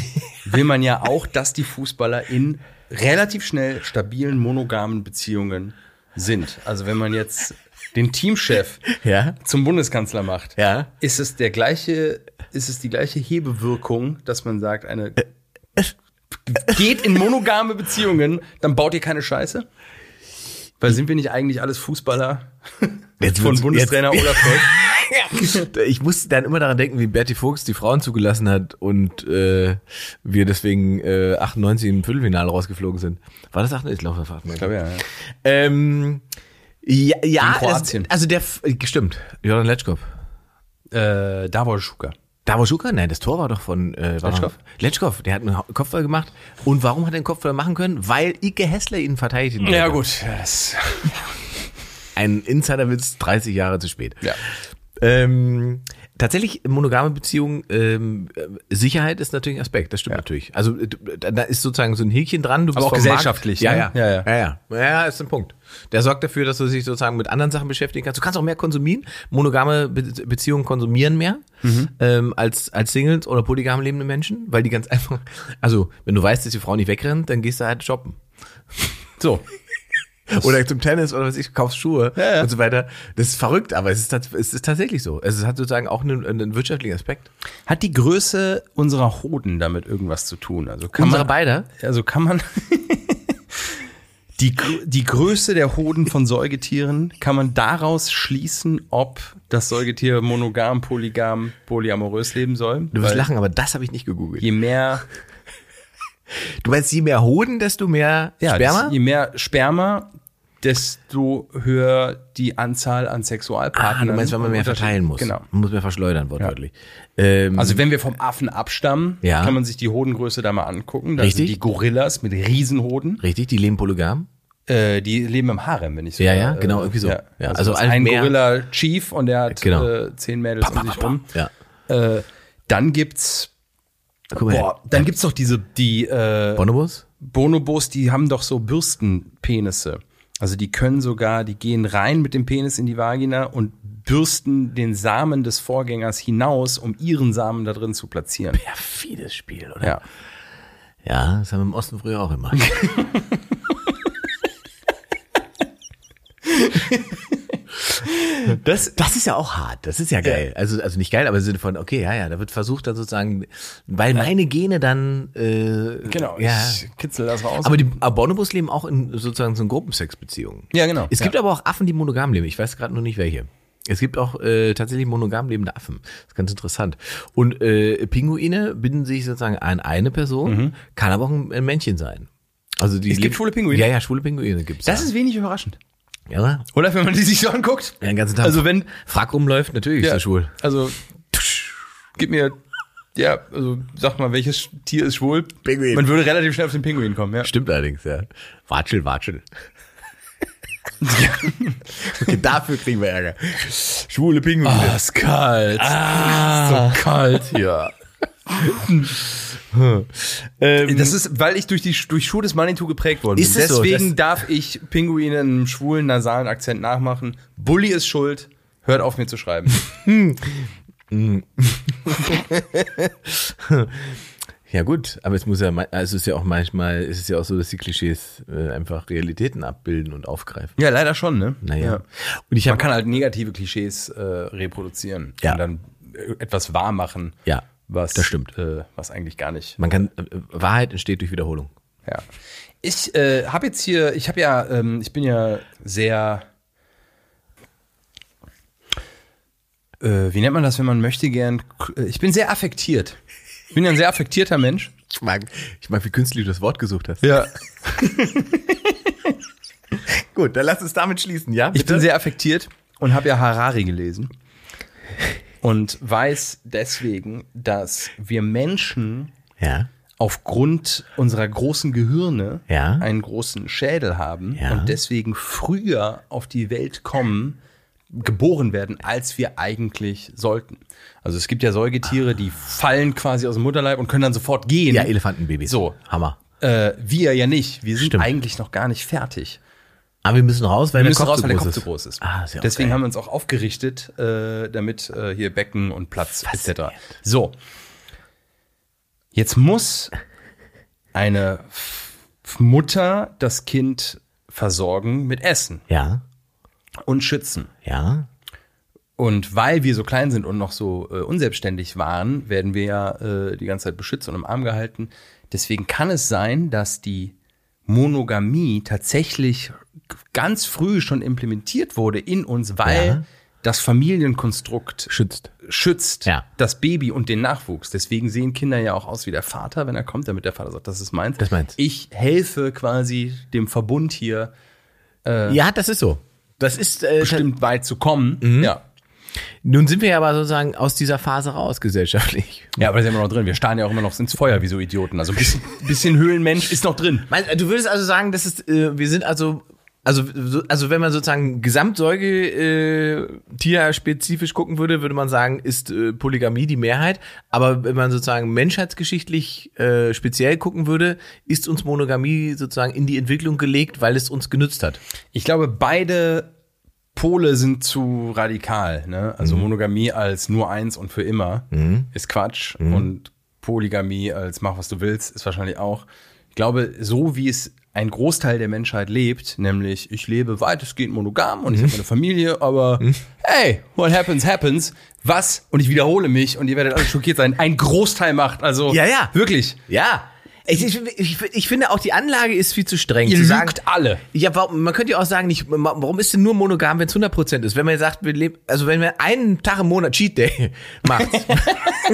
Speaker 2: Will man ja auch, dass die Fußballer in relativ schnell stabilen, monogamen Beziehungen sind. Also wenn man jetzt den Teamchef
Speaker 1: Ja.
Speaker 2: zum Bundeskanzler macht,
Speaker 1: Ja.
Speaker 2: ist es der gleiche, ist es die gleiche Hebewirkung, dass man sagt, eine geht in monogame Beziehungen, dann baut ihr keine Scheiße? Weil sind wir nicht eigentlich alles Fußballer
Speaker 1: Jetzt
Speaker 2: von
Speaker 1: wird's-
Speaker 2: Bundestrainer
Speaker 1: jetzt-
Speaker 2: Olaf Scholz?
Speaker 1: Ich muss dann immer daran denken, wie Bertie Fuchs die Frauen zugelassen hat und äh, wir deswegen äh, 98 im Viertelfinale rausgeflogen sind. War das 98? Ich glaube, das war 98.
Speaker 2: glaube, ja, ja.
Speaker 1: Ähm, ja, ja
Speaker 2: Gegen Kroatien.
Speaker 1: Das, also der, F- äh, stimmt, Jordan Letschkov.
Speaker 2: Äh, Davor Schuka.
Speaker 1: Da war Schuka? Nein, das Tor war doch von äh, war-
Speaker 2: Letschkow?
Speaker 1: Letschkow, der hat einen Ha- Kopfball gemacht. Und warum hat er einen Kopfball machen können? Weil Ike Hessler ihn verteidigt. hinterher.
Speaker 2: Ja, gut. Das,
Speaker 1: Ein Insiderwitz, 30 Jahre zu spät.
Speaker 2: ja.
Speaker 1: Ähm, Tatsächlich, monogame Beziehungen, ähm, Sicherheit ist natürlich ein Aspekt, das stimmt
Speaker 2: Ja.
Speaker 1: natürlich. Also äh, da da ist sozusagen so ein Häkchen dran. Du bist
Speaker 2: Aber auch
Speaker 1: vom
Speaker 2: gesellschaftlich,
Speaker 1: Markt.
Speaker 2: ne?
Speaker 1: Ja, ja.
Speaker 2: Ja,
Speaker 1: Ja, ja. ja, ja. Ja, ist ein Punkt. Der sorgt dafür, dass du dich sozusagen mit anderen Sachen beschäftigen kannst. Du kannst auch mehr konsumieren. Monogame Be Beziehungen konsumieren mehr
Speaker 2: Mhm.
Speaker 1: ähm, als, als Singles oder polygam lebende Menschen, weil die ganz einfach, also wenn du weißt, dass die Frau nicht wegrennt, dann gehst du halt shoppen. So. Oder zum Tennis oder was ich, kaufst Schuhe
Speaker 2: Ja, ja.
Speaker 1: und so weiter. Das ist verrückt, aber es ist, tats- es ist tatsächlich so. Es hat sozusagen auch einen, einen wirtschaftlichen Aspekt.
Speaker 2: Hat die Größe unserer Hoden damit irgendwas zu tun? Also kann
Speaker 1: Unsere
Speaker 2: man,
Speaker 1: beider?
Speaker 2: Also kann man die, Gr- die Größe der Hoden von Säugetieren, kann man daraus schließen, ob das Säugetier monogam, polygam, polyamorös leben soll?
Speaker 1: Du wirst
Speaker 2: Weil
Speaker 1: lachen, aber das habe ich nicht gegoogelt.
Speaker 2: Je mehr,
Speaker 1: Du meinst, je mehr Hoden, desto mehr
Speaker 2: ja,
Speaker 1: Sperma?
Speaker 2: des- je mehr Sperma, desto höher die Anzahl an
Speaker 1: Ah,
Speaker 2: Sexualpartnern.
Speaker 1: du meinst, weil man mehr
Speaker 2: Unterschied-
Speaker 1: verteilen muss.
Speaker 2: Genau.
Speaker 1: Man muss mehr verschleudern, wortwörtlich. Ähm,
Speaker 2: Also wenn wir vom Affen abstammen,
Speaker 1: Ja.
Speaker 2: kann man sich die Hodengröße da mal angucken. Da
Speaker 1: Richtig.
Speaker 2: sind die Gorillas mit Riesenhoden.
Speaker 1: richtig, die leben polygam?
Speaker 2: Äh, die leben im Harem, wenn ich so
Speaker 1: Ja, ja, genau, irgendwie so.
Speaker 2: Ja.
Speaker 1: Ja, also
Speaker 2: also
Speaker 1: ein
Speaker 2: ein
Speaker 1: mehr-
Speaker 2: Gorilla Chief und der hat
Speaker 1: Genau.
Speaker 2: äh, zehn Mädels um sich rum.
Speaker 1: Ja.
Speaker 2: Äh, dann gibt's
Speaker 1: Guck mal. her.
Speaker 2: boah, dann gibt's doch diese die äh,
Speaker 1: Bonobos?
Speaker 2: Bonobos, die haben doch so Bürstenpenisse. Also die können sogar, die gehen rein mit dem Penis in die Vagina und bürsten den Samen des Vorgängers hinaus, um ihren Samen da drin zu platzieren.
Speaker 1: Perfides Spiel, oder? Ja.
Speaker 2: Ja.
Speaker 1: das haben wir im Osten früher auch immer. Das, das ist ja auch hart, das ist ja geil. Also, also nicht geil, aber im Sinne von, okay, ja, ja, da wird versucht dann sozusagen, weil meine Gene dann, äh,
Speaker 2: Genau,
Speaker 1: ja.
Speaker 2: ich kitzel das raus.
Speaker 1: Aber die Bonobos leben auch in sozusagen so Grupensexbeziehungen.
Speaker 2: Ja, genau.
Speaker 1: Es
Speaker 2: Ja.
Speaker 1: gibt aber auch Affen, die monogam leben. Ich weiß gerade nur nicht welche. Es gibt auch äh, tatsächlich monogam lebende Affen. Das ist ganz interessant. Und äh, Pinguine binden sich sozusagen an eine Person, kann aber auch ein, ein Männchen sein. Also die
Speaker 2: Mhm. Es gibt
Speaker 1: leben-
Speaker 2: schwule Pinguine.
Speaker 1: Ja, ja, schwule Pinguine gibt's.
Speaker 2: das
Speaker 1: ja.
Speaker 2: ist wenig überraschend.
Speaker 1: ja, oder?
Speaker 2: Oder wenn man die sich so anguckt.
Speaker 1: Ja, den ganzen Tag.
Speaker 2: Also wenn-
Speaker 1: Frack rumläuft, natürlich ist er schwul.
Speaker 2: Also gib mir ja, also sag mal, welches Tier ist schwul?
Speaker 1: Pinguin.
Speaker 2: Man würde relativ schnell auf den Pinguin kommen, ja.
Speaker 1: Stimmt allerdings, ja. Watschel, watschel. okay, dafür kriegen wir Ärger. Schwule Pinguine.
Speaker 2: Ah, ist kalt. Ah. So kalt hier.
Speaker 1: Ähm,
Speaker 2: das ist, weil ich durch die durch Schuhe des Manitou geprägt worden bin.
Speaker 1: Ist es so?
Speaker 2: Deswegen
Speaker 1: Das-
Speaker 2: darf ich Pinguine in einem schwulen nasalen Akzent nachmachen. Bully ist schuld. Hört auf mir zu schreiben.
Speaker 1: Ja gut, aber es muss ja, mei- also es ist ja auch manchmal, es ist ja auch so, dass die Klischees äh, einfach Realitäten abbilden und aufgreifen.
Speaker 2: Ja, leider schon, ne?
Speaker 1: Naja.
Speaker 2: Ja.
Speaker 1: Und ich
Speaker 2: Man
Speaker 1: habe
Speaker 2: kann halt negative Klischees äh, reproduzieren
Speaker 1: Ja.
Speaker 2: und dann äh, etwas wahr machen,
Speaker 1: ja,
Speaker 2: was,
Speaker 1: das stimmt.
Speaker 2: Äh, was eigentlich gar nicht.
Speaker 1: Man kann äh, Wahrheit entsteht durch Wiederholung.
Speaker 2: Ja. Ich äh, habe jetzt hier, ich habe ja, ähm, ich bin ja sehr, äh, wie nennt man das, wenn man möchte gern, äh, ich bin sehr affektiert. Ich bin ja ein sehr affektierter Mensch.
Speaker 1: Ich mag, ich mag, wie künstlich du das Wort gesucht hast.
Speaker 2: Ja.
Speaker 1: Gut, dann lass uns damit schließen, ja?
Speaker 2: Ich bin sehr affektiert und habe ja Harari gelesen und weiß deswegen, dass wir Menschen
Speaker 1: ja.
Speaker 2: aufgrund unserer großen Gehirne
Speaker 1: Ja.
Speaker 2: einen großen Schädel haben
Speaker 1: Ja.
Speaker 2: und deswegen früher auf die Welt kommen, geboren werden, als wir eigentlich sollten. Also es gibt ja Säugetiere, die fallen quasi aus dem Mutterleib und können dann sofort gehen.
Speaker 1: Ah. Ja, Elefantenbabys.
Speaker 2: So.
Speaker 1: Hammer.
Speaker 2: äh, wir ja nicht. Wir sind
Speaker 1: Stimmt.
Speaker 2: eigentlich noch gar nicht fertig.
Speaker 1: Aber wir müssen raus, weil der,
Speaker 2: Wir müssen
Speaker 1: Kopf
Speaker 2: raus,
Speaker 1: zu
Speaker 2: weil der
Speaker 1: groß
Speaker 2: Kopf
Speaker 1: ist.
Speaker 2: zu groß ist.
Speaker 1: Ah, ist ja auch
Speaker 2: Deswegen
Speaker 1: geil.
Speaker 2: haben wir uns auch aufgerichtet, äh, damit äh, hier Becken und Platz etc.
Speaker 1: Faszinierend.
Speaker 2: So. Jetzt muss eine F- Mutter das Kind versorgen mit Essen
Speaker 1: Ja,
Speaker 2: und schützen.
Speaker 1: ja.
Speaker 2: Und weil wir so klein sind und noch so äh, unselbstständig waren, werden wir ja äh, die ganze Zeit beschützt und im Arm gehalten. Deswegen kann es sein, dass die Monogamie tatsächlich g- ganz früh schon implementiert wurde in uns, weil
Speaker 1: Ja.
Speaker 2: das Familienkonstrukt
Speaker 1: Schützt.
Speaker 2: schützt
Speaker 1: Ja.
Speaker 2: das Baby und den Nachwuchs. Deswegen sehen Kinder ja auch aus wie der Vater, wenn er kommt, damit der Vater sagt, das ist meins.
Speaker 1: Das ist meins.
Speaker 2: Ich helfe quasi dem Verbund hier
Speaker 1: Ja, das ist so. Das ist äh, Mhm.
Speaker 2: bestimmt weit zu kommen. Ja.
Speaker 1: nun sind wir ja aber sozusagen aus dieser Phase raus gesellschaftlich.
Speaker 2: Ja, aber da sind wir noch drin. Wir starren ja auch immer noch ins Feuer wie so Idioten. Also ein bisschen, bisschen Höhlenmensch ist noch drin.
Speaker 1: Meinst- Du würdest also sagen, das ist, äh, wir sind also Also, so- also wenn man sozusagen Gesamtsäugetierspezifisch äh, tierspezifisch gucken würde, würde man sagen, ist äh, Polygamie die Mehrheit. Aber wenn man sozusagen menschheitsgeschichtlich äh, speziell gucken würde, ist uns Monogamie sozusagen in die Entwicklung gelegt, weil es uns genützt hat.
Speaker 2: Ich glaube, beide Pole sind zu radikal. Ne? Also
Speaker 1: Mhm.
Speaker 2: Monogamie als nur eins und für immer ist Quatsch.
Speaker 1: Mhm.
Speaker 2: Und Polygamie als mach, was du willst, ist wahrscheinlich auch. Ich glaube, so wie es ein Großteil der Menschheit lebt, nämlich ich lebe weitestgehend monogam
Speaker 1: Mhm.
Speaker 2: und ich habe eine Familie, aber hey, what happens, happens. Was? Und ich wiederhole mich und ihr werdet alle schockiert sein. Ein Großteil macht, also
Speaker 1: Ja, ja.
Speaker 2: wirklich.
Speaker 1: Ja. Ich, ich, ich, ich finde auch die Anlage ist viel zu streng.
Speaker 2: Ihr
Speaker 1: zu
Speaker 2: lügt
Speaker 1: sagen,
Speaker 2: alle.
Speaker 1: Ja, wa- man könnte ja auch sagen, nicht, ma- warum ist denn nur monogam, wenn es 100% ist? Wenn man sagt, wir leben, also wenn man einen Tag im Monat Cheat Day macht,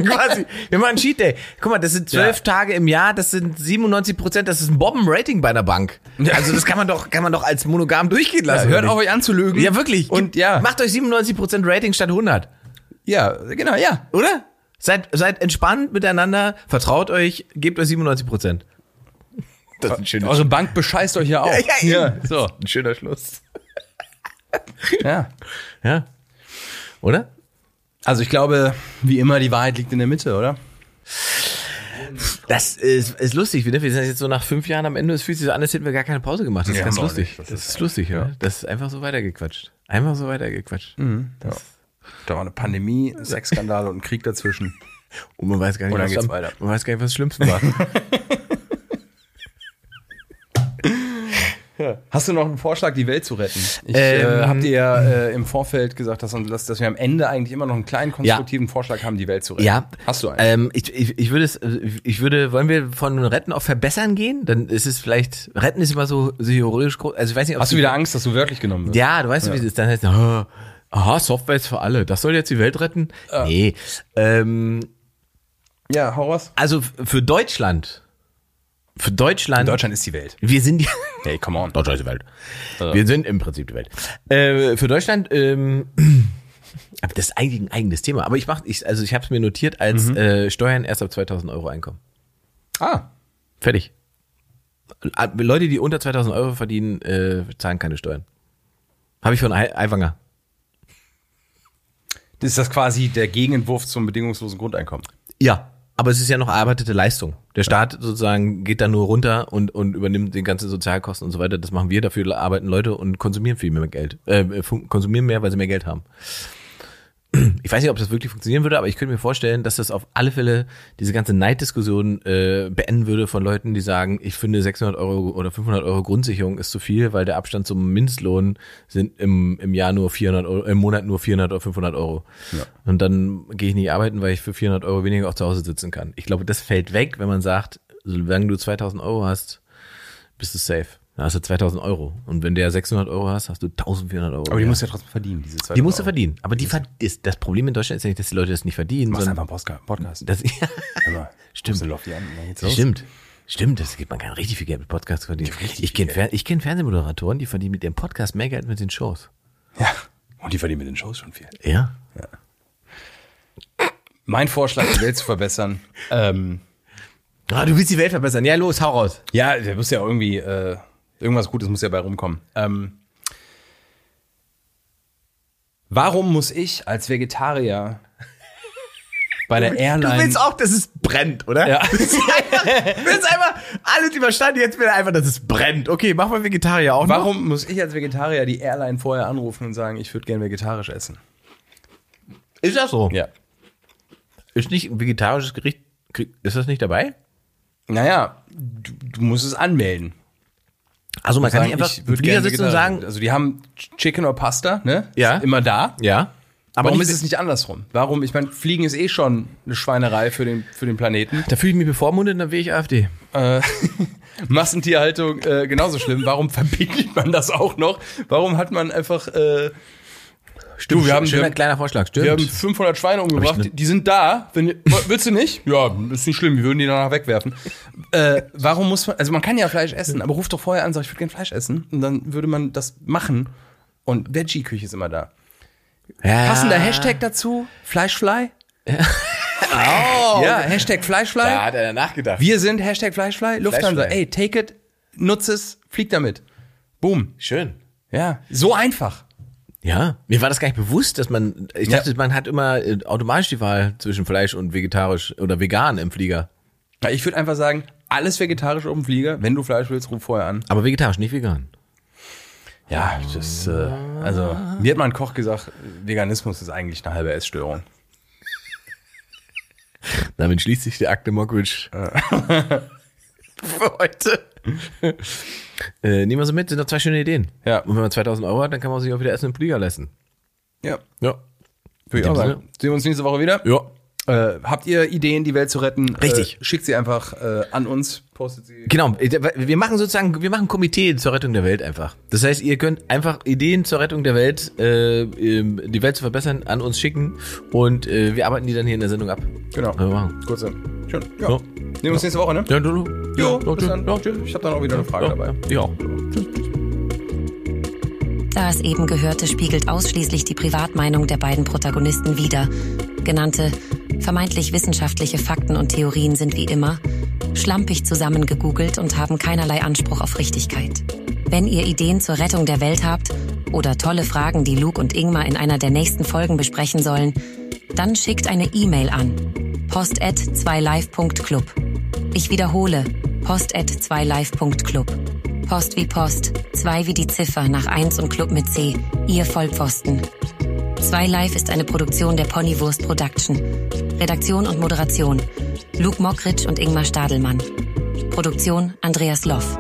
Speaker 1: quasi, wir machen Cheat Day. Guck mal, das sind zwölf
Speaker 2: Ja.
Speaker 1: Tage im Jahr, das sind 97%, das ist ein Bomben-Rating bei einer Bank. Also das kann man doch, kann man doch als monogam durchgehen lassen.
Speaker 2: Also, hört
Speaker 1: oder
Speaker 2: auf
Speaker 1: nicht?
Speaker 2: euch anzulügen.
Speaker 1: Ja, wirklich.
Speaker 2: Und ja,
Speaker 1: Macht euch 97% Rating statt 100,
Speaker 2: ja, genau, ja.
Speaker 1: oder? Seid, seid entspannt miteinander, vertraut euch, gebt euch 97%. Das ist ein schönes
Speaker 2: Eure Bank bescheißt euch ja auch.
Speaker 1: Ja, ja, eben.
Speaker 2: so.
Speaker 1: Ein schöner Schluss.
Speaker 2: Ja.
Speaker 1: Ja. Oder?
Speaker 2: Also ich glaube, wie immer, die Wahrheit liegt in der Mitte, oder?
Speaker 1: Das ist, ist lustig, ne? wir sind jetzt so nach fünf Jahren am Ende, es fühlt sich so an, als hätten wir gar keine Pause gemacht. Das ist
Speaker 2: Ja,
Speaker 1: ganz
Speaker 2: haben wir auch
Speaker 1: lustig.
Speaker 2: nicht.
Speaker 1: Das,
Speaker 2: Das
Speaker 1: ist lustig, ja. Das ist einfach so weitergequatscht. Einfach so weitergequatscht.
Speaker 2: Mhm. Da war eine Pandemie, Sexskandale und ein Krieg dazwischen.
Speaker 1: Und man weiß gar nicht,
Speaker 2: Und dann
Speaker 1: was
Speaker 2: geht's
Speaker 1: am-
Speaker 2: weiter.
Speaker 1: man weiß gar nicht, was das Schlimmste war.
Speaker 2: Hast du noch einen Vorschlag, die Welt zu retten? Ich
Speaker 1: Ähm.
Speaker 2: äh, hab dir ja äh, im Vorfeld gesagt, dass, dass, dass wir am Ende eigentlich immer noch einen kleinen konstruktiven Vorschlag haben, die Welt zu retten.
Speaker 1: ja.
Speaker 2: Hast du einen?
Speaker 1: Ähm, ich, ich, ich würde es, ich würde, wollen wir von retten auf verbessern gehen? Dann ist es vielleicht, retten ist immer so theoretisch groß. Also ich weiß nicht, ob
Speaker 2: Hast du
Speaker 1: die-
Speaker 2: wieder Angst, dass du wörtlich genommen wirst?
Speaker 1: Ja, du weißt, wie es ist. Dann heißt es, oh, aha, Software ist für alle. Das soll jetzt die Welt retten? Nee. Ähm,
Speaker 2: Ja, Horrors.
Speaker 1: also f- für Deutschland. Für Deutschland.
Speaker 2: Deutschland ist die Welt.
Speaker 1: Wir sind die.
Speaker 2: Hey, come on.
Speaker 1: Deutschland ist die Welt. Wir sind im Prinzip die Welt. Äh, für Deutschland. Ähm, aber das ist eigentlich ein eigenes Thema. Aber ich mach, ich, also ich habe es mir notiert als äh, Steuern erst ab 2000 Euro Einkommen.
Speaker 2: Ah,
Speaker 1: Fertig. Äh, Leute, die unter 2000 Euro verdienen, äh, zahlen keine Steuern. Habe ich von Ei- Aiwanger.
Speaker 2: ist das quasi der Gegenentwurf zum bedingungslosen Grundeinkommen?
Speaker 1: Ja, aber es ist ja noch erarbeitete Leistung. Der Staat sozusagen geht da nur runter und, und übernimmt den ganzen Sozialkosten und so weiter. Das machen wir, dafür arbeiten Leute und konsumieren viel mehr Geld. Äh, fun- konsumieren mehr, weil sie mehr Geld haben. Ich weiß nicht, ob das wirklich funktionieren würde, aber ich könnte mir vorstellen, dass das auf alle Fälle diese ganze Neiddiskussion äh, beenden würde von Leuten, die sagen, ich finde 600 Euro oder 500 Euro Grundsicherung ist zu viel, weil der Abstand zum Mindestlohn sind im, im Jahr nur 400 Euro, im Monat nur 400 oder 500 Euro. Und dann gehe ich nicht arbeiten, weil ich für 400 Euro weniger auch zu Hause sitzen kann. Ich glaube, das fällt weg, wenn man sagt, solange du 2000 Euro hast, bist du safe. Dann hast du 2000 Euro. Und wenn der 600 Euro hast, hast du 1400 Euro.
Speaker 2: Aber die
Speaker 1: Ja.
Speaker 2: musst du ja trotzdem verdienen, diese zwei.
Speaker 1: Die musst du verdienen. Aber Genau. die verd- ist, das Problem in Deutschland ist ja nicht, dass die Leute das nicht verdienen,
Speaker 2: Machst
Speaker 1: sondern
Speaker 2: einfach einen Postka- Podcast.
Speaker 1: das,
Speaker 2: Aber
Speaker 1: Stimmt.
Speaker 2: Musst du auf die anderen. Na, jetzt los.
Speaker 1: stimmt. Stimmt, das gibt man kann richtig viel Geld mit Podcasts verdienen. Ich kenne Fer ich kenn Fernsehmoderatoren, die verdienen mit ihrem Podcast mehr Geld mit den Shows.
Speaker 2: Ja. Und die verdienen mit den Shows schon viel.
Speaker 1: Ja.
Speaker 2: Mein Vorschlag, die Welt zu verbessern. Ähm,
Speaker 1: Ah, du willst die Welt verbessern. Ja, los, hau raus.
Speaker 2: ja, da muss ja irgendwie äh, irgendwas Gutes muss ja bei rumkommen. Ähm, warum muss ich als Vegetarier bei der Airline?
Speaker 1: Du willst auch, dass es brennt, oder?
Speaker 2: Ja.
Speaker 1: Du willst einfach, du willst einfach alles überstanden, jetzt will er einfach, dass es brennt. Okay, mach mal Vegetarier auch noch.
Speaker 2: warum muss ich als Vegetarier die Airline vorher anrufen und sagen, ich würde gern vegetarisch essen?
Speaker 1: Ist das so?
Speaker 2: Ja.
Speaker 1: Ist nicht ein vegetarisches Gericht, krieg- ist das nicht dabei?
Speaker 2: Naja, du, du musst es anmelden.
Speaker 1: Also man
Speaker 2: Sagen, ich würd
Speaker 1: wieder
Speaker 2: gerne
Speaker 1: sitzen und
Speaker 2: vegetarisch
Speaker 1: sagen,
Speaker 2: essen. Also die haben Chicken or Pasta, ne?
Speaker 1: Ja.
Speaker 2: Ist immer da.
Speaker 1: ja. Aber
Speaker 2: Warum
Speaker 1: nicht-
Speaker 2: ist es nicht andersrum? Warum? Ich meine, Fliegen ist eh schon eine Schweinerei für den, für den Planeten.
Speaker 1: Da fühle ich mich bevormundet, dann wähle ich AfD.
Speaker 2: Äh, Massentierhaltung äh, genauso schlimm. Warum verbietet man das auch noch? Warum hat man einfach. Äh, du, wir haben, wir,
Speaker 1: Schöner
Speaker 2: haben,
Speaker 1: kleiner Vorschlag, stimmt.
Speaker 2: wir haben 500 Schweine umgebracht.
Speaker 1: ne-
Speaker 2: Die- Die sind da. Wenn, willst du nicht? Ja, ist nicht schlimm. Wir würden die danach wegwerfen. Äh, warum muss man. Also, man kann ja Fleisch essen, aber ruft doch vorher an, sag ich würde gerne Fleisch essen. Und dann würde man das machen. Und Veggie-Küche ist immer da.
Speaker 1: ja.
Speaker 2: Passender Hashtag dazu: Fleischfly. oh, ja, Hashtag Fleischfly.
Speaker 1: Da hat er nachgedacht.
Speaker 2: Wir sind Hashtag Fleischfly. Lufthansa,
Speaker 1: Fleischfly.
Speaker 2: ey, take it, nutze es, flieg damit. Boom.
Speaker 1: Schön.
Speaker 2: Ja, so einfach.
Speaker 1: Ja, mir war das gar nicht bewusst, dass man, ich
Speaker 2: Ja.
Speaker 1: dachte, man hat immer äh, automatisch die Wahl zwischen Fleisch und vegetarisch oder vegan im Flieger.
Speaker 2: Ja, Ich würde einfach sagen, alles vegetarisch auf dem Flieger. Wenn du Fleisch willst, ruf vorher an.
Speaker 1: Aber vegetarisch, nicht vegan.
Speaker 2: Ja, das, äh, also, mir hat mal ein Koch gesagt, Veganismus ist eigentlich eine halbe Essstörung.
Speaker 1: Damit schließt sich der Akte Mockridge für heute. äh, nehmen wir so mit, sind noch zwei schöne Ideen.
Speaker 2: Ja.
Speaker 1: Und wenn man 2000 Euro hat, dann kann man sich auch wieder Essen im Flieger leisten.
Speaker 2: Ja,
Speaker 1: Ja.
Speaker 2: würde ich
Speaker 1: In
Speaker 2: auch
Speaker 1: dem
Speaker 2: sagen. Sehen wir uns nächste Woche wieder.
Speaker 1: Ja.
Speaker 2: Äh, habt ihr Ideen, die Welt zu retten?
Speaker 1: Richtig.
Speaker 2: Äh, schickt sie einfach äh, an uns, postet sie.
Speaker 1: Genau, wir machen sozusagen, wir machen ein Komitee zur Rettung der Welt einfach. Das heißt, ihr könnt einfach Ideen zur Rettung der Welt, äh, ähm, die Welt zu verbessern, an uns schicken und äh, wir arbeiten die dann hier in der Sendung ab.
Speaker 2: Genau.
Speaker 1: Können wir machen.
Speaker 2: Kurze. Schön. Ja.
Speaker 1: Ja.
Speaker 2: Sehen wir uns nächste Woche, ne?
Speaker 1: Ja, du, du.
Speaker 2: Jo,
Speaker 1: ja,
Speaker 2: bis dann.
Speaker 1: Ja,
Speaker 2: Ich habe dann auch wieder eine Frage
Speaker 1: ja,
Speaker 2: dabei.
Speaker 1: ja, ich auch.
Speaker 3: Da es eben gehörte, spiegelt ausschließlich die Privatmeinung der beiden Protagonisten wider. Genannte vermeintlich wissenschaftliche Fakten und Theorien sind wie immer schlampig zusammengegoogelt und haben keinerlei Anspruch auf Richtigkeit. Wenn ihr Ideen zur Rettung der Welt habt oder tolle Fragen, die Luke und Ingmar in einer der nächsten Folgen besprechen sollen, dann schickt eine E-Mail an post@2live.club. Ich wiederhole, post@2live.club. Post wie Post, zwei wie die Ziffer nach 1 und Club mit C, ihr Vollpfosten. 2 Live ist eine Produktion der Ponywurst Production. Redaktion und Moderation Luke Mockridge und Ingmar Stadelmann. Produktion Andreas Loff.